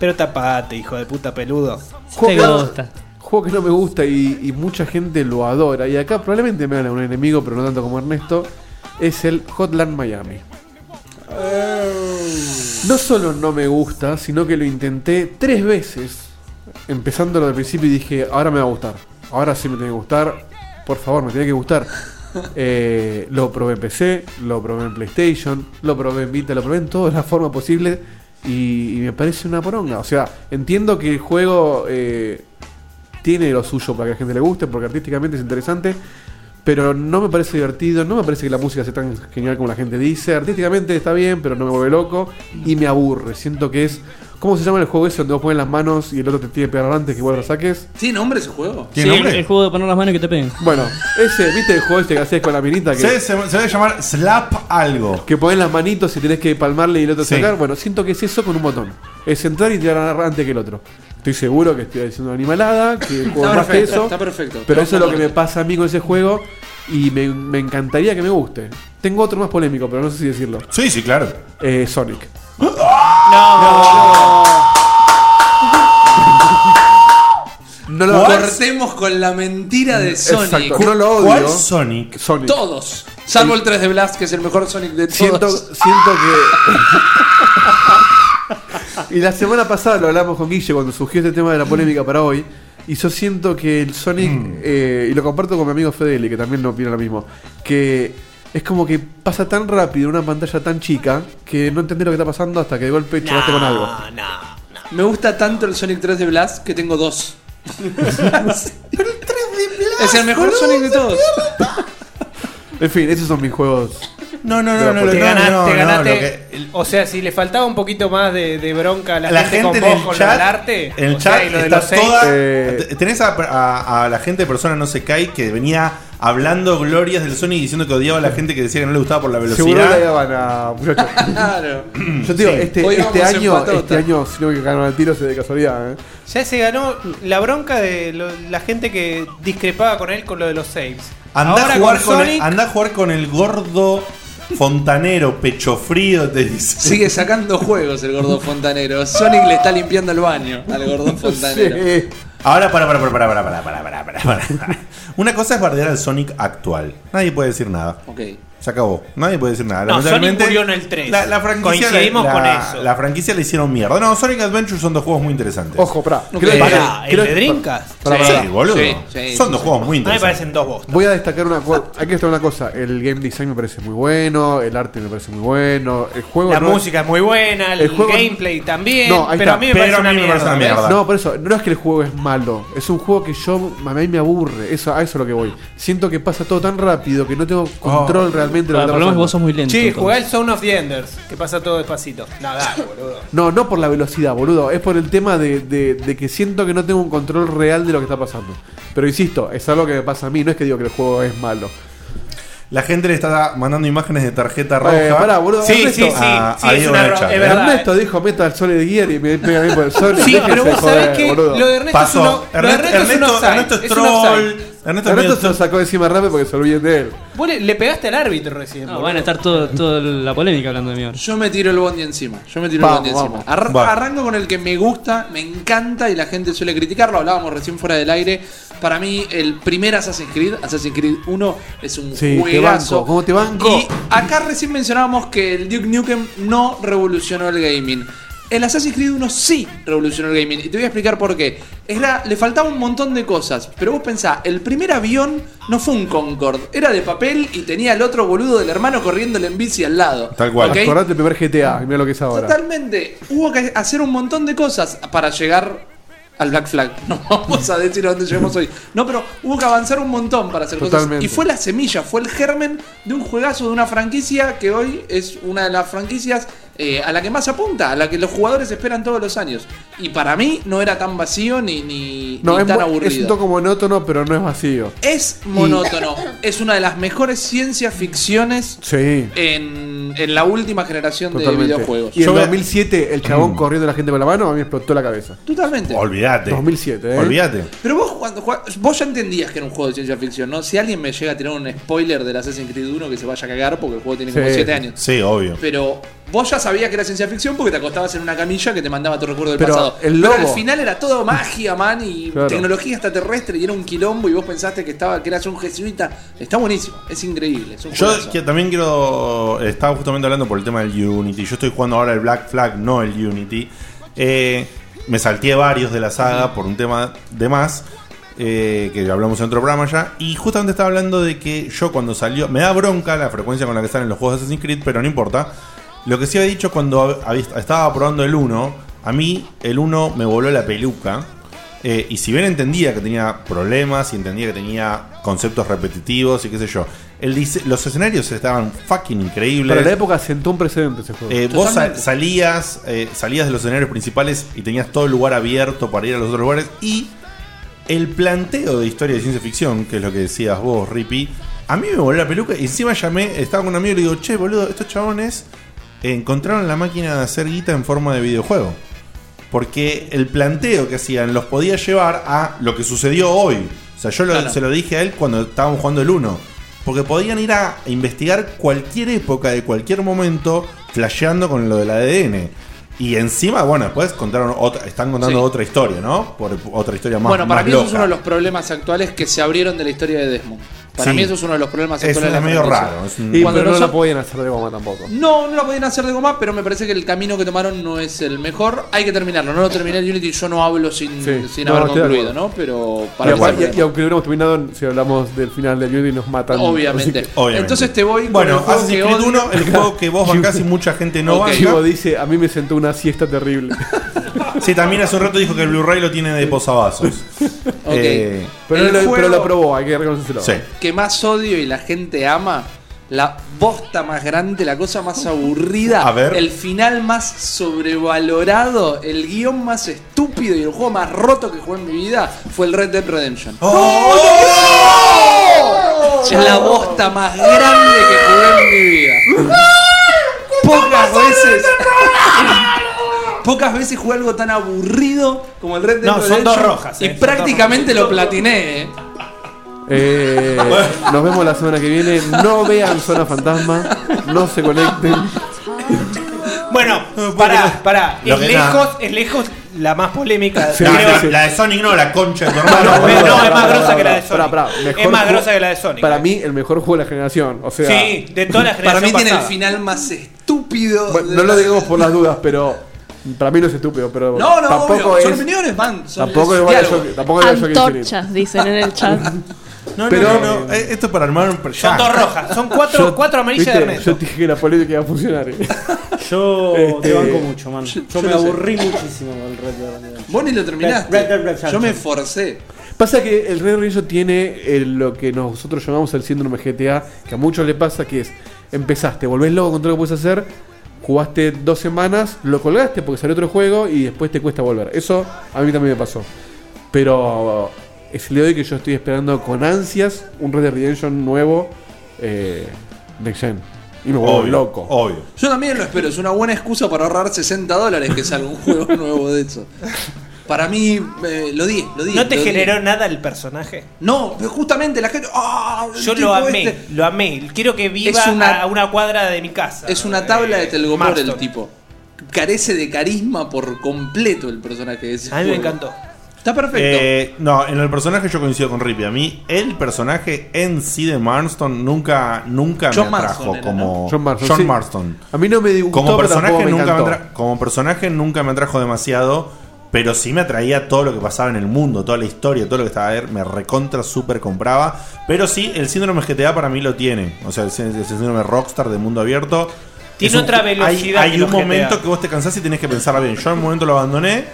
Pero tapate, hijo de puta peludo.
que no- juego que no me gusta y, y mucha gente lo adora. Y acá probablemente me gana un enemigo, pero no tanto como Ernesto. Es el Hotline Miami. No solo no me gusta, sino que lo intenté tres veces. Empezándolo del principio y dije, ahora me va a gustar. Ahora sí me tiene que gustar. Por favor, me tiene que gustar. Eh, lo probé en PC, lo probé en PlayStation, lo probé en Vita, lo probé en todas las formas posibles. Y, y me parece una poronga. O sea, entiendo que el juego eh, tiene lo suyo para que a la gente le guste, porque artísticamente es interesante. Pero no me parece divertido, no me parece que la música sea tan genial como la gente dice. Artísticamente está bien, pero no me vuelve loco y me aburre. Siento que es. ¿Cómo se llama el juego ese donde vos pones las manos y el otro te tiene que pegar antes que vos lo saques?
¿Tiene nombre ese juego?
Sí, el, el juego de poner las manos y que te peguen.
Bueno, ese, ¿viste el juego este que hacías con la minita? Que,
Se, se- se debe llamar Slap Algo.
que pones las manitos y tenés que palmarle y el otro
Sí.
sacar. Bueno, siento que es eso con un botón. Es entrar y tirar antes que el otro. Estoy seguro que estoy diciendo una animalada, que el juego es
Está
más que
perfecto,
eso.
está perfecto.
Pero eso es lo que me pasa a mí con ese juego y me, me encantaría que me guste. Tengo otro más polémico, pero no sé si decirlo.
Sí, sí, claro.
Eh, Sonic. No lo
Cortemos con la mentira de Sonic.
Exacto, no lo odio.
¿Cuál Sonic?
Sonic.
Todos. Salvo el 3 de Blast, que es el mejor Sonic de todos.
Siento, siento que. [LAUGHS] y la semana pasada lo hablamos con Guille cuando surgió este tema de la polémica para hoy. Y yo siento que el Sonic,
Mm.
eh, y lo comparto con mi amigo Fedele, que también no opina lo mismo, que es como que pasa tan rápido en una pantalla tan chica que no entendés lo que está pasando hasta que de golpe chocaste con algo.
Me gusta tanto el Sonic 3 de Blast que tengo dos. es el mejor Sonic de todos.
En fin, esos son mis juegos.
No, no,
de la
no, no,
polémica.
Te
no,
ganaste,
no, no,
ganaste.
lo que-
O sea, si le faltaba un poquito más de, de bronca a la,
la
gente,
gente
con
en
vos,
el
con
chat,
el arte.
en el
o sea,
chat
y lo de
está
los seis,
toda.
[LAUGHS]
Eh.
t- Tenés a, a- a la gente de persona no se cae que venía hablando glorias del Sonic diciendo que odiaba a la gente que decía que no le gustaba por la
Seguro la
velocidad.
daban a muchachos.
Claro.
[CLEARS THROAT]
Yo te digo,
Sí.
este,
Hoy
este
vamos
año,
empatados,
este año, si no que ganaron el tiro, se de casualidad. ¿eh?
Ya se ganó la bronca de lo- la gente que discrepaba con él con lo de los saves.
Andá
Ahora
a, jugar
con
con el,
Sonic,
andá a jugar con el gordo fontanero, pecho frío, te dice.
Sigue sacando juegos el gordo fontanero. Sonic le está limpiando el baño al
[LAUGHS]
gordo fontanero.
Ahora, para, para, para, para, para, para, para, para, para, para. Una cosa es bardear al Sonic actual. Nadie puede decir nada.
Ok.
Se acabó. Nadie puede decir nada.
No, Sonic
Lamentablemente,
murió en el 3.
La, la franquicia
Coincidimos
la-
con
la-
eso.
La franquicia le hicieron mierda. No, Sonic Adventure son dos juegos muy interesantes.
Ojo, pará.
Ok. Eh, Pará, ¿el de Dreamcast?
Pará,
Sí.
pará, pará.
Sí,
boludo.
sí, sí,
son
sí,
dos
sí.
juegos muy
No me
interesantes.
parecen dos bostas.
Voy a destacar una cosa. Hay que destacar una cosa. El game design me parece muy bueno. El arte me parece muy bueno. El juego.
La
no-
música es muy buena, el,
El juego-
gameplay también.
No, ahí
pero
está.
a mí me parece una mierda.
No, por eso, no es que el juego es malo, es un juego que yo a mí me aburre, eso a eso es lo que voy. Siento que pasa todo tan rápido que no tengo
Oh.
control
Ah,
realmente de lo que está pasando.
Sí, jugá el Zone of the Enders, que pasa todo despacito. Nada, boludo.
No, no por la velocidad, boludo, es por el tema de, de- de que siento que no tengo un control real de lo que está pasando. Pero insisto, es algo que me pasa a mí, no es que digo que el juego es malo.
La gente le está mandando imágenes de tarjeta roja.
Eh, pará, boludo. Ernesto-
Ah,
A- a Diego en el chat.
Ernesto dijo Metal Solid Gear y me pega a mí por el Solid.
Sí,
Déjense
pero vos
joder,
sabés que
boludo.
lo de Ernesto es uno- lo de Ernesto es un offside, es un offside.
Ernesto,
Ernesto
se lo sacó encima rápido porque se olviden de él.
Vos le, le pegaste al árbitro recién.
No,
boludo.
van a estar todo- toda la polémica hablando de mí ahora.
Yo me tiro el bondi encima. Yo me tiro
Vamos,
el bondi
vamos.
encima. Arra-
Va.
Arranco con el que me gusta, me encanta y la gente suele criticarlo. Hablábamos recién fuera del aire. Para mí, el primer Assassin's Creed, Assassin's Creed 1, es un
Sí, te banco.
juegazo.
¿Cómo te banco?
Y acá recién mencionábamos que el Duke Nukem no revolucionó el gaming. El Assassin's Creed 1 sí revolucionó el gaming. Y te voy a explicar por qué. Era, le faltaba un montón de cosas. Pero vos pensá, el primer avión no fue un Concorde. Era de papel y tenía al otro boludo del hermano corriéndole en bici al lado.
Tal cual.
¿Ok?
Acordate del primer GTA y mira lo que es ahora.
Totalmente. Hubo que hacer un montón de cosas para llegar al Black Flag. [LAUGHS] No vamos a decir a dónde llegamos hoy. No, pero hubo que avanzar un montón para hacer
Totalmente.
cosas. Y fue la semilla, fue el germen de un juegazo, de una franquicia que hoy es una de las franquicias eh, a la que más apunta, a la que los jugadores esperan todos los años. Y para mí no era tan vacío ni, ni,
No,
ni
es,
tan
mo- es un
aburrido.
toco monótono, pero no es vacío.
Es monótono. Es una de las mejores ciencias ficciones
Sí.
en, en la última generación de videojuegos.
Y en
Yo voy a-
2007, el
Mm.
chabón corriendo a la gente con la mano, a mí me explotó la cabeza.
Totalmente.
Olvídate.
2007, ¿eh?
Olvídate.
Pero vos cuando jugás- vos ya entendías que era un juego de ciencia ficción, ¿no? Si alguien me llega a tirar un spoiler del Assassin's Creed 1 que se vaya a cagar porque el juego tiene como 7 años.
Sí, obvio.
Pero vos ya sabías que era ciencia ficción porque te acostabas en una camilla que te mandaba tu recuerdo del
Pero
pasado.
el
Pero
lobo-
al final era todo magia, man, y
Claro.
tecnología extraterrestre y era un quilombo y vos pensaste que estaba que eras un jesuita. Está buenísimo, es increíble. es un
Yo
juegazo.
que también quiero. Estaba justamente hablando por el tema del Unity. Yo estoy jugando ahora el Black Flag, no el Unity. Eh, me salté varios de la saga por un tema de más. eh, que hablamos en otro programa ya. Y justamente estaba hablando de que yo cuando salió. Me da bronca la frecuencia con la que salen los juegos de Assassin's Creed, pero no importa. Lo que sí había dicho cuando hab- había- estaba probando el 1, a mí el 1 me voló la peluca. Eh, y si bien entendía que tenía problemas y entendía que tenía conceptos repetitivos y qué sé yo, el dise- los escenarios estaban fucking increíbles.
Para la época sentó un precedente ese juego.
Eh, vos sal- salías, eh, salías de los escenarios principales y tenías todo el lugar abierto para ir a los otros lugares. Y el planteo de historia de ciencia ficción, que es lo que decías vos, Rippy, a mí me voló la peluca. Y encima llamé, estaba con un amigo y le digo, che, boludo, estos chabones encontraron la máquina de hacer guita en forma de videojuego. Porque el planteo que hacían los podía llevar a lo que sucedió hoy. O sea, yo lo-
Claro.
se lo dije a él cuando estábamos jugando el 1. Porque podían ir a investigar cualquier época de cualquier momento, flasheando con lo del ADN. Y encima, bueno, después contaron otra, están contando
Sí.
otra historia, ¿no? Por, otra historia más.
bueno, para
más
mí eso es
loca.
uno de los problemas actuales que se abrieron de la historia de Desmond. Para
Sí.
mí eso es uno de los problemas
Es
actuales. de la
medio
franquicia.
raro, es un-
Cuando Mm,
Y, pero no
nosotros-
lo podían hacer de goma tampoco.
No, no la podían hacer de goma, pero me parece que el camino que tomaron no es el mejor. Hay que terminarlo. No lo terminé en Unity, yo no hablo sin,
Sí.
sin
No,
haber
estoy de
concluido,
acuerdo.
¿no? Pero
y,
para mí
aparte-
se
y- y aunque lo hubiéramos terminado, si hablamos del final del Unity, nos matan.
Obviamente.
Así que-
Obviamente. Entonces te voy con el
Bueno,
juego
Assassin's
que
Creed
odio.
1, el juego que
[LAUGHS]
vos bancás y mucha gente no
Ok.
banca.
Chivo dice, a mí me sentó una siesta terrible.
Sí, también hace un rato dijo que el Blu-ray lo tiene de
[LAUGHS]
posavasos. Eh,
pero,
El
lo,
juego-
pero lo probó, hay que reconocérselo.
Sí.
que más odio y la gente ama, la bosta más grande, la cosa más aburrida,
A ver.
el final más sobrevalorado, el guión más estúpido y el juego más roto que jugué en mi vida fue el Red Dead Redemption.
¡Oh!
¡Oh!
Es la bosta más grande que jugué en mi vida. Pocas veces. [LAUGHS] Pocas veces jugué algo tan aburrido como el Red Dead
No, son
Redemption.
dos rojas,
Y
eh, son dos
prácticamente lo platiné. eh.
[LAUGHS]
Eh, nos vemos la semana que viene. No vean Zona Fantasma. No se conecten.
Bueno, pará, pará.
Lo
Es
que-
lejos, es lejos la más polémica.
Sí,
creo-
sí, sí. La de Sonic no, la concha de tu hermano.
No, no,
Pará,
no,
pará,
es más
pará,
grosa que
pará,
la de Sonic.
pará, pará.
es
Mejor
más
juego-
grosa que la de Sonic. eh.
Para mí, el mejor juego de la generación. O sea,
Sí, de toda la
[LAUGHS] Para mí
generación
tiene el
pasada.
final más este. estúpido.
Bueno, no
[LAUGHS]
lo digamos por las dudas, pero para mí no es estúpido, pero
No, no,
tampoco
obvio,
es.
son opiniones, man. Son
Tampoco
es
es Bioshock-
diálogo.
tampoco es Bioshock Infinite.
Antorchas, dicen en el
[LAUGHS]
chat.
No,
Pero-
no, no, no, eh, Esto es para armar un per-
Son dos rojas. Son cuatro,
Yo-
cuatro amarillas
¿viste?
de Ernesto.
Yo te dije que la política iba a funcionar.
Yo
Este,
te banco mucho, man. Yo,
yo
me
no sé.
aburrí muchísimo con el Red Dead Redemption.
Vos ni lo terminaste.
Red Dead Redemption.
Yo me forcé.
Pasa que el Red Dead Redemption tiene eh, lo que nosotros llamamos el síndrome GTA, que a muchos le pasa, que es, empezaste, volvés loco con todo lo que puedes hacer, jugaste dos semanas, lo colgaste porque salió otro juego y después te cuesta volver. Eso a mí también me pasó. Pero es el de hoy que yo estoy esperando con ansias un Red Dead Redemption nuevo, eh, Next Gen. Y me vuelvo
Obvio,
Oh, loco.
Obvio.
Yo también lo espero, es una buena excusa para ahorrar 60 dólares que salga un [LAUGHS] juego nuevo de eso. Para mí, eh, lo di, lo di.
¿No te
lo di.
generó nada el personaje?
No, pero justamente la gente. ¡ah! El
Yo
tipo
lo amé,
este-
lo amé. Quiero que viva
Es una-
a una cuadra de mi casa. Eh,
Es una tabla de telgopor
Marston.
el tipo. Carece de carisma por completo el personaje de ese
A mí me
juego.
encantó.
Está perfecto.
Eh, no, en el personaje yo coincido con Rippy. A mí, el personaje en sí de Marston nunca, nunca
John
me
Marston
atrajo
era,
como
¿no? John Marston,
John
sí.
Marston.
A mí no me disgustó,
Como
pero
personaje,
tampoco me
nunca me
encantó.
atra- como personaje nunca me atrajo demasiado, pero sí me atraía todo lo que pasaba en el mundo, toda la historia, todo lo que estaba a ver, me recontra super compraba. Pero sí, el síndrome GTA para mí lo tiene. O sea, el, sí- el síndrome rockstar de mundo abierto.
Tiene
Es un
otra
ju- hay-
velocidad
Hay,
que los
un momento
GTA.
que vos te cansás y tenés que pensar bien. Yo en un momento lo abandoné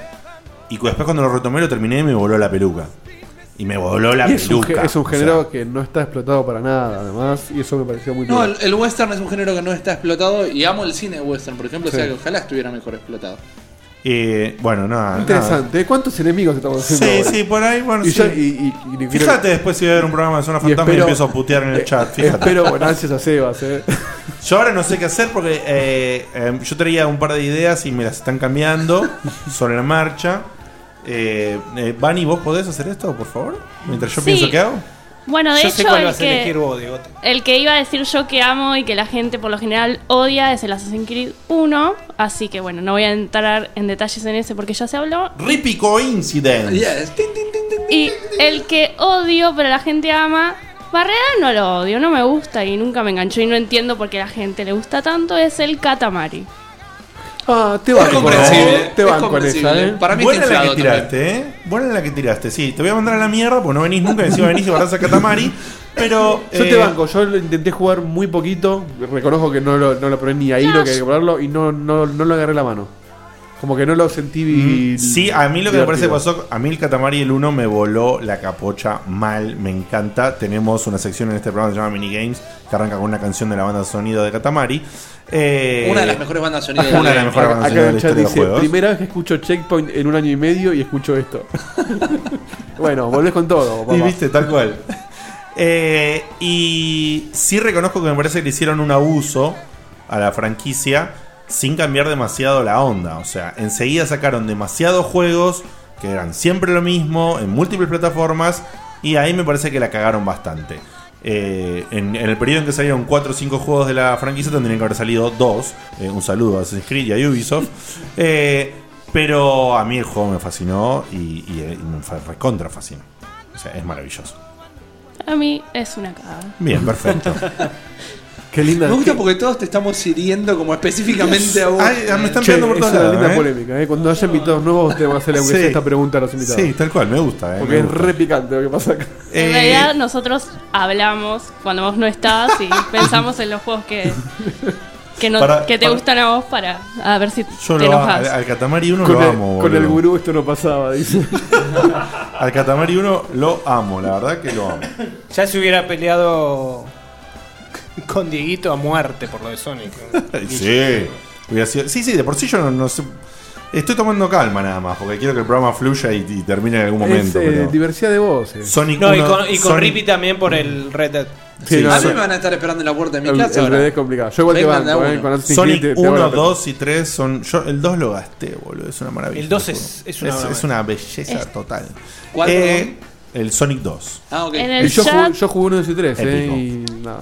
y cu- después cuando lo retomé lo terminé y me voló la peluca. Y me voló la
Y es, un,
peluca.
ge- es un
O sea,
género que no está explotado para nada, además, y eso me pareció muy
No,
bien.
el, el western es un género que no está explotado y amo el cine western, por ejemplo, o sea
Sí.
que ojalá estuviera mejor explotado.
eh, bueno, nada. nada.
Interesante. ¿Cuántos enemigos estamos haciendo?
Sí,
ahora?
sí, por ahí, bueno,
Y
sí.
yo- y- y- y-
Fíjate después si voy a ver un programa de Zona Fantasma y,
espero-
empiezo a putear
[LAUGHS]
en el chat. Fíjate.
Espero con ansias a Sebas, eh.
[LAUGHS] Yo ahora no sé qué hacer porque eh, eh, yo traía un par de ideas y me las están
[LAUGHS]
cambiando sobre la marcha. Eh, eh, Vani, ¿vos podés hacer esto, por favor? Mientras yo
Sí.
pienso qué hago.
Bueno, de
Yo sé
hecho,
cuál
el
vas a
que,
elegir vos, Diegote.
el que iba a decir yo que amo y que la gente por lo general odia es el Assassin's Creed 1. Así que bueno, no voy a entrar en detalles en ese porque ya se habló.
Rippy Coincidence.
Y el que odio, pero la gente ama. Barreda no lo odio, no me gusta y nunca me enganchó y no entiendo por qué a la gente le gusta tanto, es el Katamari.
Ah, te
Es
banco con
comprensible,
esa, Te
es
banco con esa,
comprensible.
eh.
Buena la que tiraste, ¿eh? Buena la que tiraste, sí. Te voy a mandar a la mierda porque no venís nunca. Encima venís y guardás a Katamari. Pero.
Yo
eh,
te banco, yo lo intenté jugar muy poquito, reconozco que no lo, no lo probé ni ahí lo que hay que probarlo y no, no, no lo agarré la mano. Como que no lo
Mm,
sentí. vi-
Sí, a mí lo que me parece que
divertido.
pasó, a mí el Catamari el 1 me voló la capocha mal, me encanta. Tenemos una sección en este programa que se llama Minigames, que arranca con una canción de la banda de sonido de Catamari. Eh,
Una de las mejores bandas de sonido de
Una de las
la
mejores bandas de
Acá
sonido de
en
la
el chat
historia de los
dice:
juegos.
Primera vez que escucho Checkpoint en un año y medio y escucho esto. bueno, volvés
[LAUGHS]
con todo. papá.
Y viste, tal cual. Eh, y sí reconozco que me parece que le hicieron un abuso a la franquicia sin cambiar demasiado la onda. O sea, enseguida sacaron demasiados juegos que eran siempre lo mismo en múltiples plataformas y ahí me parece que la cagaron bastante. Eh, en, en el periodo en que salieron 4 o 5 juegos de la franquicia tendrían que haber salido 2. un saludo a Assassin's Creed y a Ubisoft. Eh, pero a mí el juego me fascinó y, y, eh, y me fa- recontra fascinó. O sea, es maravilloso.
A mí es una cagada.
Bien, perfecto.
Qué linda.
Me gusta porque todos te estamos hiriendo como específicamente a vos.
Che, es una linda polémica, eh. Cuando haya invitados nuevos, te vamos a hacerle aunque sea
Sí.
esta pregunta a los invitados.
Sí, tal cual, me gusta. eh,
Porque
me
es
gusta. Eh,
re picante lo que pasa
[LAUGHS]
acá.
En realidad nosotros hablamos cuando vos no
[LAUGHS]
estás y pensamos en los juegos que, que, no-
Para-
que te
para-
gustan a vos para a ver si
Yo
te
lo,
enojas.
al, al Katamari 1
con
lo
el,
amo.
con el
boludo.
gurú esto no
[LAUGHS]
pasaba, dice.
Al Katamari 1 lo amo, la verdad que
[LAUGHS]
lo amo.
Ya se hubiera peleado con Dieguito a muerte por lo de Sonic.
sí. Hubiera sido- sí, sí, de por sí yo no, no sé. Estoy tomando calma nada más, porque quiero que el programa fluya y, y termine en algún momento.
es, eh,
pero-
diversidad de voces.
Sonic
No, y
1,
con, y con
Sonic-
Rippy también por el Red Dead.
Sí,
a
no,
mí
so-
me van a estar esperando en la puerta de mi
El-
clase.
el
ahora.
Red es complicado. Yo igual te
Vengan de
banco,
a
eh,
uno.
con Assassin's Creed te-
Sonic
te hago la
1,
pena.
2 y 3 son. Yo el 2 lo gasté, boludo. Es una maravilla.
El 2
este
es-
juego.
es una
es,
maravilla.
una belleza
Es-
total.
¿Cuál,
Eh, el Sonic 2.
Ah, ok.
En
Y
el
yo,
chat,
jugué, yo jugué uno de esos tres, eh,
Épico.
y nada.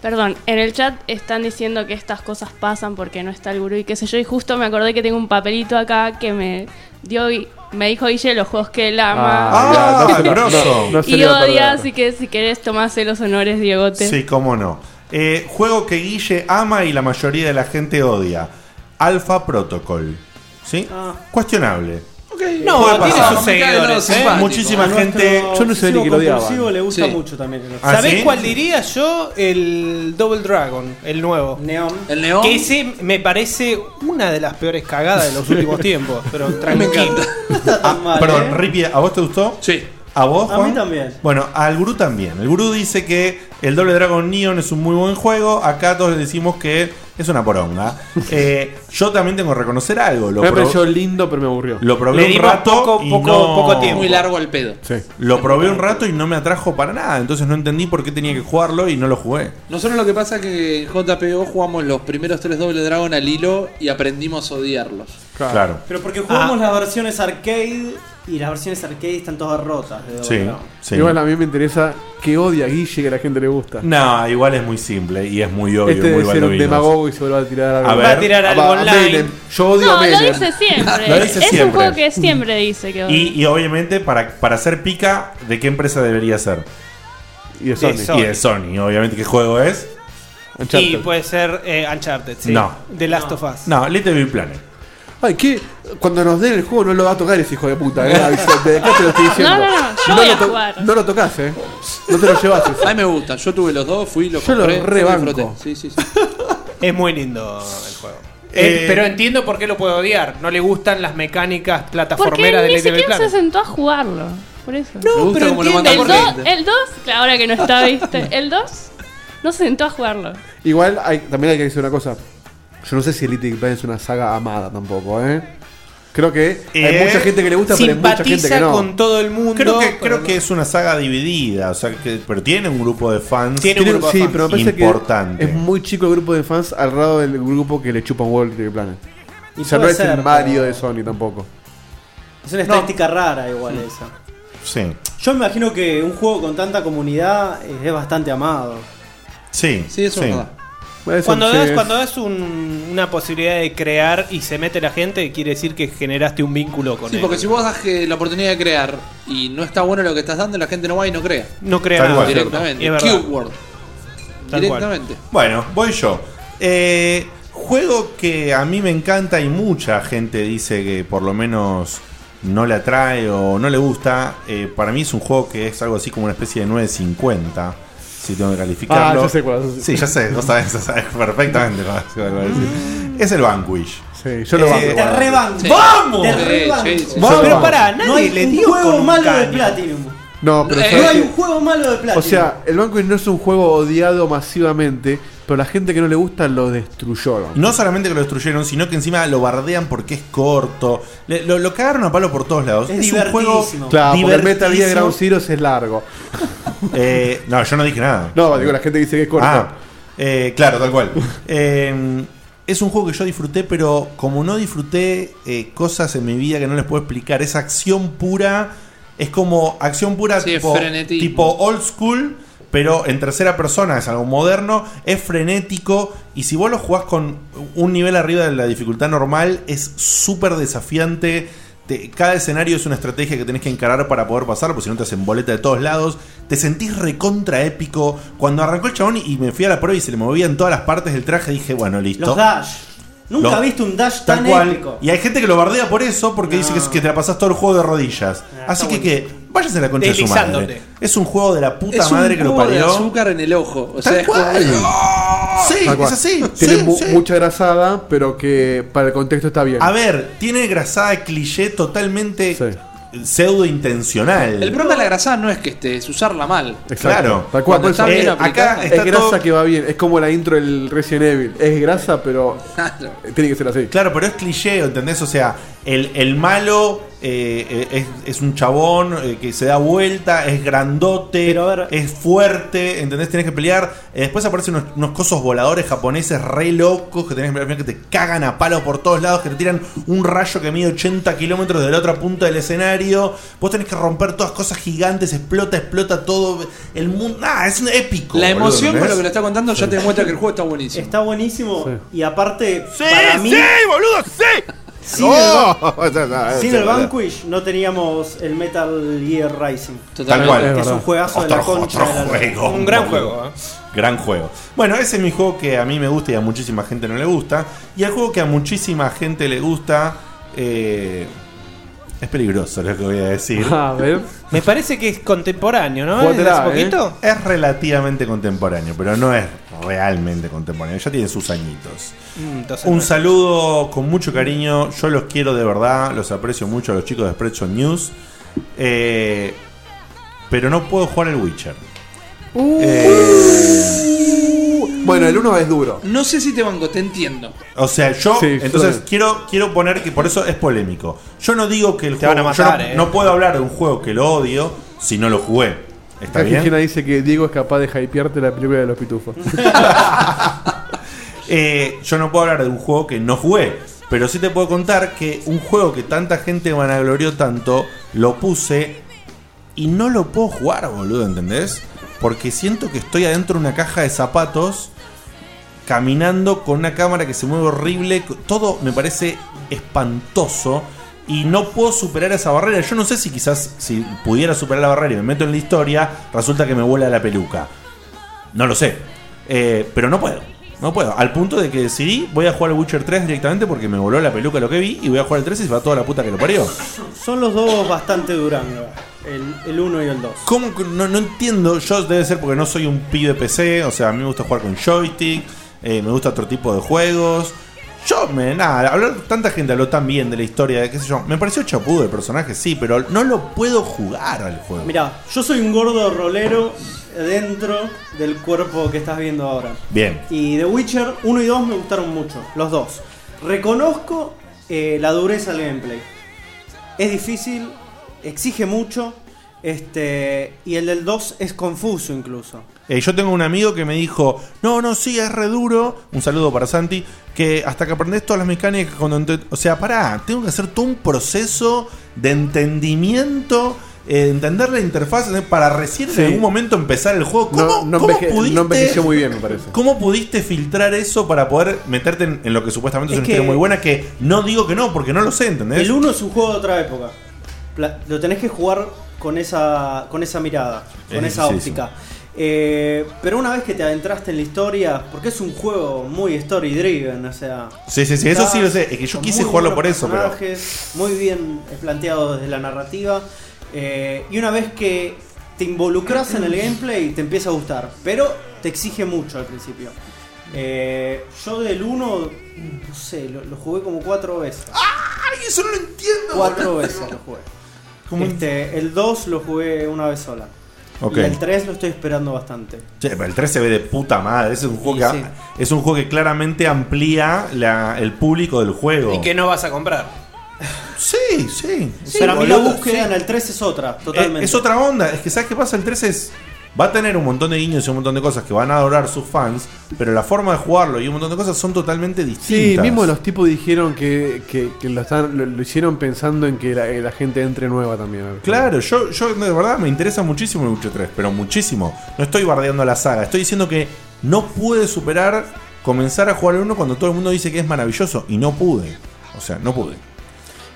Perdón, en el chat están diciendo que estas cosas pasan porque no está el gurú y qué sé yo. Y justo me acordé que tengo un papelito acá que me dio y me dijo Guille los juegos que él ama.
Ah, Ah, no se lo- grosso. no- no se
y
le va a
odia,
perder.
así que si querés tomase los honores, Diegote.
Sí, cómo no. Eh, juego que Guille ama y la mayoría de la gente odia. Alpha Protocol. ¿Sí? Cuestionable.
No,
Puede
tiene
pasar.
sus seguidores. ¿eh?
Muchísima gente.
compulsivo le gusta
Sí.
mucho también. el otro.
¿Ah,
¿Sabés
sí?
cuál diría yo? El Double Dragon, el nuevo.
Neon.
El Neon. Que ese me parece una de las peores cagadas de
[LAUGHS]
los últimos tiempos. Pero tranquilo.
Perdón, Ripi, ¿a vos te gustó? Sí. ¿A vos?
A mí
Juan?
también.
Bueno, al Gurú también. El Gurú dice que el Doble Dragon Neon es un muy buen juego. Acá todos le decimos que es una [LAUGHS] poronga. Eh, yo también tengo que reconocer algo. Lo
me
pro-
pareció lindo, pero me aburrió.
Lo probé un rato y no-
Muy largo el pedo.
Lo probé un rato y no me atrajo para nada. Entonces no entendí por qué tenía que jugarlo y no lo jugué.
Nosotros lo que pasa es que en JPO jugamos los primeros tres doble dragón al hilo y aprendimos a odiarlos.
Claro.
Pero porque jugamos las versiones arcade y las versiones arcade están todas rotas. de
Sí,
verdad.
sí.
Igual a mí me interesa que odia a Guille que a la gente le gusta.
No, igual es muy simple y es muy obvio.
este
muy
debe ser un
baldovinos.
demagogo y se lo va a tirar algo.
A ver. Va a tirar algo
a
online.
Menem. Yo odio
No,
a
lo
Menem.
dice siempre.
[LAUGHS] Lo dice
es un
siempre.
juego que siempre dice que odia.
Y, y obviamente, para, para ser pica, ¿de qué empresa debería ser? Y de
Sony.
Y de Sony, pues, obviamente. ¿Qué juego es?
Y puede ser eh, Uncharted, sí.
No.
The Last of Us.
No, Little Big Planet.
Ay, ¿qué? Cuando nos den el juego no lo va a tocar ese hijo de puta, eh. [LAUGHS] Avisate, de acá te lo estoy diciendo.
No, no, no, yo voy
lo
a
to-
jugar.
No lo tocas, eh. No te lo llevas ese.
A mí me gusta, yo tuve los dos, fui, los
Yo lo
compré,
rebanco.
disfruté. Sí, sí, sí.
Es muy lindo el juego. Eh,
Eh,
pero entiendo por qué lo puedo odiar. No le gustan las mecánicas
Porque
plataformeras de
ni
Little Big
siquiera se
Planet.
sentó a jugarlo. Por eso.
No, Me gusta pero cómo lo entiende.
el
manda por
2,
gente.
el 2, claro, ahora que no está, viste. El 2 no se sentó a jugarlo.
Igual hay, también hay que decir una cosa. Yo no sé si Elite Big Planet es una saga amada tampoco, eh. Creo que
Eh,
hay mucha gente que le gusta, pero hay mucha gente que no.
todo el mundo.
Creo que, creo que es una saga dividida, o sea, que, pero tiene un grupo de fans
Tiene- sí, pero me parece
importante.
que es muy chico el grupo de fans al lado del grupo que le chupa un huevo el Little Big Planet.
Y
o sea, no
puede
es el
ser,
Mario
pero-
de Sony tampoco.
Es una estática rara igual esa.
Sí.
Yo me imagino que un juego con tanta comunidad eh, es bastante amado.
Sí.
Sí, eso
sí.
es verdad.
Cuando das, cuando das un- una posibilidad de crear y se mete la gente, quiere decir que generaste un vínculo con
Sí,
él.
porque si vos das que la oportunidad de crear y no está bueno lo que estás dando, la gente no va y no crea.
No crea
Tal
nada.
cual.
Directamente.
Es verdad.
Cube World.
Tal cual.
Directamente.
Bueno, voy yo. Eh, juego que a mí me encanta y mucha gente dice que por lo menos no le atrae o no le gusta. eh, para mí es un juego que es algo así como una especie de 950. Si tengo que calificarlo.
Ah, ya sé cuál es.
Sí, ya sé, vos sabés, sabés perfectamente cuál es, cuál es. Es el Vanquish.
Mm.
Eh,
Sí, yo lo banco.
Te rebanco.
Sí.
¡Vamos!
Sí,
te rebanco.
sí, sí. Vamos, pero pará, nadie
no hay
le
un
dio
juego
con un
malo de
caño.
Platinum.
No,
Eh,
pero
No
¿sabes
hay
qué?
un juego malo de Platinum.
O sea, el Banco no es un juego odiado masivamente, pero la gente que no le gusta lo destruyeron.
No solamente que lo destruyeron, sino que encima lo bardean porque es corto. Le- lo, lo cagaron a palo por todos lados.
Es
Es, un juego
divertidísimo. Claro, porque el Metal Gear Ground Zeroes es largo.
[LAUGHS] Eh, no, yo no dije nada.
No, digo, la gente dice que es corto.
Ah, eh, claro, tal cual. Eh, es un juego que yo disfruté, pero como no disfruté eh, cosas en mi vida que no les puedo explicar, es acción pura. Es como acción pura
Sí, es
tipo,
frenetismo.
tipo old school, pero en tercera persona, es algo moderno, es frenético. Y si vos lo jugás con un nivel arriba de la dificultad normal, es súper desafiante. Te- cada escenario es una estrategia que tenés que encarar para poder pasar, porque si no te hacen boleta de todos lados. Te sentís recontra épico. Cuando arrancó el chabón y me fui a la prueba y se le movían todas las partes del traje, dije, bueno, listo.
Los Dash. Nunca
Los-
viste un Dash
Tal
tan
cual.
épico.
Y hay gente que lo bardea por eso porque dice que, es- que te la pasás todo el juego de rodillas.
Ah,
Así que, que váyase a la concha de su madre.
Deslizándote.
Es un juego de la puta
es un
madre que lo
cubo de
parió.
azúcar en el ojo. O
Tal
sea, es como-
cual. Sí,
Tal
es
cual.
así.
Tiene
Sí,
mu-
sí.
mucha grasada, pero que para el contexto está bien.
A ver, tiene grasada cliché totalmente pseudo intencional.
El problema de la grasada no es que esté, es usarla mal.
Claro.
Tal cual,
Cuando
por eso-
está bien
Eh,
aplicada.
acá es grasa
[LAUGHS]
que va bien. Es como la intro del Resident Evil. Es grasa, pero Eh, tiene que ser así.
Claro, pero es cliché, ¿entendés? O sea, el, el malo eh, eh, es, es un chabón eh, que se da vuelta, es grandote, es fuerte, ¿entendés? Tienes que pelear. Eh, después aparecen unos, unos cosos voladores japoneses re locos que tenés que pelear, que te cagan a palo por todos lados, que te tiran un rayo que mide 80 kilómetros de la otra punta del escenario. Vos tenés que romper todas cosas gigantes, explota, explota todo. El mundo. Ah, es un épico.
La
boludo,
emoción con
¿entendés?
lo que lo está contando ya te demuestra que el juego está buenísimo.
Está buenísimo y aparte para mí
boludo, sí.
sin, el, ba-
Ah,
sin el Vanquish no teníamos el Metal Gear Rising.
Tal cual.
Que es un juegazo de la
Otro-
concha
otro
de la lora.
juego, boludo.
¿eh?
¿eh?
Gran juego. Bueno, ese es mi juego que a mí me gusta y a muchísima gente no le gusta. Y el juego que a muchísima gente le gusta. eh, es peligroso lo que voy a
[LAUGHS]
decir.
A
Ah,
Eh.
ver.
Me parece que es contemporáneo,
¿no? ¿Es de hace poquito?
eh.
Es relativamente contemporáneo, pero no es realmente contemporáneo. Ya tiene sus añitos.
Mm, entonces
Un
no.
saludo con mucho cariño. Yo los quiero de verdad. Los aprecio mucho a los chicos de Spreadshot News. Eh, pero no puedo jugar el Witcher.
Uh.
Eh,
Bueno, el 1 es duro.
No sé si te banco, te entiendo.
O sea, yo
Sí,
entonces
Flores.
quiero, quiero poner que por eso es polémico. Yo no digo que el
Te
juego
van a
yo
matar,
no,
eh.
no puedo hablar de un juego que lo odio si no lo jugué. ¿Está
Acá
bien?
Gijena dice que Diego es capaz de hypearte la película de
[LAUGHS]
los pitufos.
Eh, yo no puedo hablar de un juego que no jugué. Pero sí te puedo contar que un juego que tanta gente vanaglorió tanto, lo puse y no lo puedo jugar, boludo, ¿entendés? Porque siento que estoy adentro de una caja de zapatos, caminando con una cámara que se mueve horrible. Todo me parece espantoso. Y no puedo superar esa barrera. Yo no sé si quizás si pudiera superar la barrera y me meto en la historia, resulta que me vuela la peluca. No lo sé. Eh, pero no puedo. No puedo. Al punto de que decidí, voy a jugar al Witcher 3 directamente porque me voló la peluca lo que vi. Y voy a jugar al 3 y se va toda la puta que lo parió.
Son los dos bastante durango, el 1 y el 2.
¿Cómo que no, no entiendo? Yo debe ser porque no soy un pibe PC. O sea, a mí me gusta jugar con joystick. eh, me gusta otro tipo de juegos. Yo me. Nada, hablar, tanta gente habló tan bien de la historia, de qué sé yo. Me pareció chapudo el personaje, sí, pero no lo puedo jugar al juego.
Mirá, yo soy un gordo rolero dentro del cuerpo que estás viendo ahora.
Bien.
Y The Witcher 1 y 2 me gustaron mucho, los dos. Reconozco eh, la dureza del gameplay. Es difícil, exige mucho, este, y el del 2 es confuso incluso.
Eh, yo tengo un amigo que me dijo, no, no, sí, es re duro. Un saludo para Santi. Que hasta que aprendés todas las mecánicas, cuando ente- o sea, pará, tengo que hacer todo un proceso de entendimiento, eh, de entender la interfaz eh, para recién
Sí.
en algún momento empezar el juego. ¿Cómo,
No, no
cómo
enveje-
pudiste,
no envejeció muy bien, me parece.
¿Cómo pudiste filtrar eso para poder meterte en, en lo que supuestamente es,
Es
una
que-
historia muy buena? Que no digo que no, porque no lo sé, ¿entendés?
El 1 es un juego de otra época. Pla- Lo tenés que jugar con esa, con esa mirada, con
Es
esa
difícil.
óptica. Eh, pero una vez que te adentraste en la historia, porque es un juego muy story driven, o sea.
Sí, sí, sí, eso sí lo sé, es que yo
con
quise
muy
jugarlo
buenos
por eso, pero-
personajes, Muy bien planteado desde la narrativa. eh, y una vez que te involucras en el gameplay, te empieza a gustar. Pero te exige mucho al principio. Eh, yo del 1, no sé, lo, lo jugué como cuatro veces.
¡Ah! ¡Ay, eso no lo entiendo!
Cuatro
boludo.
veces lo jugué.
¿Cómo?
Este, el 2 lo jugué una vez sola.
Ok.
Y el 3 lo estoy esperando bastante.
Che, pero el 3 se ve de puta madre. ese Es un juego, que, es un juego que claramente amplía la- el público del juego.
Y que no vas a comprar.
Sí, sí.
Para mí la
boludo,
búsqueda en el 3 es otra,
Eh,
totalmente.
es otra onda. Es que, ¿sabes qué pasa? El 3 es. Va a tener un montón de guiños y un montón de cosas que van a adorar sus fans, pero la forma de jugarlo y un montón de cosas son totalmente distintas.
Sí, mismo los tipos dijeron que, que- que lo, están- lo- lo hicieron pensando en que la, eh, la gente entre nueva también.
Claro, yo, yo de verdad me interesa muchísimo el Witcher 3, pero muchísimo. No estoy bardeando la saga, estoy diciendo que no pude superar comenzar a jugar el 1 cuando todo el mundo dice que es maravilloso y no pude. O sea, no pude.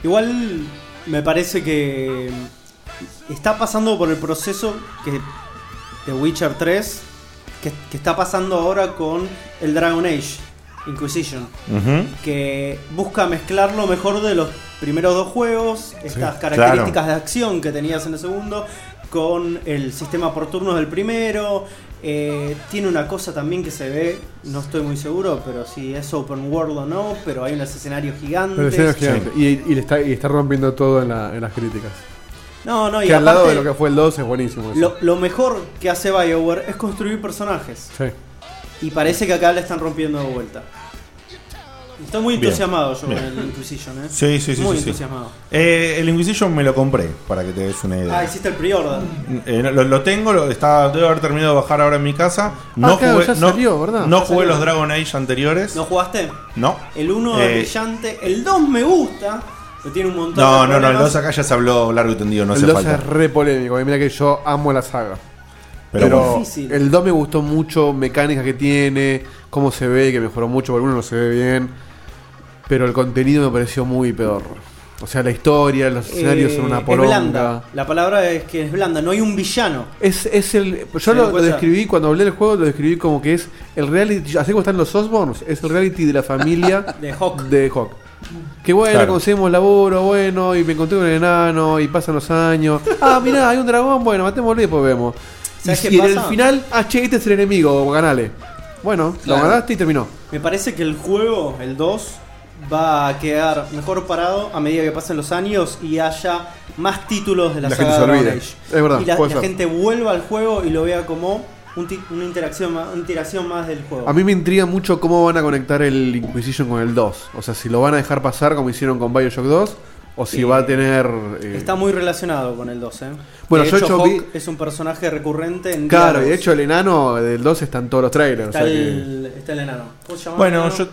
Igual me parece que está pasando por el proceso que de Witcher 3 que, que está pasando ahora con el Dragon Age Inquisition.
Ujú.
Que busca mezclar lo mejor de los primeros dos juegos, estas
claro.
características de acción que tenías en el segundo, con el sistema por turnos del primero. Eh, tiene una cosa también que se ve, no estoy muy seguro, pero si es open world o no, pero hay unos escenarios gigantes.
Pero sí, gigante. Y, y le está, y está rompiendo todo en, la- en las críticas.
No, no, y
Que al lado de
aparte-
lo que fue el 2 es buenísimo. eso.
Lo, lo mejor que hace Bioware es construir personajes.
Sí.
Y parece que acá le están rompiendo de vuelta. Estoy muy
Bien.
entusiasmado yo
Bien.
con el Inquisition, ¿eh?
Sí, sí, sí.
Muy
sí, sí.
entusiasmado.
Eh, el Inquisition me lo compré, para que te des una idea.
Ah, hiciste el pre-order.
Eh, no, lo, lo tengo, lo, está, debe haber terminado de bajar ahora en mi casa.
Ah,
No
claro,
jugué,
ya
no,
salió, ¿verdad?
no
Ya
jugué
salió.
los Dragon Age anteriores.
¿No jugaste?
No.
El 1
Eh,
es brillante, el 2 me gusta, pero tiene un montón
No,
de
no, no, el
problemas.
2
Eh,
acá ya se habló largo y tendido, no
el
hace
2
falta.
es re polémico. y Mira que yo amo la saga.
Pero
Pero,
bueno.
Difícil.
el 2 me gustó mucho, mecánica que tiene, cómo se ve, que mejoró mucho, porque el uno no se ve bien. Pero el contenido me pareció muy pedorro. O sea, la historia, los escenarios
Eh,
son una
es blanda.
poronga.
La palabra es que es blanda, no hay un villano.
Es, es el. Yo lo, lo describí, cuando hablé del juego, lo describí como que es el reality. Así como están los Osborns, es el reality de la familia
[LAUGHS] de Hawk.
De Hawk. Que bueno,
Claro.
conseguimos laburo, bueno, y me encontré con el enano, y pasan los
[LAUGHS]
años. Ah, mirá, hay un dragón, bueno, matémoslo y después vemos.
¿Sabes
Y,
qué
y en el
pasa?
final, ah, che, este es el enemigo, ganale. Bueno,
Claro.
lo ganaste y terminó.
Me parece que el juego, el 2, va a quedar mejor parado a medida que pasen los años y haya más títulos de la,
La
saga
gente se
Dragon
olvida.
Age.
Es verdad,
y la,
puede
la
ser.
gente vuelva al juego y lo vea como un ti- una, interacción más, una interacción más del juego.
A mí me intriga mucho cómo van a conectar el Inquisition con el 2. O sea, si lo van a dejar pasar como hicieron con Bioshock 2, o si
Eh,
va a tener. eh,
Está muy relacionado con el 2, ¿eh?
Bueno,
de
yo
hecho,
yo
Hawk
vi-
es un personaje recurrente en
Claro, y de
diálogos.
hecho el enano del 2 están todos los trailers.
Está,
o sea que-
el, está el enano. ¿Cómo se llama el
Bueno,
enano?
yo.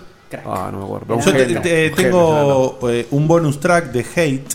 Ah, no me acuerdo.
Yo te-
Genio,
te-
genio,
tengo eh, un bonus track de Hate.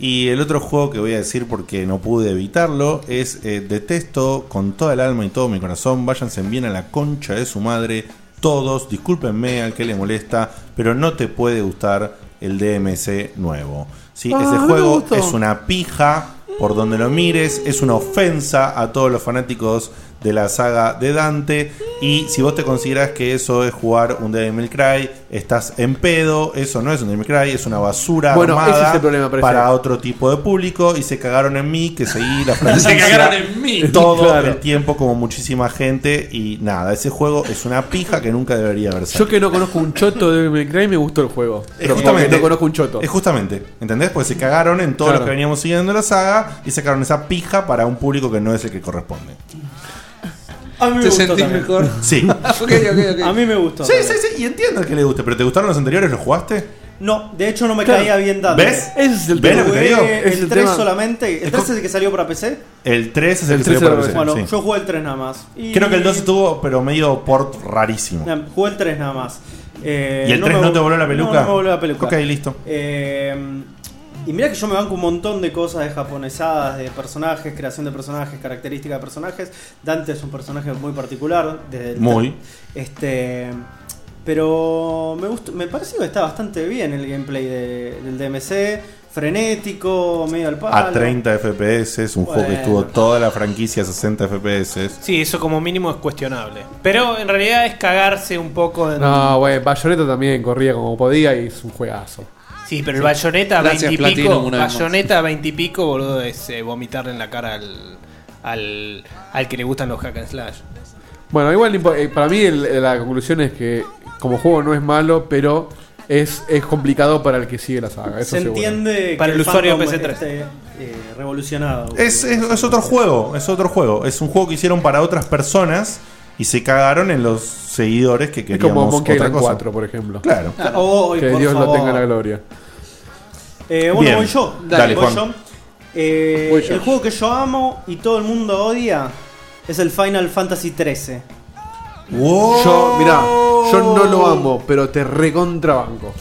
Y el otro juego que voy a decir porque no pude evitarlo es eh, Detesto con toda el alma y todo mi corazón. Váyanse bien a la concha de su madre. Todos, discúlpenme al que le molesta, pero no te puede gustar el DMC nuevo. ¿sí?
Ah,
Ese
no me
juego
gustó.
es una pija por donde lo mires, es una ofensa a todos los fanáticos de la saga de Dante. Y si vos te considerás que eso es jugar un Devil May Cry, estás en pedo. Eso no es un Devil May Cry, es una basura
Bueno,
armada
ese es el problema, parece.
para otro tipo de público. Y se cagaron en mí, que seguí
[LAUGHS]
la franquicia
Se cagaron en mí.
[LAUGHS] todo
Claro.
el tiempo, como muchísima gente. Y nada, ese juego es una pija que nunca debería haber salido.
Yo que no conozco un choto de Devil May Cry, me gustó el juego. Pero como que
justamente-
no conozco un choto.
Es justamente, ¿entendés? Porque se cagaron en todo lo
Claro.
que veníamos siguiendo la saga y sacaron esa pija para un público que no es el que corresponde.
A mí me
¿Te
gustó
sentís
también.
mejor?
[LAUGHS]
[LAUGHS]
Sí.
A mí me gustó.
Sí,
también.
sí, sí, y entiendo que le guste, pero ¿te gustaron los anteriores? ¿Los jugaste?
No, de hecho no me
Claro.
caía bien Dante.
¿Ves? Ese es el
Jugué
tema. ¿Ves lo que te digo?
El,
Es el
3
tema.
solamente. ¿El 3 es el que salió para PC?
El 3 es el,
El
que
3
salió
era
para
bueno,
PC, sí.
yo jugué el 3 nada más. Y-
Creo que el 2 estuvo, pero medio port rarísimo.
Nah, Jugué el 3 nada más. Eh,
¿Y el 3
me
no
vol-
te voló la
No,
peluca?
no me voló la peluca.
Ok, listo.
Eh, y mira que yo me banco un montón de cosas de japonesadas, de personajes, creación de personajes, características de personajes. Dante es un personaje muy particular. Desde el-
Muy.
Este. Pero me gustó, me pareció que está bastante bien el gameplay de- del DMC. Frenético, medio al palo.
A 30 FPS, un juego que
Bueno.
estuvo toda la franquicia a 60 FPS.
Sí, eso como mínimo es cuestionable. Pero en realidad es cagarse un poco en...
No, güey, Bayonetta también corría como podía y es un juegazo.
Sí, pero el bayoneta a
Gracias,
20 y
Platinum,
pico,
una vez más.
bayoneta a 20 y pico, boludo, es eh, vomitarle en la cara al, al, al que le gustan los hack and slash.
Bueno, igual no impo- eh, para mí el- la conclusión es que como juego no es malo, pero es, es complicado para el que sigue la saga. Eso
Se
seguro.
entiende
Para
que
el usuario
fandom
PC3.
esté, eh, revolucionado.
Es, es- es otro juego, es otro juego. Es un juego que hicieron para otras personas y se cagaron en los seguidores que
Es como
queríamos
Monkey
otra
Island
cosa.
4, por ejemplo.
Claro.
Oh, y
que
por
Dios lo
favor.
tenga la gloria.
Eh, bueno,
Bien.
voy yo.
Dale,
voy
Juan.
yo. Eh,
Voy yo.
El juego que yo amo y todo el mundo odia es el Final Fantasy XIII.
Yo, mirá, yo no lo amo, pero te recontrabanco.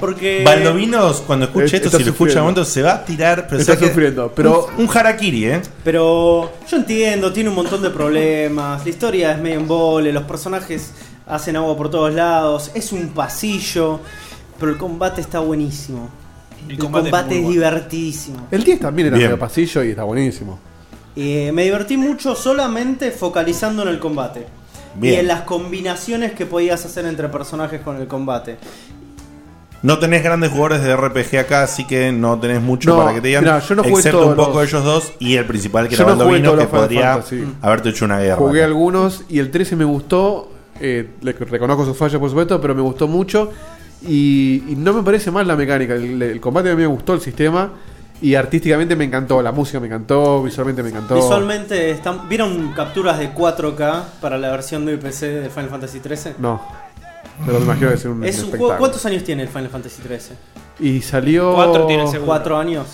Porque.
Valdovinos, cuando escuche
Eh,
esto,
está
si lo escucha
sufriendo.
un momento, se va a tirar. Pero
Está
saque-
sufriendo, pero-
Un, un harakiri, ¿eh?
Pero yo entiendo, tiene un montón de problemas. La historia es medio en vole, los personajes hacen agua por todos lados. Es un pasillo, pero el combate está buenísimo. El combate,
combate es muy
es,
bueno.
divertidísimo.
El 10 también era
Bien.
medio pasillo y está buenísimo.
Eh, me divertí mucho solamente focalizando en el combate.
Bien.
Y en las combinaciones que podías hacer entre personajes con el combate.
No tenés grandes jugadores de RPG acá, así que no tenés mucho
No,
para que te digan.
mirá, yo no jugué
excepto
todos
un poco
los-
de ellos dos y el principal que
Yo
era
no jugué
Baldovino,
todos
que
los Final
podría
Fantasy.
haberte hecho una guerra.
Jugué algunos y el 13 me gustó. eh, le reconozco sus fallas, por supuesto, pero me gustó mucho. Y, y no me parece mal la mecánica. El, el combate a mí me gustó, el sistema. Y artísticamente me encantó. La música me encantó, visualmente me encantó.
Visualmente, están, ¿vieron capturas de 4K para la versión de PC de Final Fantasy XIII?
No. Pero me imagino que es un
Es un
espectáculo.
juego, ¿Cuántos años tiene el Final Fantasy XIII?
Y salió.
¿Cuatro años?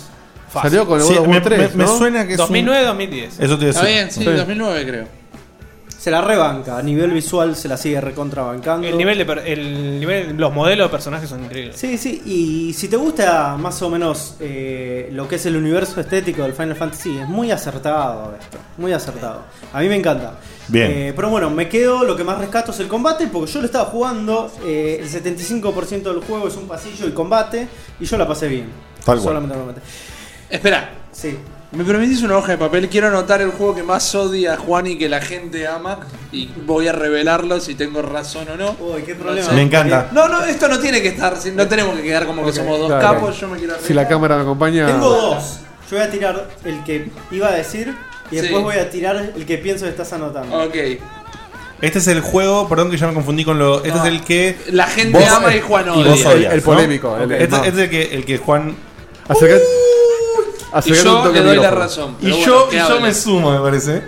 Salió con el
Sí,
World War
me-
3,
me- me
¿no?
suena que es un- 2009-2010.
Eso te iba a
Está
decir.
bien, sí,
Sí.
2009 creo.
Se la rebanca, a nivel visual se la sigue recontrabancando.
El nivel de per- el nivel, los modelos de personajes son increíbles.
Sí, sí, y si te gusta más o menos eh, lo que es el universo estético del Final Fantasy, es muy acertado esto, muy acertado. A mí me encanta.
Bien.
Eh, pero bueno, me quedo, lo que más rescato es el combate, porque yo lo estaba jugando, eh, el 75% del juego es un pasillo y combate, y yo la pasé bien.
Tal cual.
Solamente el combate.
Espera.
Sí.
¿Me permitís una hoja de papel? Quiero anotar el juego que más odia a Juan y que la gente ama. Y voy a revelarlo si tengo razón o no.
Uy, qué
problema.
Me encanta.
No, no, esto no tiene que estar. si- No tenemos que quedar como
Ok,
que somos dos
claro.
capos. Yo me quiero
Si la cámara me
Ah,
acompaña.
Tengo dos. Yo voy a tirar el que iba a decir, y
Sí.
después voy a tirar el que pienso que estás anotando.
Ok.
Este es el juego, perdón que ya me confundí con lo. Este es el que.
La gente ama y Juan odia.
vos odias,
El
¿no?
polémico, el-
Ok,
el
este,
más.
este es el que, el que Juan.
Acercate.
acercate yo un toque le al doy la micrófono. razón,
Y
pero bueno,
yo,
que
y yo
hable.
me sumo, me parece.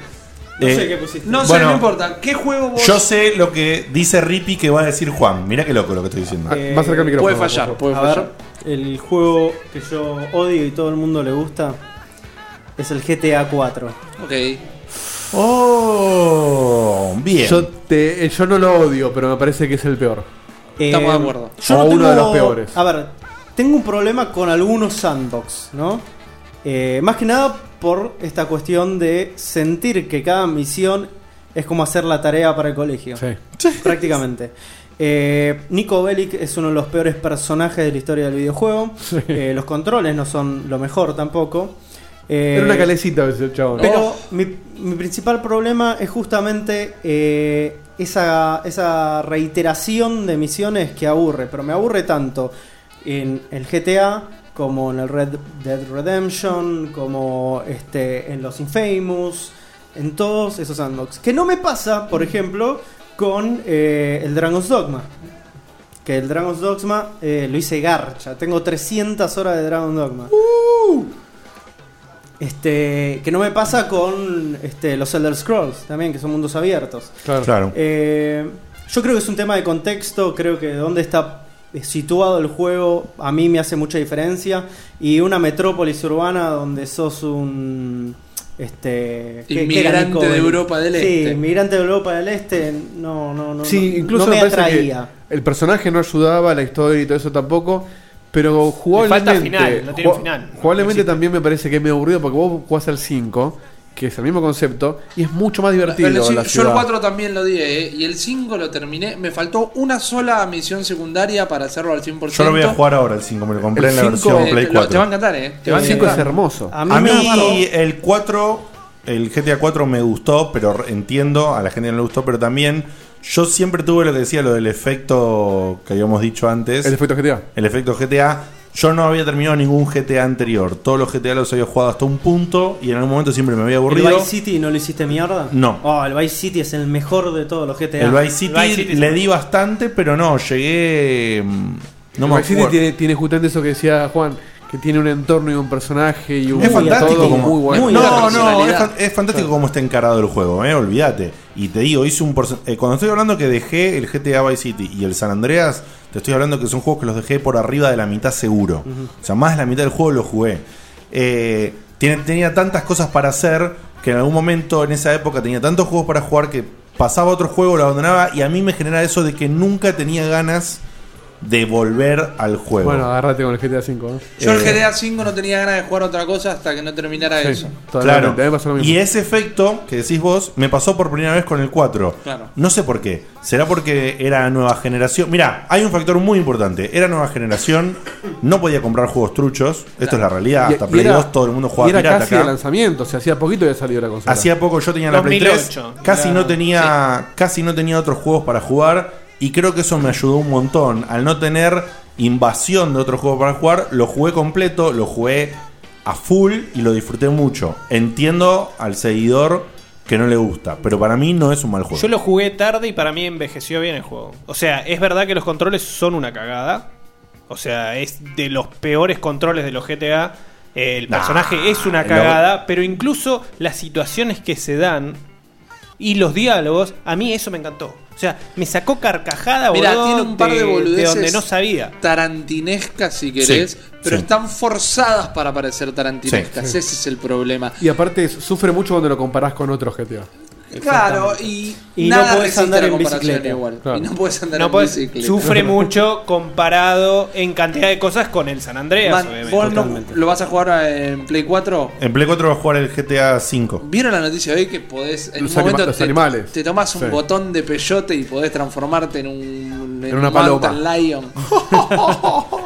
No
Eh,
sé qué pusiste. No sé,
bueno,
no importa. ¿Qué juego vos.?
Yo sé lo que dice Rippy que va a decir Juan. Mirá qué loco lo que estoy diciendo.
Eh, Va a acercar el micrófono,
Puede fallar, puede
A
fallar.
ver, el juego que yo odio y todo el mundo le gusta es el GTA 4.
Ok.
Oh, bien.
Yo, te- eh, yo no lo odio, pero me parece que es el peor.
Eh, yo
o
no
uno
tengo-
de los peores.
A ver, tengo un problema con algunos sandbox, ¿no? Eh, más que nada por esta cuestión de sentir que cada misión es como hacer la tarea para el colegio. Prácticamente. Eh, Nico Bellic es uno de los peores personajes de la historia del videojuego. Eh, los controles no son lo mejor tampoco. Eh,
Era una calecita ese chabón.
pero mi, mi principal problema es justamente eh, esa, esa reiteración de misiones que aburre, pero me aburre tanto en el GTA como en el Red Dead Redemption, como este, en los Infamous, en todos esos sandbox. Que no me pasa, por ejemplo, con eh, el Dragon's Dogma. Que el Dragon's Dogma eh, lo hice garcha. Tengo 300 horas de Dragon's Dogma.
¡Uh!
Este, que no me pasa con este, los Elder Scrolls también, que son mundos abiertos.
Claro. Claro.
Eh, yo creo que es un tema de contexto, creo que dónde está eh, situado el juego a mí me hace mucha diferencia. Y una metrópolis urbana donde sos un... Este, ¿qué- qué era,
Inmigrante
Nico?
de Europa del
Sí,
Este.
inmigrante de Europa del Este, no, no, no.
Sí,
no-
incluso
no me,
parece que
atraía.
el personaje no ayudaba, la historia y todo eso tampoco. Pero jugablemente.
Le falta final, no tiene
ju-
final.
Jugablemente también me parece que es medio aburrido porque vos jugás al 5, que es el mismo concepto, y es mucho más divertido.
Pero el ci-
la
yo el
ciudad.
4 también lo di, eh, y el 5 lo terminé. Me faltó una sola misión secundaria para hacerlo al 100%.
Yo lo voy a jugar ahora el 5, me lo compré
El
en la
cinco-
versión Play
Te, lo-
4.
te va a encantar, ¿eh? Te va a
El cinco
encantar.
es hermoso.
A mí, el 4, el GTA 4 me gustó, pero re- entiendo, a la gente no le gustó, pero también yo siempre tuve lo que decía, lo del efecto que habíamos dicho antes.
El efecto GTA.
El efecto GTA. Yo no había terminado ningún GTA anterior. Todos los GTA los había jugado hasta un punto y en algún momento siempre me había aburrido.
¿El Vice City no lo hiciste mierda?
No.
Oh, el Vice City es el mejor de todos los GTA.
El Vice City, le di bastante, pero no, llegué. mm, No me
El Vice City
acuerdo.
tiene, tiene justamente eso que decía Juan, que tiene un entorno y un personaje y un
Es fantástico
todo
como
muy bueno.
No, no, es, fan- es fantástico como está encarado el juego, eh, olvídate. Y te digo, hice un porce- eh, cuando estoy hablando que dejé el GTA Vice City y el San Andreas, te estoy hablando que son juegos que los dejé por arriba de la mitad seguro. O sea, más de la mitad del juego lo jugué. Eh, tiene- tenía tantas cosas para hacer que en algún momento en esa época tenía tantos juegos para jugar que pasaba otro juego, lo abandonaba y a mí me genera eso de que nunca tenía ganas de volver al juego.
Bueno, agárrate con el GTA V. ¿no?
Yo el
Eh,
GTA 5 no tenía ganas de jugar otra cosa hasta que no terminara eso.
Claro. Y ese efecto que decís vos me pasó por primera vez con el 4.
Claro.
No sé por qué. ¿Será porque era nueva generación? Mirá, hay un factor muy importante. Era nueva generación, no podía comprar juegos truchos. Esto es la realidad.
Y-
Hasta
y
Play
era-
2 todo el mundo
y
jugaba
era
pirata
casi
acá.
el lanzamiento, o sea, hacía poquito había salido la consola.
Hacía poco yo tenía la Play 3. Casi no tenía. Casi no tenía otros juegos para jugar. Y creo que eso me ayudó un montón. Al no tener invasión de otros juegos para jugar, lo jugué completo, lo jugué a full y lo disfruté mucho. Entiendo al seguidor que no le gusta, pero para mí no es un mal juego.
Yo lo jugué tarde y para mí envejeció bien el juego. O sea, es verdad que los controles son una cagada. O sea, es de los peores controles de los GTA. Eh, El
Nah,
personaje es una
lo-
cagada, pero incluso las situaciones que se dan y los diálogos, a mí eso me encantó. O
sea, me sacó carcajada,
Mira,
boludo,
tiene un par de, boludeces
donde no sabía.
Tarantinescas, si querés,
Sí,
pero
sí.
están forzadas para parecer tarantinescas.
Sí.
Ese es el problema.
Y aparte sufre mucho cuando lo comparás con otros GTA.
Claro, y, nada resiste la comparación igual.
Claro.
Y no puedes andar
No
en
podés-
bicicleta. [LAUGHS]
Sufre mucho comparado en cantidad de cosas con el San Andreas,
Man,
obviamente.
vos no- lo vas a jugar eh, en Play 4.
En Play 4 va a jugar el GTA 5.
¿Vieron la noticia hoy que podés en
Los
un momento
anima- los
te,
animales.
te tomás un
Sí.
botón de peyote y podés transformarte en un en
una
un mountain
paloma.
lion?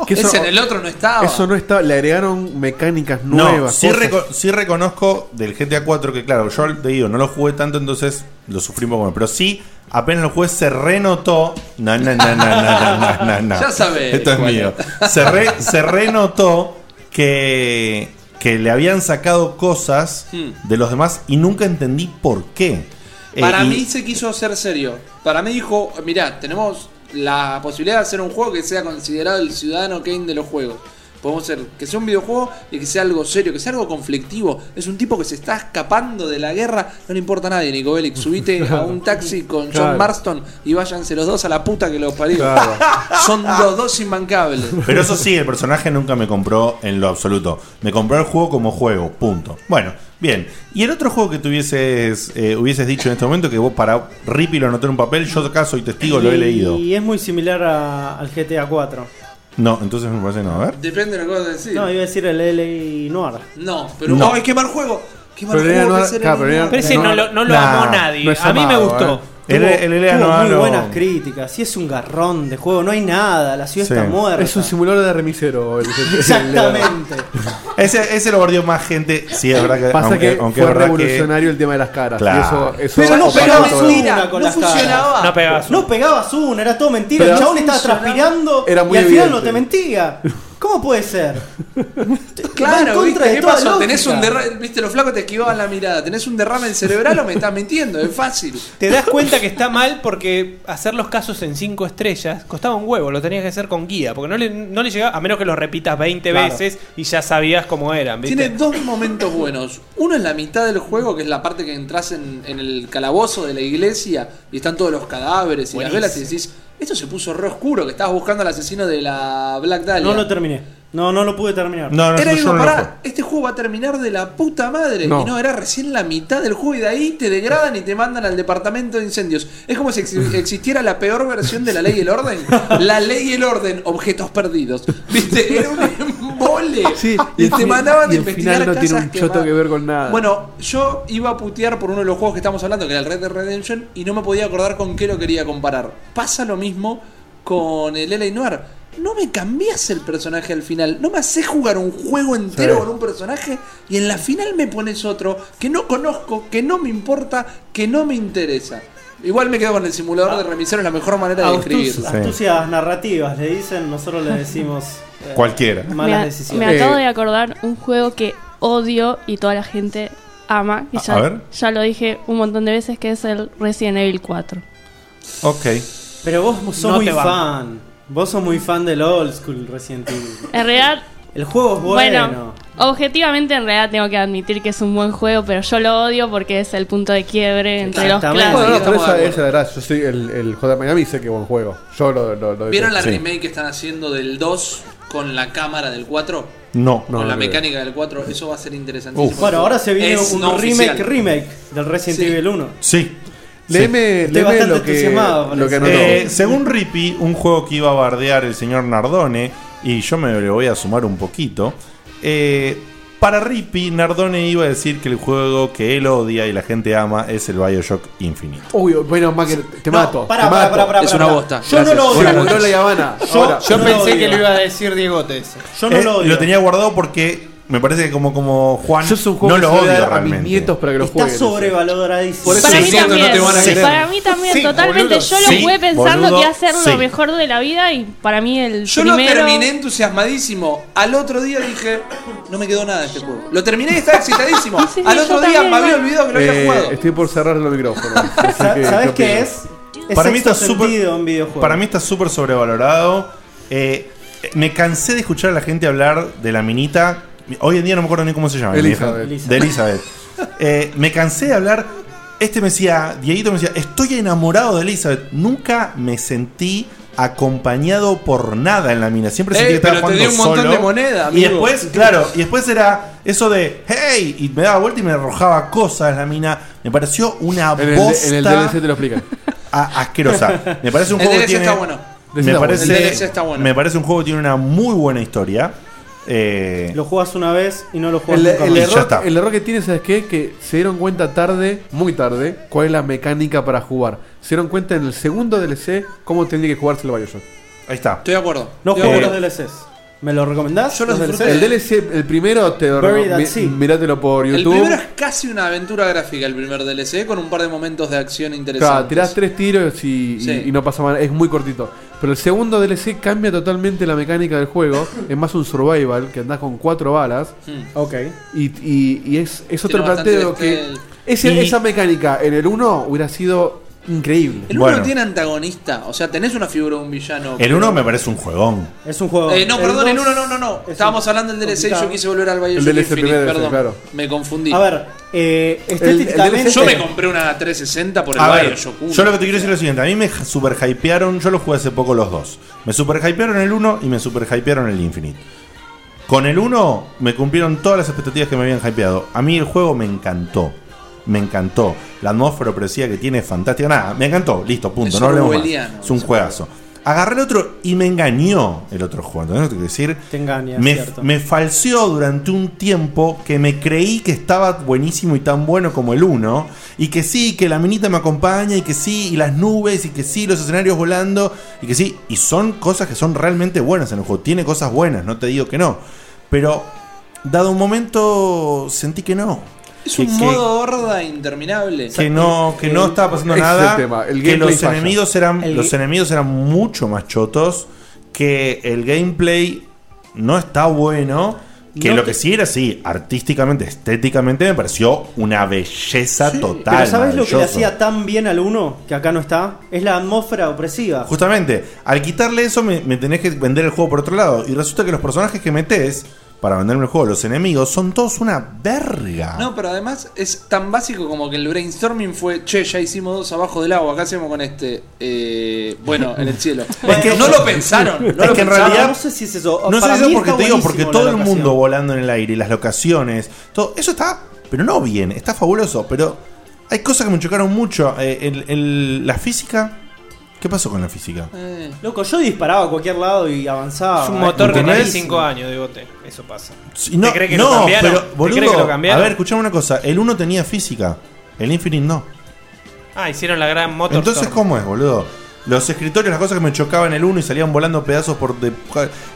Que eso-
Ese en el otro no estaba.
Eso no está, le agregaron mecánicas nuevas.
No, sí,
cosas.
reco- sí reconozco del GTA 4 que, claro, yo te digo, no lo jugué tanto, entonces lo sufrí un poco más. Pero sí, apenas lo jugué, se renotó. No, no, no, no, no, no, no, no.
[LAUGHS] Ya sabés
Esto es
cuál
mío.
es. [LAUGHS]
Se, re- se renotó que, que le habían sacado cosas
Hmm.
de los demás y nunca entendí por qué. Eh,
Para
y-
mí se quiso hacer serio. Para mí dijo, mirá, tenemos la posibilidad de hacer un juego que sea considerado el ciudadano Kane de los juegos. Podemos hacer que sea un videojuego y que sea algo serio, que sea algo conflictivo. Es un tipo que se está escapando de la guerra. No le importa a nadie, Nico Bellic.
[LAUGHS]
Subite a un taxi con John
Claro.
Marston y váyanse los dos a la puta que los parió.
Claro.
[LAUGHS] Son los dos imbancables.
Pero eso sí, el personaje nunca me compró en lo absoluto. Me compró el juego como juego, punto. Bueno, bien. ¿Y el otro juego que tuvieses, eh, hubieses dicho en este momento que vos para Rippy lo anoté en un papel? Yo acá soy testigo, lo he leído.
Y es muy similar a- al GTA 4.
No, entonces me parece que no. A ver.
Depende de lo que vas a decir.
No, iba a decir el LA Noir.
No, pero
No.
no. es que mal juego. Qué mal
Pero era
juego
no-
que será
claro,
el
pero era-
Noir.
Pero ese no lo- no lo amó nadie. A mí me gustó.
El, el, Elea
tuvo
no
muy
lo-
buenas críticas. Y es un garrón de juego. No hay nada. La ciudad
Sí.
está muerta.
Es
un simulador de remisero.
Exactamente.
Ese, ese lo bardeó más gente. Sí, es verdad que.
Pasa
aunque,
que
aunque
fue
es verdad
revolucionario el tema de las caras.
Claro.
y eso- eso
pero no
opacó
pegabas
todo.
una con
No
las caras.
funcionaba. No pegabas
No pegabas una, era todo mentira.
Pero
el chabón
no
estaba
funcionaba.
transpirando
Era muy
y al final
evidente.
no te mentía. ¿Cómo puede ser? Va en
[LAUGHS] Claro,
contra
¿viste?
de
¿Qué
toda
pasó?
lógica.
Tenés un derrame, viste, los flacos te esquivaban la mirada. ¿Tenés un derrame cerebral o me estás mintiendo? Es fácil.
Te das cuenta que está mal porque hacer los casos en 5 estrellas costaba un huevo, lo tenías que hacer con guía, porque no le, no le llegaba, a menos que los repitas 20
Claro.
veces y ya sabías cómo eran, ¿viste?
Tiene dos momentos buenos. Uno es la mitad del juego, que es la parte que entras en, en el calabozo de la iglesia y están todos los cadáveres y
Buenísimo.
las velas y decís, esto se puso re oscuro, que estabas buscando al asesino de la Black Dahlia.
No lo terminé. No, no lo pude terminar.
era digo, pará, este juego va a terminar de la puta madre.
No.
Y no, era recién la mitad del juego y de ahí te degradan y te mandan al departamento de incendios. Es como si ex- existiera la peor versión de la ley y el
[LAUGHS]
orden. La ley y el orden, objetos perdidos. ¿Viste? Era un embole. Ah, y, te mandaban a
y al
investigar
final no tiene
casas
un choto
quemadas.
que ver con nada.
Bueno, yo iba a putear por uno de los juegos que estamos hablando, que era el Red Dead Redemption, y no me podía acordar con qué lo quería comparar. Pasa lo mismo con el L.A. Noir. No me cambias el personaje al final. No me haces jugar un juego entero
Sí.
con un personaje y en la final me pones otro que no conozco, que no me importa, que no me interesa. Igual me quedo con el simulador de remisero, es la mejor manera de
Astuci-
escribir.
Ah. Astucias narrativas, le dicen, nosotros le decimos. eh,
Cualquiera.
Malas
me,
decisiones.
me acabo de acordar un juego que odio y toda la gente ama. Y
A-
ya,
a ver.
ya lo dije un montón de veces que es el Resident Evil 4.
Ok.
Pero vos sos
No
muy
te va.
fan. Vos sos muy fan del old school Resident Evil.
En realidad,
El juego es bueno.
bueno. objetivamente en realidad tengo que admitir que es un buen juego, pero yo lo odio porque es el punto de quiebre entre los
Exactamente. Bueno, no,
clásicos.
pero esa, esa era, yo soy el, el J Miami, sé que buen juego. Yo lo, lo, lo
¿Vieron la
sí.
remake que están haciendo del 2 con la cámara del 4?
No,
con
no,
la
no,
mecánica del 4, eso va a ser interesantísimo.
Uf. Bueno, ahora se viene
Es
un
no
remake
oficial.
remake del Resident Evil 1.
Sí.
Léeme,
Estoy
léeme
bastante
lo que,
entusiasmado con
lo que
eso.
anotó.
Eh, según Rippy, un juego que iba a bardear el señor Nardone, y yo me le voy a sumar un poquito. eh, para Rippy, Nardone iba a decir que el juego que él odia y la gente ama es el Bioshock Infinite.
Uy, bueno, más que te mato.
pará,
te
pará,
mato.
pará, pará, pará, pará. Yo no lo odio.
Hola, Lola y Habana.
Yo-
Ahora.
yo
Yo pensé que lo iba a decir Diegote ese.
Yo
Eh, tenía guardado porque me parece que como, como Juan
juego
no lo
que se lo voy a
odio
dar a mis
realmente.
nietos para que lo
Está sobrevaloradísimo.
Por eso Para los mí nietos no también, te van a sí. querer.
Para mí también,
Sí,
totalmente.
boludo.
Yo lo
Sí,
jugué pensando
boludo,
que iba a ser
sí.
lo mejor de la vida y para mí el
Yo
primero...
lo terminé entusiasmadísimo. Al otro día dije, no me quedó nada de este juego. Lo terminé y estaba excitadísimo.
[LAUGHS] Sí,
Al
yo
otro día
también,
me había
igual.
olvidado que lo había
Eh,
jugado.
Estoy por cerrar los micrófonos.
¿Sabes qué es? Es
Para mí
sexto
está súper-
sentido en videojuegos.
Para mí está súper sobrevalorado. Eh, me cansé de escuchar a la gente hablar de la minita. Hoy en día no me acuerdo ni cómo se llama.
Elizabeth.
De Elizabeth. Eh, me cansé de hablar Este me decía, Dieguito me decía, estoy enamorado de Elizabeth. Nunca me sentí acompañado por nada en la mina. Siempre sentí
Ey,
que estaba
pero te
jugando
di un montón
solo.
de moneda,
Y
amigo.
después, claro, y después era eso de, hey, y me daba vuelta y me arrojaba cosas la mina. Me pareció una
En el,
bosta
en el DLC te lo explican.
a- Ah, asquerosa. Me parece un
[LAUGHS] El
juego que
DLC
tiene,
está bueno.
Me
Está bueno.
parece,
El DLC está bueno.
me parece un juego que tiene una muy buena historia. Eh,
Lo juegas una vez y no lo juegas
El,
nunca
el
más.
error, el error que tiene, ¿sabes qué? Que se dieron cuenta tarde, muy tarde, cuál es la mecánica para jugar. Se dieron cuenta en el segundo DLC cómo tendría que jugarse el Bioshock.
Ahí está.
Estoy de acuerdo.
No
eh,
eh,
Yo-
juego los DLCs. ¿Me lo recomendás?
Yo los disfruté. El DLC, el primero, te lo
Buried at
mi-
Sea.
mirátelo por
El
YouTube.
primero es casi una aventura gráfica, el primer DLC, con un par de momentos de acción
Claro,
interesantes.
tirás tres tiros y, y-
Sí.
y no pasa mal, es muy cortito. Pero el segundo DLC cambia totalmente la mecánica del juego. Es más un survival que andás con cuatro balas.
Ok.
Y, y- y es, es otro
Hmm. Tiene bastante este-
planteo que.
stealth.
ese-
Y-
Esa mecánica en el 1 hubiera sido increíble.
El uno no tiene antagonista, o sea, tenés una figura de un villano.
el
pero-
1 me parece un juegón.
Es un juego.
Eh, no, perdón, el 1 no, no, no. Estábamos hablando del DLC y yo
complicado.
quise volver al Bioshock
El DLC
Infinite,
primero,
perdón.
claro.
Me confundí.
A ver, eh,
estéticamente-
yo me compré una 360 por el
A ver,
Bioshock 1.
yo lo que te quiero decir es lo siguiente: a mí me super hypearon, yo lo jugué hace poco los dos. Me super hypearon el 1 y me super hypearon el Infinite. Con el 1 me cumplieron todas las expectativas que me habían hypeado. A mí el juego me encantó. Me encantó. La atmósfera opresiva que tiene es fantástica. Nada, me encantó. Listo, punto.
Es
no hablemos más.
orwelliano,
Es un juegazo. Agarré el otro y me engañó el otro juego. ¿Entendés lo que quiero decir?
Te engaña,
me,
cierto.
me falseó durante un tiempo que me creí que estaba buenísimo y tan bueno como el 1. Y que sí, que la minita me acompaña, y que sí, y las nubes, y que sí, los escenarios volando, y que sí. Y son cosas que son realmente buenas en el juego. Tiene cosas buenas, no te digo que no. Pero, dado un momento, sentí que no.
Es
Que-
un
que-
modo horda interminable.
que no que no estaba pasando nada que los enemigos eran los enemigos eran mucho más chotos que el gameplay no está bueno que
No
lo
te-
que sí era sí artísticamente estéticamente me pareció una belleza total
Pero ¿sabes lo que le
maravilloso.
hacía tan bien al 1 que acá no está? Es la atmósfera opresiva.
justamente al quitarle eso me, me tenés que vender el juego por otro lado y resulta que los personajes que metes para venderme el juego los enemigos son todos una verga
No, pero además es tan básico como que el brainstorming fue, che, ya hicimos dos abajo del agua, ¿qué hacemos con este? Eh, bueno, en el cielo. es que no lo pensaron. No
es
lo
que en
pensaron.
realidad.
No sé si es eso.
No sé
Para
si es
mí
porque
está
te digo,
buenísimo
porque
la
todo el
locación.
mundo volando en el aire y las locaciones. Todo, eso está, pero no bien. Está fabuloso, pero hay cosas que me chocaron mucho. Eh, el- el- la física. ¿Qué pasó con la física?
Loco, yo disparaba a cualquier lado y avanzaba.
Es un motor que
Buenísimo.
tiene
Cinco años de bote, eso pasa.
Y
¿Te crees que lo cambiaron?
pero,
¿Te
boludo,
crees que lo cambiaron?
A ver, escuchame una cosa. El 1 tenía física, el Infinite no.
Ah, hicieron la gran motor.
Entonces,
Storm.
¿cómo es, boludo? Los escritorios, las cosas que me chocaban en el 1 y salían volando pedazos por. de-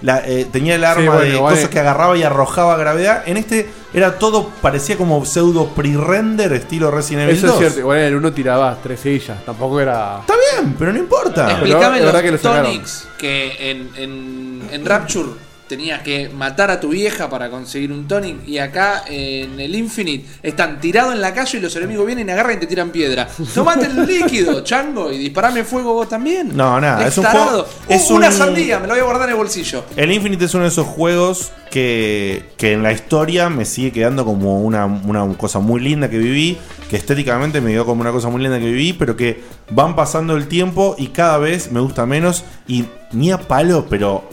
la, eh, tenía el arma
Sí, bueno,
de
igual
cosas
es-
que agarraba y arrojaba gravedad. En este era todo, parecía como pseudo pre-render estilo Resident Evil
Eso
2.
es cierto. Igual en el 1 tirabas tres sillas. Tampoco era.
Está bien, pero no importa.
Explícame
la verdad
los
que lo sacaron.
tonics que en, en, en Rapture tenías que matar a tu vieja para conseguir un tonic y acá en el Infinite están tirados en la calle y los enemigos vienen, agarran y te tiran piedra. Tomate el líquido, chango, y disparame fuego vos también.
No, nada, es un
Destarado.
juego- es
Uh, una
un-
sandía, me la voy a guardar en el bolsillo.
El Infinite es uno de esos juegos que, que en la historia me sigue quedando como una, una cosa muy linda que viví, que estéticamente me quedó como una cosa muy linda que viví, pero que van pasando el tiempo y cada vez me gusta menos y ni a palo, pero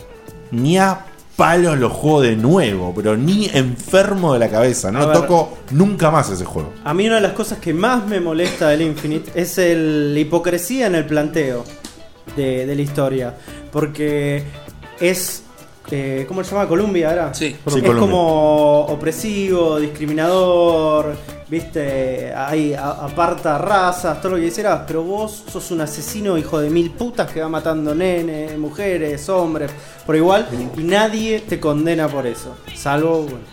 ni a palos lo juego de nuevo, pero ni enfermo de la cabeza, no
A
lo
ver.
toco nunca más ese juego.
A mí una de las cosas que más me molesta del Infinite es el- la hipocresía en el planteo de, de la historia. Porque es... eh, ¿Cómo se llama? Colombia, ¿verdad?
Sí.
es
Sí, Columbia.
como opresivo, discriminador, viste, ahí a- aparta razas, todo lo que quisieras, pero vos sos un asesino hijo de mil putas que va matando nenes, mujeres, hombres, por igual, y nadie te condena por eso, salvo, bueno,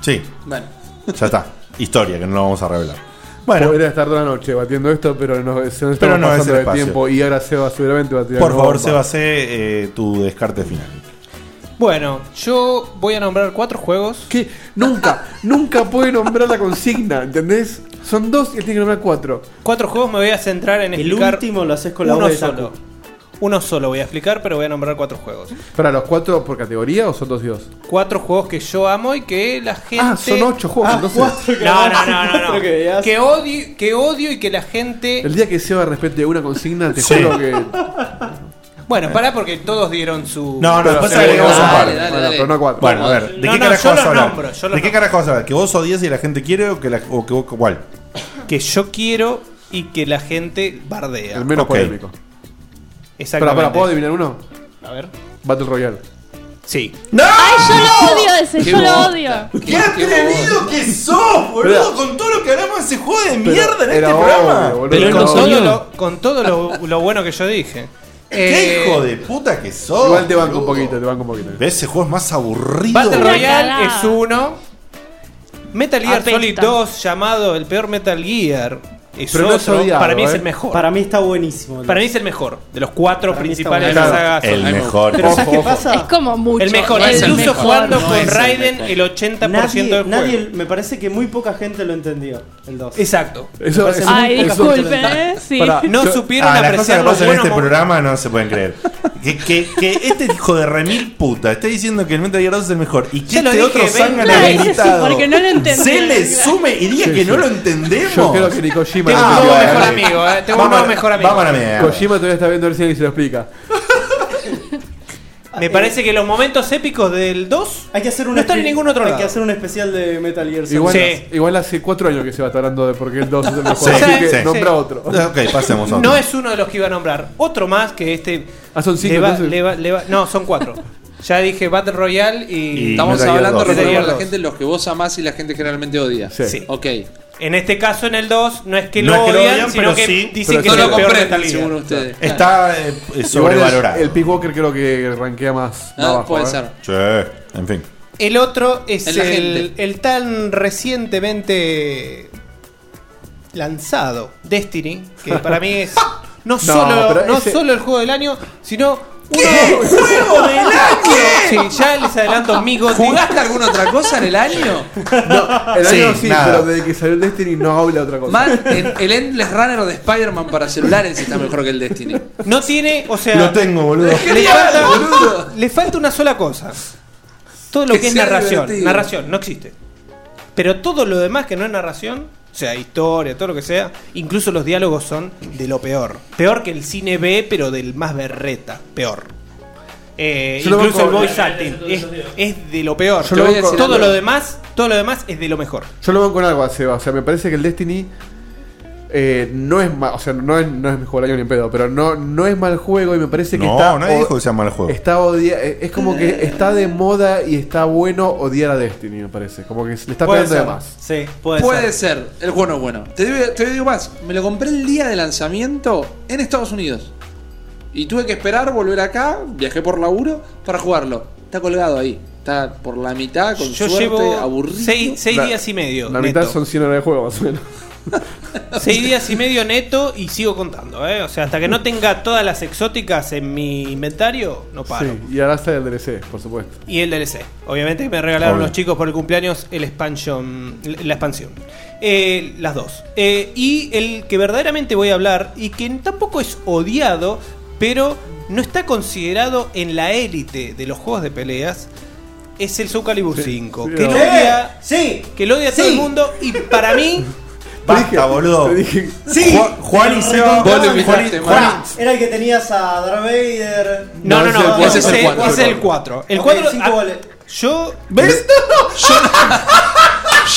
Sí,
Bueno.
ya está, historia que no lo vamos a revelar. Bueno.
Bueno, podría estar toda la noche batiendo esto, pero no, se nos
Pero
estamos
no es
pasando
el
de
espacio.
tiempo y ahora Seba seguramente va a tirar
Por
una
favor,
bomba.
Seba, sé eh, tu descarte final.
Bueno, yo voy a nombrar cuatro juegos.
¿Qué? Nunca, [LAUGHS] nunca puede nombrar la consigna, ¿entendés? Son dos y él tiene que nombrar cuatro.
Cuatro juegos me voy a centrar en
El
explicar
último
lo haces
con la
uno
voz de
solo. Uno solo voy a explicar, pero voy a nombrar cuatro juegos.
¿Para los cuatro por categoría o son dos y dos?
Cuatro juegos que yo amo y que la gente.
Ah, son ocho juegos, entonces.
cuatro que No, no, no, no. no.
Cuatro que veas.
que, odio, que odio y que la gente.
El día que Seba respete una consigna, te
Sí.
juro
[LAUGHS]
que.
Bueno, pará porque todos dieron su.
No, no,
Pero-
después
Dale,
agregamos un
dale,
par.
dale,
Bueno,
dale.
pero no cuatro. Bueno, a ver,
No,
¿de qué
no,
carajo
yo
vas
los
a hablar?
nombro, yo los
¿De qué
nombro.
carajo vas a hablar? ¿Que vos odias y la gente quiere o que, la, o que vos cuál?
Que yo quiero y que la gente bardea.
El menos
Ok.
polémico.
Exactamente.
Para, para, ¿puedo adivinar uno?
A ver.
Battle Royale.
Sí.
¡No!
¡Ay, yo lo odio ese!
Qué
¡Yo lo
bosta.
odio!
¡Qué atrevido que sos, boludo!
Pero-
Con todo lo que hablamos de ese juego de
Pero
mierda en
era
este
obvio,
programa.
boludo. Pero con todo, lo, con todo lo, lo bueno que yo dije.
¡Qué
Eh,
hijo de puta que sos!
Igual te
banco
un
poquito, te banco un poquito.
Ese juego es más aburrido.
Battle
boludo.
Royale es uno. Metal Gear
Apesta.
Solid 2, llamado el peor Metal Gear, es otro. para mí es el mejor.
Para mí está buenísimo.
Para mí es el mejor. De los cuatro
Para mí está
principales de la
bueno.
saga.
Claro,
Solid.
el mejor.
Pero
Ojo,
¿sabes qué
ojo.
pasa?
Es como mucho.
El mejor.
Es el
incluso
mejor,
jugando
no
con
es el
Raiden
mejor.
el 80%
nadie,
del juego.
nadie- me parece que muy poca gente lo entendió. El 2.
Exacto.
Me parece muy poca gente lo entendió.
Pará, yo- Ah, las cosas que pasan en este programa no se pueden creer. Que, que- que este hijo de remil puta esté diciendo que el Metal Gear 2 es el mejor y que
Ya lo
este
dije,
otro
veinte
zángano
veces,
habilitado
porque no lo entendí,
se le
claro.
sume y diga
Sí,
que
sí.
no lo entendemos.
Yo creo que ni Kojima.
Tengo
lo
un nuevo
entendió.
mejor amigo, eh. Tengo un nuevo mejor amigo. Vamos a la mierda.
Kojima todavía está viendo el cine y se lo explica.
Me parece que los momentos épicos del 2
hay que hacer
no están en ningún otro
Hay
lado.
que hacer un especial de Metal Gear Solid.
Igual,
Sí.
igual hace cuatro años que se va a estar hablando de por qué el 2 es el mejor.
Sí,
así que
sí.
nombra
Sí.
otro.
[LAUGHS] Ok, pasemos a otro.
No es uno de los que iba a nombrar. Otro más que este.
Ah, son cinco,
le va-
entonces.
le va- le va- no, son
[LAUGHS]
cuatro. ya dije Battle Royale y.
Estamos hablando,
Metal
recordemos
Gear
a la
2.
gente, los que vos amás y la gente generalmente odia.
Sí. Sí.
Ok.
En este caso, en el 2, no es que lo
No es que lo
odian,
odian,
sino
pero
que
sí,
dicen
pero
que
sí.
es
No
el
lo
peor
comprenden,
Metal Gear.
según ustedes.
Está eh,
Igual
sobrevalorado.
El, el Peace Walker creo que rankea más. ¿eh?
Ah, puede ser.
Che, en fin.
El otro es
En la
el,
gente.
el tan recientemente lanzado Destiny, que para mí
[LAUGHS]
es no,
No,
solo,
pero
no
ese-
solo el juego del año, sino uno juego del año. Sí, ya les adelanto mi goti.
¿Jugaste alguna otra cosa en el año?
El
Sí,
año sí,
nada.
pero desde que salió el Destiny no habla otra cosa.
Man, en- el Endless Runner de Spider-Man para celulares está mejor que el Destiny.
No tiene, o sea,
Lo
tengo, boludo.
le falta, le falta una sola cosa. Todo lo que,
Que
es
sea
narración,
divertido.
narración no existe. Pero todo lo demás que no es narración, o sea, historia, todo lo que sea, incluso los diálogos son de lo peor. Peor que el cine B, pero del más berreta, peor. Eh,
Yo lo
incluso
banco-
el voice acting es, es de lo peor.
Yo lo banco-
todo lo demás, todo lo demás es de lo mejor.
Yo lo veo con algo a Seba. O sea, me parece que el Destiny eh, no es mal. O sea, no es, no es mejor año ni en pedo, pero no, no es mal juego y me parece que
No,
está.
nadie
o-
dijo Este que sea mal juego.
Está odia eh, es como que está de moda y está bueno odiar a Destiny, me parece. Como que se le está
Puede
pegando de
ser.
más.
Sí,
Puede ser. El juego no es bueno. Te digo, te digo más. Me lo compré el día de lanzamiento en Estados Unidos. Y tuve que esperar, volver acá, viajé por laburo para jugarlo. Está colgado ahí. Está por la mitad, con
Yo
suerte,
llevo
aburrido.
seis- seis
La-
días y medio.
La mitad
neto.
son 100 horas de juego, más o menos.
Seis días y medio neto y sigo contando, ¿eh? O sea, hasta que no tenga todas las exóticas en mi inventario, no paro.
Sí, y ahora está el DLC, por supuesto.
Y el DLC. Obviamente que me regalaron
Obvio.
los chicos por el cumpleaños el expansion, la expansión. Eh, las dos. Eh, y el que verdaderamente voy a hablar y que tampoco es odiado, pero no está considerado en la élite de los juegos de peleas, es el Soul Calibur 5. que, lo
¿Eh?
odia, que lo odia todo el mundo y para mí...
Basta, boludo.
Sí.
Ju- Juan y Seba.
Vos lo
Juan y-
invitaste,
Juan y-
Ah, Era el que tenías a Darth Vader.
No, no, no, ese es el 4. Ese es el 4. El
Ok,
4
cinco
ah, yo
¿Ves?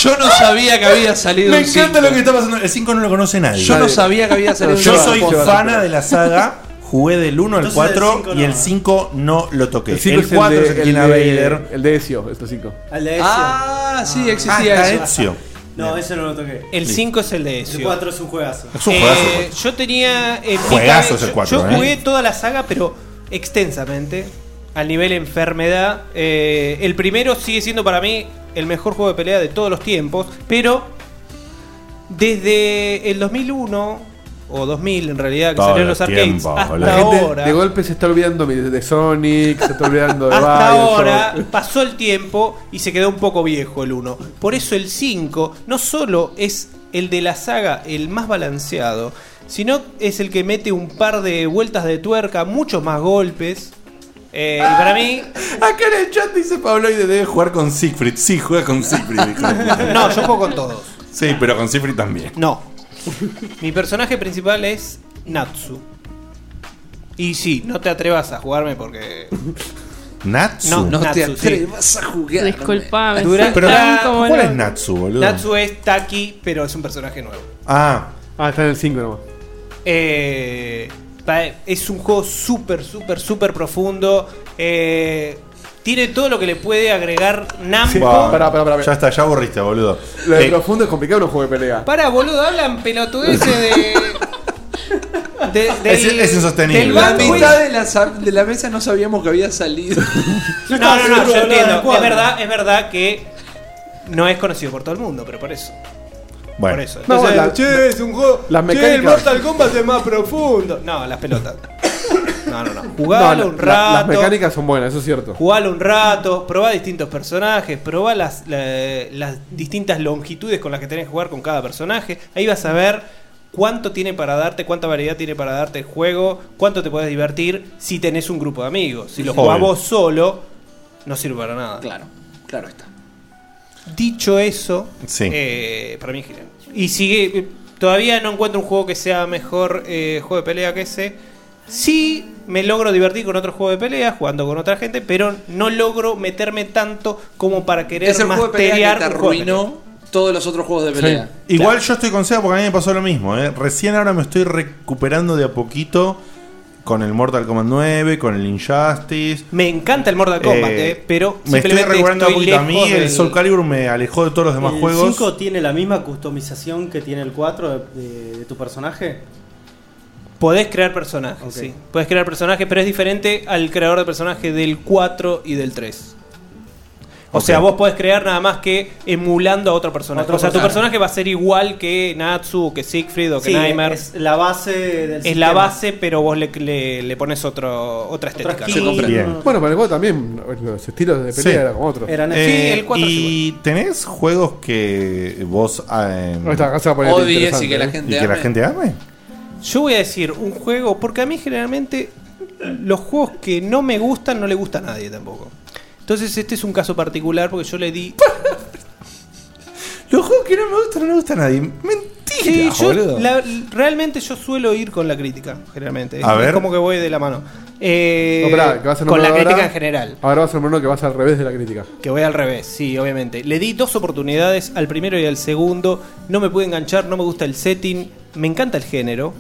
Yo no sabía que había salido
Me
un
encanta lo que está pasando. El 5 no lo conoce nadie.
Yo no sabía que había salido
Yo
un
soy
juego.
fana de la saga. Jugué del 1 al
Entonces el
4
cinco
y el 5 no lo toqué.
El cinco
El
es el
4
de-
es el que
el
tiene a
de-
Vader.
El de Ezio, estos 5.
Ah, sí, existía
Ah, está
eso.
Ezio.
No, ese no lo toqué.
El 5 es el de Ezio.
El 4 es un juegazo.
Es un juegazo,
Eh,
juegazo.
yo tenía. en mi
Juegazo
cabeza-
es el
yo-
cuatro,
Yo,
¿eh?
jugué toda la saga, pero extensamente. Al nivel enfermedad. Eh, el primero sigue siendo para mí el mejor juego de pelea de todos los tiempos. Pero. Desde el 2001. O 2000 en realidad, que
Todos
salieron
los
los arcades.
tiempos,
hasta
La gente
ahora.
de golpe se está olvidando de de Sonic, se está olvidando de
Hasta
Bioshock.
ahora pasó el tiempo y se quedó un poco viejo el 1. Por eso el 5 no solo es el de la saga, el más balanceado, sino es el que mete un par de vueltas de tuerca, muchos más golpes. Eh, y para mí.
Acá en el chat dice Pabloide debe jugar con Siegfried. Sí, juega con Siegfried. hijo de puta.
[LAUGHS] No, yo juego con todos.
Sí, pero con Siegfried también.
No. Mi personaje principal es Natsu. Y sí, no te atrevas a jugarme porque.
[LAUGHS] Natsu.
No, no te Natsu, sí. atrevas
a jugar.
Disculpame.
Dura-
Pero,
Dura-
¿cuál es Natsu, boludo?
Natsu es Taki, pero es un personaje nuevo.
Ah.
Ah, está en el 5 nomás.
Eh, pa- es un juego súper, súper, súper profundo. Eh, tiene todo lo que le puede agregar Namco.
Bah, Ya está, ya aburriste, boludo. Eh,
Lo de profundo es complicado en un juego de pelea.
Para, boludo, hablan pelotudeces de. de-
Es- es insostenible.
del
La
Banquish.
mitad de la, sa- de la mesa no sabíamos que había salido. [LAUGHS]
No, no, no, yo entiendo. Es verdad, eh, es verdad que no es conocido por todo el mundo, pero por eso.
Bueno.
Por eso.
No,
Entonces,
la-
che, es un juego.
las
che,
mecánicas-
el Mortal Kombat es más profundo. No, las [COUGHS] pelotas. No, no, no. Jugalo
No,
un
la- la- las
rato.
mecánicas son buenas, eso es cierto.
Jugalo un rato, probá distintos personajes, probá las, la- las distintas longitudes con las que tenés que jugar con cada personaje. Ahí vas a ver cuánto tiene para darte, cuánta variedad tiene para darte el juego, cuánto te podés divertir si tenés un grupo de amigos. Si lo
Obvio.
jugás vos solo, no sirve para nada.
Claro, claro está.
Dicho eso,
Sí.
eh, para mí es genial. Y sigue. eh, Todavía no encuentro un juego que sea mejor eh, juego de pelea que ese. Sí, me logro divertir con otro juego de pelea, jugando con otra gente, pero no logro meterme tanto como para querer
Es el juego de pelea
masterear
que te
un juego de pelea.
arruinó todos los otros juegos de pelea.
Igual yo estoy con Seba porque a mí me pasó lo mismo. ¿eh? Recién ahora me estoy recuperando de a poquito con el Mortal Kombat 9, con el Injustice.
Me encanta el Mortal Kombat, eh, pero
me estoy
simplemente
recuperando de a
estoy
poquito. A mí
lejos
el
del-
Soul Calibur me alejó de todos los demás
¿El
juegos.
5 tiene la misma customización que tiene el 4 de, de- de tu personaje?
Podés crear personajes, sí. Podés crear personajes, pero es diferente al creador de personajes del 4 y del 3. O
Ok.
sea, vos podés crear nada más que emulando a otro personaje.
Otro
o sea, tu
personaje.
personaje va a ser igual que Natsu, o que Siegfried o que
Sí,
Nightmare.
es la base del
Es la
sistema.
base, pero vos le, le- le pones otro, otra estética.
skin. Se compra. Bien.
Bueno, para el juego también los estilos de pelea
Sí.
eran como otros.
Eran-
Eh,
sí, el 4 es
¿Y tenés juegos que vos eh,
Ahí está, acá se va a poner Odies interesante, y que la ¿eh?
¿Y
gente
que la
ame.
gente ame?
Yo voy a decir un juego, porque a mí generalmente los juegos que no me gustan no le gusta a nadie tampoco. Entonces este es un caso particular porque yo le di...
Los juegos que no me gustan no le gustan a nadie. Mentira,
Sí, yo
boludo.
la- realmente yo suelo ir con la crítica, generalmente.
A
es
ver.
como que voy de la mano. Eh,
No, pará, que vas a
con la
nombrar
crítica
ahora-
en general.
Ahora vas a nombrar uno que vas al revés de la crítica.
Que voy al revés, sí, obviamente. Le di dos oportunidades, al primero y al segundo. No me pude enganchar, no me gusta el setting. Me encanta el género.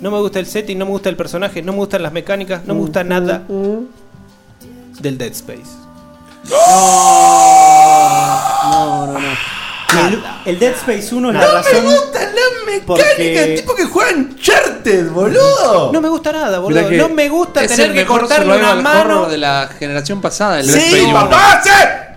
No me gusta el setting, no me gusta el personaje, no me gustan las mecánicas, no me gusta nada del Dead Space.
No, no, no. El, el Dead Space 1 es la razón.
Mecánica, el tipo que juega Uncharted, boludo.
No me gusta nada,
Mirá
boludo.
que
No me gusta
es
tener
el
que
mejor
cortarle una
survival
mano.
horror de la generación pasada. El
Sí,
Dead Space
papá,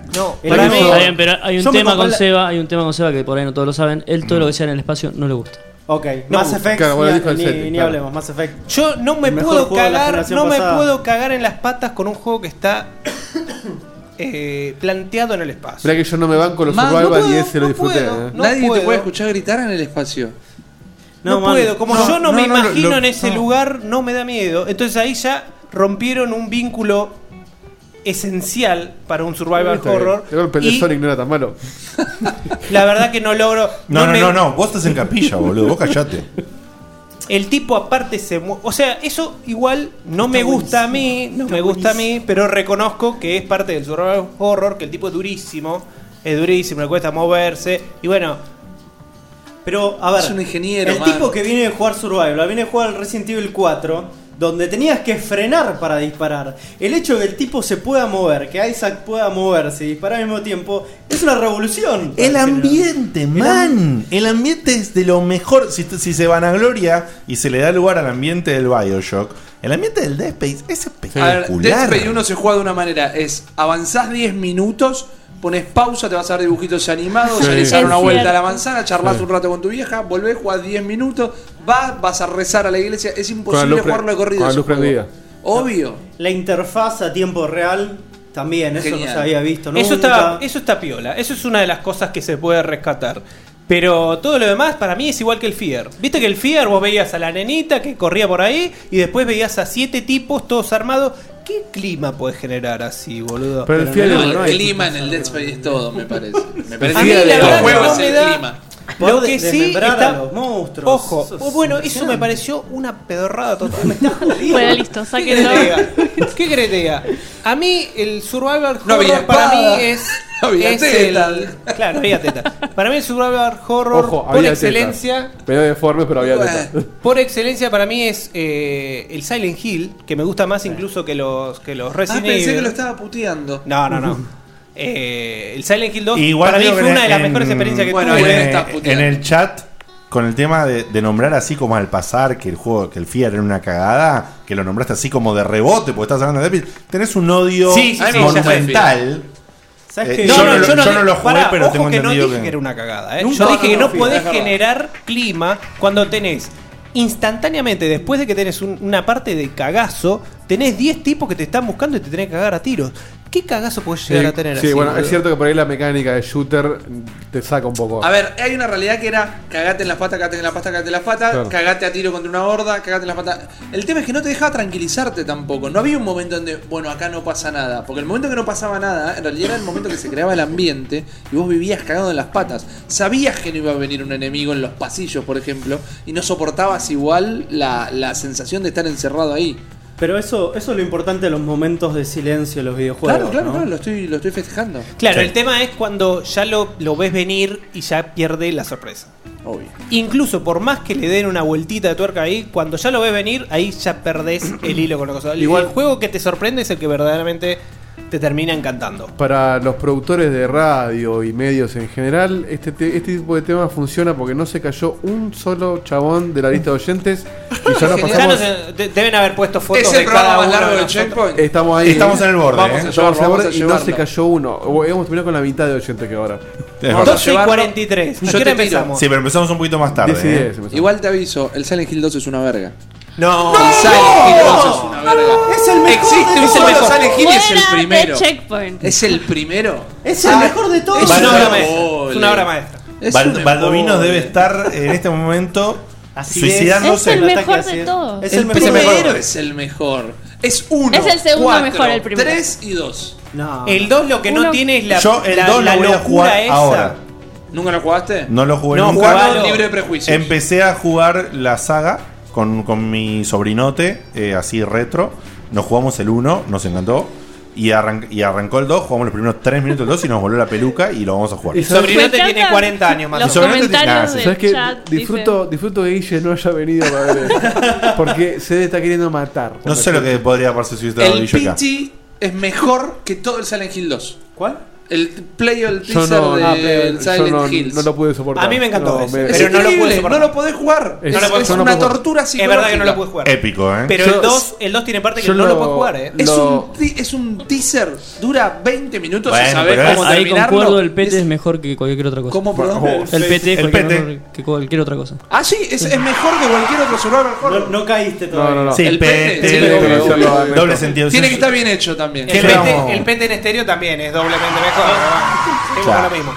1.
No,
El
para
uno-
mí-
Está bien, pero hay
Yo
un
me
tema
compré
con
la-
Seba, hay un tema con Seba que por ahí no todos lo saben. Él todo lo que sea en el espacio no le gusta.
Ok,
No,
Mass Effect.
claro, bueno, dijo
ni
el setting,
ni
claro.
hablemos, Mass Effect.
Yo no me
El mejor
puedo
juego de la
cagar,
generación
no me
pasada.
puedo cagar en las patas con un juego que está [COUGHS] eh, planteado en el espacio.
Mirá que yo no me banco los
Más, no
survival y
puedo,
ese lo
no
disfruté.
puedo,
¿eh?
no
Nadie
puedo.
te puede escuchar gritar en el espacio.
No,
No,
puedo,
mano.
como
No,
yo no,
no,
me
no, lo-
imagino
lo-
en ese
no.
lugar, no me da miedo. Entonces ahí ya rompieron un vínculo esencial para un survival
Está bien.
horror.
De golpe el de
Y
Sonic no era tan malo.
la verdad que no logro.
No, no,
me-
no, no, vos estás en capilla, boludo, vos callate.
[LAUGHS] El tipo aparte se mueve. O sea, eso igual no me gusta a mí, no me gusta a mí, pero reconozco que es parte del survival horror, que el tipo es durísimo, es durísimo, le cuesta moverse. Y bueno,
Pero, a ver.
Es un ingeniero,
El
man.
tipo que viene de jugar Survival, viene de jugar el Resident Evil 4, donde tenías que frenar para disparar. El hecho de que el tipo se pueda mover, que Isaac pueda moverse y disparar al mismo tiempo, es una revolución. para
El
género.
ambiente, man. El ambiente es de lo mejor. Si, si se vanagloria y se le da lugar al ambiente del Bioshock, el ambiente del Dead Space es
A ver, Dead
espectacular.
Space 1 se juega de una manera: es avanzás 10 minutos, pones pausa, te vas a ver dibujitos animados,
Sí.
salís a dar una
Es
vuelta a la
cierto.
manzana, charlas
Sí.
un rato con tu vieja, volvés, jugás 10 minutos, vas, vas a rezar a la iglesia. Es
Con la
imposible
luz pre-
jugarlo de corrido.
con la
ese
luz
juego.
prendida.
Obvio.
La interfaz a tiempo real, también, eso no
Genial.
se había visto nunca.
Eso está, eso está piola, eso es una de las cosas que se puede rescatar. Pero todo lo demás para mí es igual que el Fear. Viste que el Fear vos veías a la nenita que corría por ahí y después veías a siete tipos todos armados. ¿Qué clima puede generar así, boludo?
Pero el Fear
no,
no,
no
el
hay-
clima en el Dead Space es todo, me parece. Me
A
parece
mí,
que
la
el
verdad,
juego
no
es
me
el
da-
clima.
Lo que sí
desmembrar
está...
a los monstruos.
Ojo,
Eso es
oh, bueno, eso me
impresionante.
pareció una pedorrada total. Me está jodiendo.
Bueno, listo,
¿Qué querés
sáquenlo.
que te diga? ¿Qué querés que te diga? A mí el survival
No había
horror para
espada.
mí es...
[LAUGHS] No había
es
teta.
el- Claro, no había teta. Para mí el survival horror
Ojo,
por
había
excelencia...
tetas. Medio deforme, pero había tetas.
Por excelencia para mí es eh, el Silent Hill, que me gusta más incluso que los, que los
Ah,
Resident
pensé
Evil.
que lo estaba puteando.
No, no,
[LAUGHS]
no. Eh, el Silent Hill 2
Igual
para mí
creo
fue
que
una de las
en-
mejores experiencias que
bueno,
tuve. Eh,
en, en el chat, con el tema de, de nombrar así como al pasar que el juego, que el Fier era una cagada, que lo nombraste así como de rebote, porque estás hablando de Deadpool, tenés un odio
Sí, sí, sí,
monumental.
¿Sabes
Eh,
qué?
yo no lo- yo no lo jugué,
pará,
pero
ojo
tengo
que no
entendido
dije
que-
que era una cagada. ¿eh?
Nunca,
Yo dije que
no,
no
no,
podés
es verdad.
generar clima cuando tenés instantáneamente, después de que tenés un- una parte de cagazo, tenés 10 tipos que te están buscando y te tenés que cagar a tiros. ¿Qué cagazo podés llegar
Eh,
a tener
sí,
así,
bueno,
boludo?
es cierto que por ahí la mecánica de shooter te saca un poco.
A ver, hay una realidad que era cagate en las patas, cagate en las patas, cagate en las patas,
Claro.
cagate a tiro contra una horda, cagate en las patas. El tema es que no te dejaba tranquilizarte tampoco. No había un momento donde, bueno, acá no pasa nada. Porque el momento que no pasaba nada, en realidad era el momento que se creaba el ambiente y vos vivías cagado en las patas. Sabías que no iba a venir un enemigo en los pasillos, por ejemplo, y no soportabas igual la, la sensación de estar encerrado ahí.
Pero eso, eso es lo importante de los momentos de silencio en los videojuegos.
claro, claro,
¿no?
claro, lo estoy, lo estoy festejando.
Claro,
Sí.
el tema es cuando ya lo, lo ves venir y ya pierde la sorpresa.
Obvio.
Incluso por más que le den una vueltita de tuerca ahí, cuando ya lo ves venir, ahí ya perdés el hilo con la cosa. Igual, el juego que te sorprende es el que verdaderamente te termina encantando.
Para los productores de radio y medios en general, este, te- este tipo de tema funciona porque no se cayó un solo chabón de la lista de oyentes y ya nos
Ya no
pasamos.
se- de- deben haber puesto fotos
Es el
de
programa
cada
más
uno
largo
de
de
nosotros.
Checkpoint.
Estamos ahí.
Estamos en el borde,
Vamos a
eh.
llevarlo,
Estamos en el
vamos
borde
a
y no
llevarlo. y no
se
se cayó uno. Hemos terminado con la mitad de oyentes que ahora.
Vamos a
12 y llevarlo. 43. ¿A qué hora empezamos?
Sí, pero empezamos un poquito más tarde.
Diez y diez,
¿eh?
Igual te aviso, el Silent Hill 2 es una verga.
No,
el Silent Hill 2 es una verga.
Es el mejor
Existe
de
un solo
todos.
Silent Hill y es el
Fuera de
primero.
Checkpoint.
Es el primero.
Es el mejor de todos.
Ah, Es
Val-
una obra
Val-
maestra. Es una obra maestra. Es
Val-
un
Baldovinos
embole.
debe estar en este momento
es.
suicidándose.
Es el mejor de todos.
Es
el,
el mejor.
primero es el mejor. Es uno.
Es el segundo
cuatro,
mejor, el primero.
Tres y dos.
No.
El 2 lo que no
Uno-
tiene es la,
Yo el
la-
2
la
lo voy a
locura
jugar
esa.
ahora.
¿Nunca lo jugaste?
No lo jugué
No,
nunca.
jugalo.
Libre de prejuicios.
Empecé a jugar la saga con, con mi sobrinote, eh, así retro. Nos jugamos el 1, nos encantó. Y, arran- y arrancó el 2, jugamos los primeros 3 minutos del 2 y nos voló la peluca y lo vamos a jugar.
Y
El
sabes,
Me
sobrinote
encantan
tiene 40 años más o
Los
menos.
Seguramente tiene-
comentarios
Ah,
del
¿sabes qué?
chat
Disfruto, disfruto que Guille no haya venido para ver esto,
[LAUGHS]
Porque se está queriendo matar.
No sé lo que podría haberse suicidado
El
Guillo acá.
Pichi es mejor que todo el Silent Hill 2.
¿Cuál?
El play o el
Yo
teaser
no,
del
ah, pero yo
Silent
no,
Hills.
no lo pude soportar.
A mí me encantó ese,
me-
es
pero no lo pude
increíble,
soportar.
no lo podés jugar.
Es-
Es,
yo
es
no
una
puedo-
tortura
Es
psicológica.
verdad que no lo pude jugar.
Épico, ¿eh?
Pero
Yo-
el 2, el 2 tiene parte que
yo
no lo
lo-
puedes jugar, eh.
Es,
Lo-
un, ti- es un teaser, dura 20 minutos
Bueno,
y sabés
pero
cómo
Ahí
terminarlo.
concuerdo, el PT
Es-
es mejor que cualquier otra cosa.
¿Cómo, perdón?
El PT es
El
cualquier
PT.
mejor que cualquier otra cosa.
Ah, sí, es, es mejor que cualquier otro survival horror.
No, no caíste
No,
todavía.
no, no.
Sí,
el
pete,
pete, sí,
doble-
pero-
doble-
pero-
doble sentido.
Tiene que estar bien hecho también.
¿Qué
El
le vamos?
pete, el pete en estéreo también eh. es doblemente mejor. pero bueno, seguimos con
Ya.
lo mismo.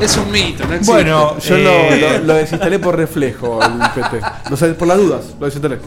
Es un mito, no existe.
Bueno,
Yo lo,
eh,
lo- lo desinstalé por reflejo, el PT. No sé, por las dudas, lo desinstalé.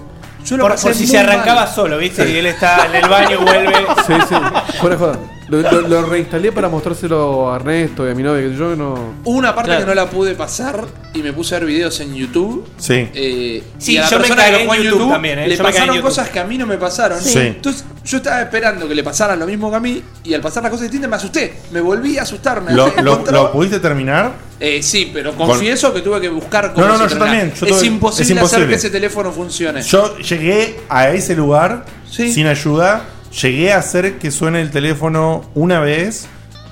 yo lo
Por,
pasé
por si
muy
se arrancaba
mal.
solo, ¿viste? Y él está en el
[LAUGHS]
baño, vuelve.
Sí, sí, fuera de joda. Lo, lo- lo reinstalé para mostrárselo a Ernesto y a mi novia. que Yo no.
Hubo Una parte
Claro.
que no la pude pasar y me puse a ver videos en YouTube.
Sí.
Eh,
Sí,
y a la
yo me
persona que
cagué
lo
en
jugó en
YouTube
YouTube,
también, eh, yo me
le
cagué en
pasaron
YouTube.
cosas que a mí no me pasaron.
Sí.
Entonces yo estaba esperando que le pasaran lo mismo que a mí y al pasar las cosas distintas me asusté. Me volví a asustarme.
¿Lo, lo,
[LAUGHS]
lo pudiste terminar?
Eh, sí, pero confieso que tuve que buscar
No, no,
se
no, yo
termina.
también, yo
es,
tuve-
imposible
es imposible.
hacer que ese teléfono funcione.
Yo llegué a ese lugar
Sí.
sin ayuda. Llegué a hacer que suene el teléfono una vez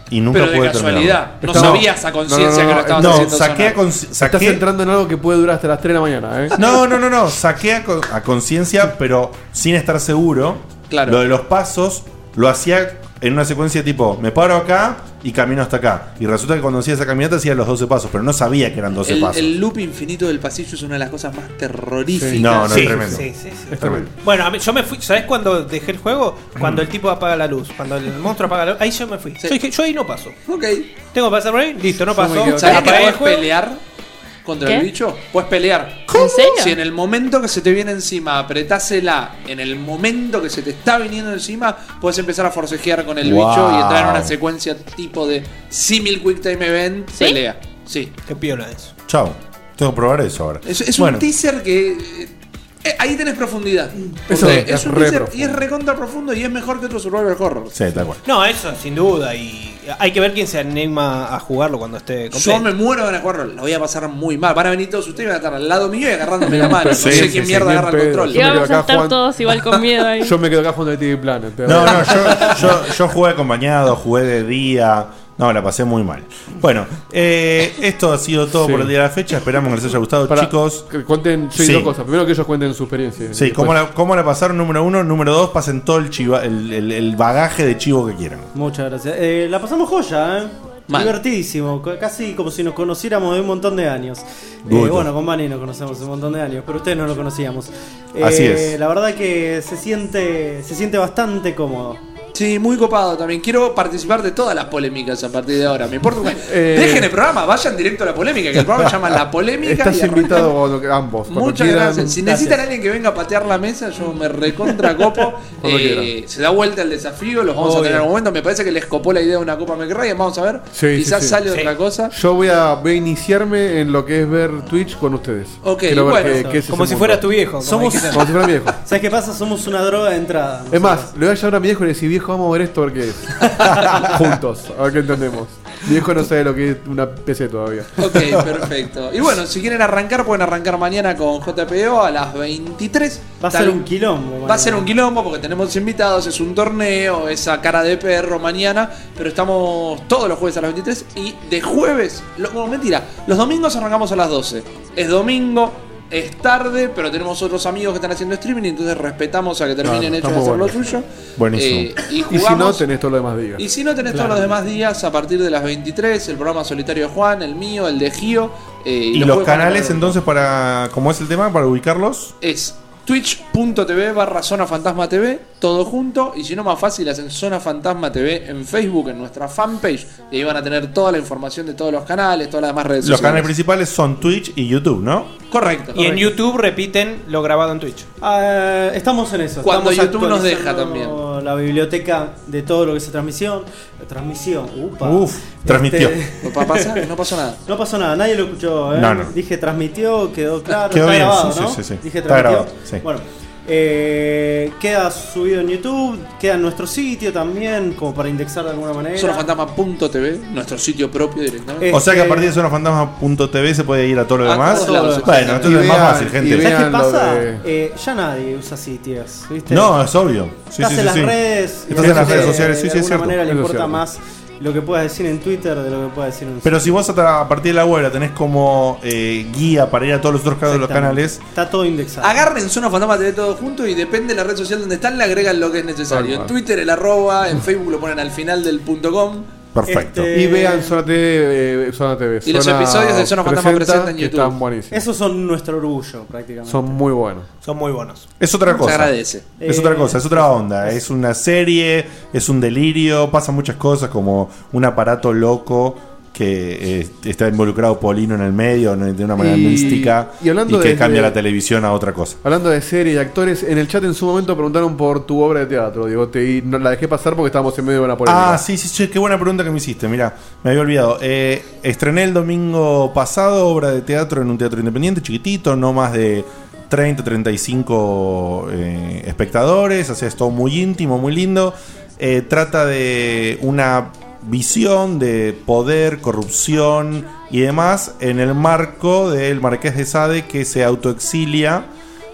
y nunca
pero de
pude
casualidad. No
Estaba-
sabías a conciencia
No, no, no,
que lo
no,
estabas
terminarlo. No,
haciendo.
saqué a
sonar.
consci-
Estás [LAUGHS]
saqué-
entrando en algo que puede durar hasta las 3 de la mañana, ¿eh?
No, no, no, no. Saqué a, con- a conciencia, pero sin estar seguro.
Claro.
Lo de los pasos lo hacía en una secuencia tipo, me paro acá y camino hasta acá. Y resulta que cuando hacía esa caminata hacía los 12 pasos, pero no sabía que eran 12
El,
pasos.
el loop infinito del pasillo es una de las cosas más terroríficas.
Sí. No, no,
Sí,
es tremendo.
sí, sí, sí.
Es tremendo.
Bueno, a mí- yo me fui, ¿sabés cuando dejé el juego? Cuando el tipo apaga la luz, cuando el monstruo apaga la luz, ahí yo me fui.
Sí.
Yo, dije, yo ahí no paso.
Ok.
Tengo que pasar por ahí, listo, no
me
pasó.
quedo-
¿Sabés que
Apagué el
podés
juego.
pelear? contra
¿Qué?
el bicho, puedes pelear.
¿En serio?
Si en el momento que se te viene encima apretásela, en el momento que se te está viniendo encima, puedes empezar a forcejear con el
Wow.
bicho y entrar en una secuencia tipo de simil quick time event
¿Sí?
pelea. Sí.
Qué piola eso.
Chao. Tengo que probar eso ahora.
Es, es
Bueno.
un teaser que. eh, ahí tenés profundidad.
Eso
Porque
es,
es,
es
un
re
teaser
profundo.
y es recontra profundo y es mejor que otro Survival Horror.
Sí, tal cual.
No, eso sin duda. Y hay que ver quién se anima a jugarlo cuando esté
Yo
completo.
me muero de jugarlo, la voy a pasar muy mal. Van a venir todos ustedes y van a estar al lado mío y agarrándome la
[LAUGHS]
mano. No
Sí,
sé
sí,
quién
sí,
mierda
ni en
agarra el
pedo.
control.
Y
me
vamos
quedo
a
acá
estar
jugando.
todos igual con miedo ahí.
Yo me quedo acá jugando de TV Planet. te
No,
voy a-
no, yo, yo, yo jugué acompañado, jugué de día. No, la pasé muy mal. Bueno, eh, esto ha sido todo
Sí.
por el día de la fecha. Esperamos que les haya gustado,
Pará,
chicos.
Que cuenten, sí,
Sí.
dos cosas. Primero que ellos cuenten su experiencia.
Sí, cómo la, cómo la pasaron, número uno. Número dos, pasen todo el, chiva- el, el- el bagaje de chivo que quieran.
Muchas gracias. Eh, la pasamos joya, ¿eh?
Mal.
Divertidísimo, c- casi como si nos conociéramos de un montón de años. Eh,
Gusto.
bueno, con Manny nos conocemos de un montón de años, pero ustedes no lo conocíamos. Eh,
Así es.
La verdad que se siente, se siente bastante cómodo.
Sí, muy copado también. Quiero participar de todas las polémicas a partir de ahora. Me importa un carajo.
[LAUGHS] Eh,
Dejen el programa, vayan directo a la polémica, que el programa se llama La Polémica. y
Estás
arranca.
invitado cuando- ambos. cuando
Muchas
quieran.
gracias. Si necesitan a alguien que venga a patear la mesa, yo me recontra copo.
[LAUGHS] Cuando
Eh,
quieran.
se da vuelta el desafío, los vamos a
Obvio.
tener en algún momento. Me parece que les copó la idea de una Copa McRae. Vamos a ver.
Sí, sí,
Quizás
sí.
sale otra cosa.
Yo voy a, voy a iniciarme en lo que es ver Twitch con ustedes.
Ok,
Quiero ver
bueno.
qué- qué es
Como
ese
si fueras
mundo.
tu viejo, como
Somos,
dijiste.
como si fuera mi viejo.
¿Sabes qué pasa? Somos una droga de entrada.
Es más, le voy a llamar a mi viejo y le decir, viejo, vamos a ver esto, a ver qué es.
[LAUGHS]
Juntos, a ver qué entendemos. Mi viejo no sabe lo que es una PC todavía.
Ok, perfecto. Y bueno, si quieren arrancar, pueden arrancar mañana con JPO a las 23.
Va a
Tal-
ser un quilombo.
Va a ser un quilombo porque tenemos invitados, es un torneo, esa cara de perro mañana, pero estamos todos los jueves a las 23 y de jueves, lo, bueno, mentira, los domingos arrancamos a las 12. Es domingo, es tarde, pero tenemos otros amigos que están haciendo streaming, entonces respetamos a que terminen
Claro,
ellos
está
de
muy
hacer lo
bueno.
suyo.
Buenísimo.
Eh, y
y si no,
jugamos.
tenés todo lo demás días.
Y si no tenés todos los demás días, a partir de las 23, el programa solitario de Juan, el mío, el de Gio. eh,
Y, los
jueves para
canales,
todos.
entonces, para como es el tema, para ubicarlos.
es twitch.tv barra Zona Fantasma TV, todo junto, y si no más fácil hacen Zona Fantasma TV en Facebook, en nuestra fanpage, y ahí van a tener toda la información de todos los canales, todas las demás redes
Los canales
sociales.
principales son Twitch y YouTube, ¿no?
Correcto.
Y en YouTube repiten lo grabado en Twitch.
Ah, estamos en eso.
Cuando
estamos
YouTube nos deja
actualizando La biblioteca de todo lo que es transmisión. Transmisión, upa. Este,
Uf, transmitió.
No pa- pasa- no pasó nada.
No pasó nada, nadie lo escuchó. ¿eh?
No, no.
Dije transmitió, quedó claro.
Quedó
está
bien,
grabado,
sí,
¿no?
sí, sí, sí.
Dije
Está
transmitió.
grabado, sí.
Bueno, eh, queda subido en YouTube, queda en nuestro sitio también, como para indexar de alguna manera. Este,
Sonofantasma.tv, nuestro sitio propio directamente.
O sea que a partir de sonofantasma.tv se puede ir a todo lo
Este- A
demás.
todos lados,
bueno,
exactamente.
entonces es más
Y vean-
fácil,
¿Y
gente.
¿Sabes qué pasa? Eh, ya nadie usa sitios, ¿viste?
No, es obvio. Sí,
Estás
sí,
en
sí,
las
sí.
redes.
Estás en las redes sociales, sí,
de
sí, es
alguna
cierto.
manera le
Es lo
importa
cierto.
más lo que puedas decir en Twitter de lo que puedas decir en un
Pero
sitio.
si vos a, a partir de la web la tenés como eh, guía para ir a todos los otros lados de los canales.
Está todo indexado.
Agarren Zona Fantasma TV todo junto y depende de la red social donde están, le agregan lo que es necesario.
Tal
En
cual.
Twitter el arroba, en Facebook lo ponen al final del punto com.
Perfecto.
Y vean Zona TV. eh, Zona TV
Y los
Zona
episodios de Zona Fantasma presentan en
que
YouTube.
Están buenísimos.
Esos son nuestro orgullo, prácticamente.
Son muy buenos.
Son muy buenos.
Es otra cosa.
agradece.
Es
Eh,
otra cosa, es otra onda. Es una serie, es un delirio, pasan muchas cosas como un aparato loco que eh, está involucrado Polino en el medio ¿no? de una manera
Y-
mística
y hablando
que
desde-
cambia la televisión a otra cosa.
Hablando de series y actores, en el chat en su momento preguntaron por tu obra de teatro. Digo, te, y no la dejé pasar porque estábamos en medio de una polémica.
Ah, sí, sí, sí, qué buena pregunta que me hiciste. Mira, me había olvidado. Eh, estrené el domingo pasado obra de teatro en un teatro independiente, chiquitito, no más de 30, 35 eh, espectadores. O sea, es todo muy íntimo, muy lindo. Eh, trata de una visión de poder, corrupción y demás en el marco del marqués de Sade que se autoexilia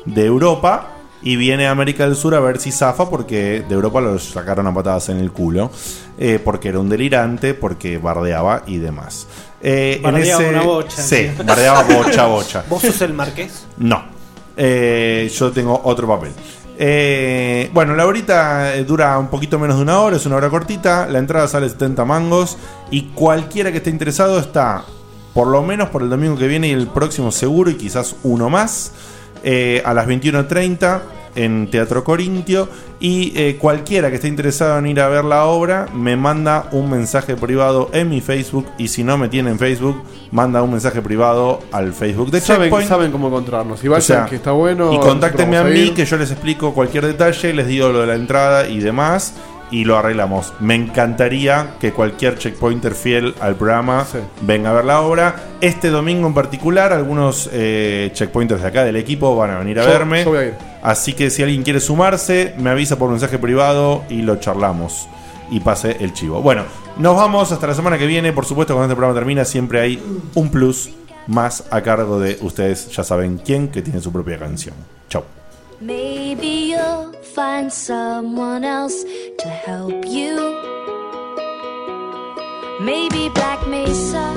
de Europa y viene a América del Sur a ver si zafa porque de Europa lo sacaron a patadas en el culo, eh, porque era un delirante, porque bardeaba y demás. Eh,
Bardeaba una bocha,
Sí,
sí.
bardeaba bocha, bocha.
[LAUGHS] ¿Vos sos el marqués?
No. Eh, yo tengo otro papel. Eh, bueno, la horita eh, dura un poquito menos de una hora, es una hora cortita. La entrada sale 70 mangos. Y cualquiera que esté interesado está, por lo menos por el domingo que viene y el próximo seguro, y quizás uno más, eh, a las 21.30. en Teatro Corintio. Y eh, cualquiera que esté interesado en ir a ver la obra, me manda un mensaje privado en mi Facebook. Y si no me tiene en Facebook, manda un mensaje privado al Facebook de
saben,
Checkpoint.
saben cómo encontrarnos. Y
O
vayan,
sea,
que está bueno.
Y contáctenme a
nosotros
mí,
vamos
que yo les explico cualquier detalle, les digo lo de la entrada y demás, y lo arreglamos. Me encantaría que cualquier checkpointer fiel al programa venga a ver la obra. Este domingo en particular, algunos eh, checkpointers de acá del equipo van a venir a
Yo-
verme.
yo voy a ir.
Así que si alguien quiere sumarse, me avisa por mensaje privado y lo charlamos. Y pase el chivo. Bueno, nos vamos hasta la semana que viene. Por supuesto, cuando este programa termina, siempre hay un plus más a cargo de ustedes, ya saben quién, que tiene su propia canción. Chau.
Maybe you'll find someone else to help you. Maybe Black Mesa.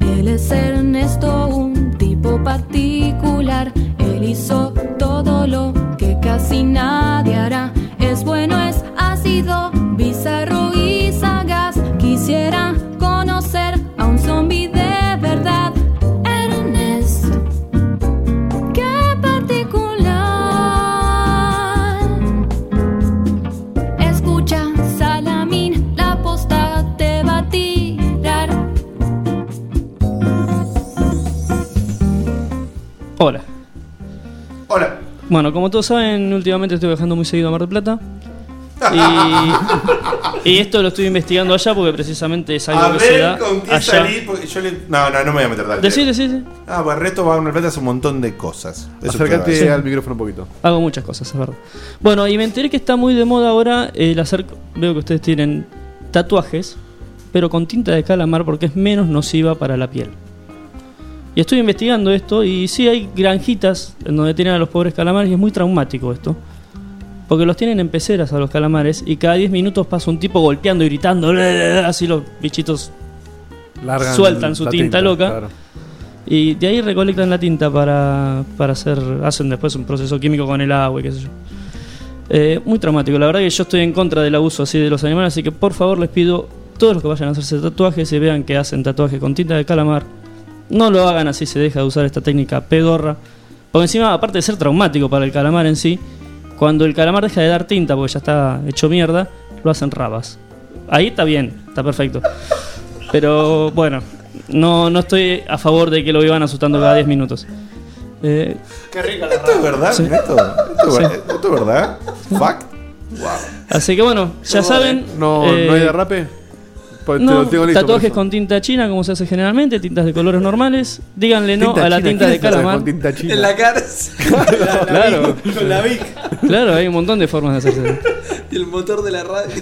Él es Ernesto, un tipo particular. Él hizo todo lo que casi nadie hará. Es bueno, es ácido, bizarro y sagaz. Quisiera conocer a un zombi de verdad. Ernesto, qué particular. Escucha, Salamín, la posta te va a tirar.
Hola. Hola. Bueno, como todos saben, últimamente estoy viajando muy seguido a Mar del Plata.
[LAUGHS]
Y, y esto lo estoy investigando allá porque precisamente es algo
A
que se
ver
da
con qué
allá.
salir, porque yo le... No, no, no me voy a meter tanto.
Decí, decí, decí.
Ah, Barreto va a una plata hace un montón de cosas. Eso
Acércate
es verdad.
al
micrófono un poquito.
Hago muchas cosas, es verdad. Bueno, y me enteré que está muy de moda ahora el hacer. Veo que ustedes tienen tatuajes, pero con tinta de calamar porque es menos nociva para la piel. Y estoy investigando esto y sí hay granjitas en donde tienen a los pobres calamares y es muy traumático esto. Porque los tienen en peceras a los calamares y cada 10 minutos pasa un tipo golpeando y gritando, "Bla, bla, bla", así los bichitos
Largan
sueltan su
la
tinta,
tinta,
loca.
claro.
Y de ahí recolectan la tinta para, para hacer, hacen después un proceso químico con el agua y qué sé yo. Eh, muy traumático, la verdad que yo estoy en contra del abuso así de los animales, así que por favor les pido, todos los que vayan a hacerse tatuajes y vean que hacen tatuajes con tinta de calamar, no lo hagan así, se deja de usar esta técnica pedorra. Porque encima, aparte de ser traumático para el calamar en sí, cuando el calamar deja de dar tinta porque ya está hecho mierda, lo hacen rabas. Ahí está bien, está perfecto. Pero bueno, no, no estoy a favor de que lo iban asustando cada 10 minutos. Eh,
Esto es verdad,
Sí.
Ernesto. Esto, es
Sí.
ver- esto es verdad. Fact.
así que bueno, ya
No,
saben.
no-
eh,
no hay
derrape? Pues te
no,
lo tengo listo, por
tatuajes
eso.
con tinta china, como se hace generalmente, tintas de colores normales. Díganle no
pues. Tinta
a la
china,
tinta
¿quién
de
se tatuaje
calamar.
con tinta china? En
la
[LAUGHS]
cara.
Claro.
Con la Vic.
Claro, hay un montón de formas de hacerse.
[LAUGHS] Y el motor de la radio.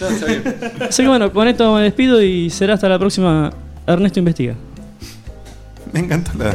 no, está bien.
Así que bueno, con esto me despido y será hasta la próxima. Ernesto investiga.
Me encantó la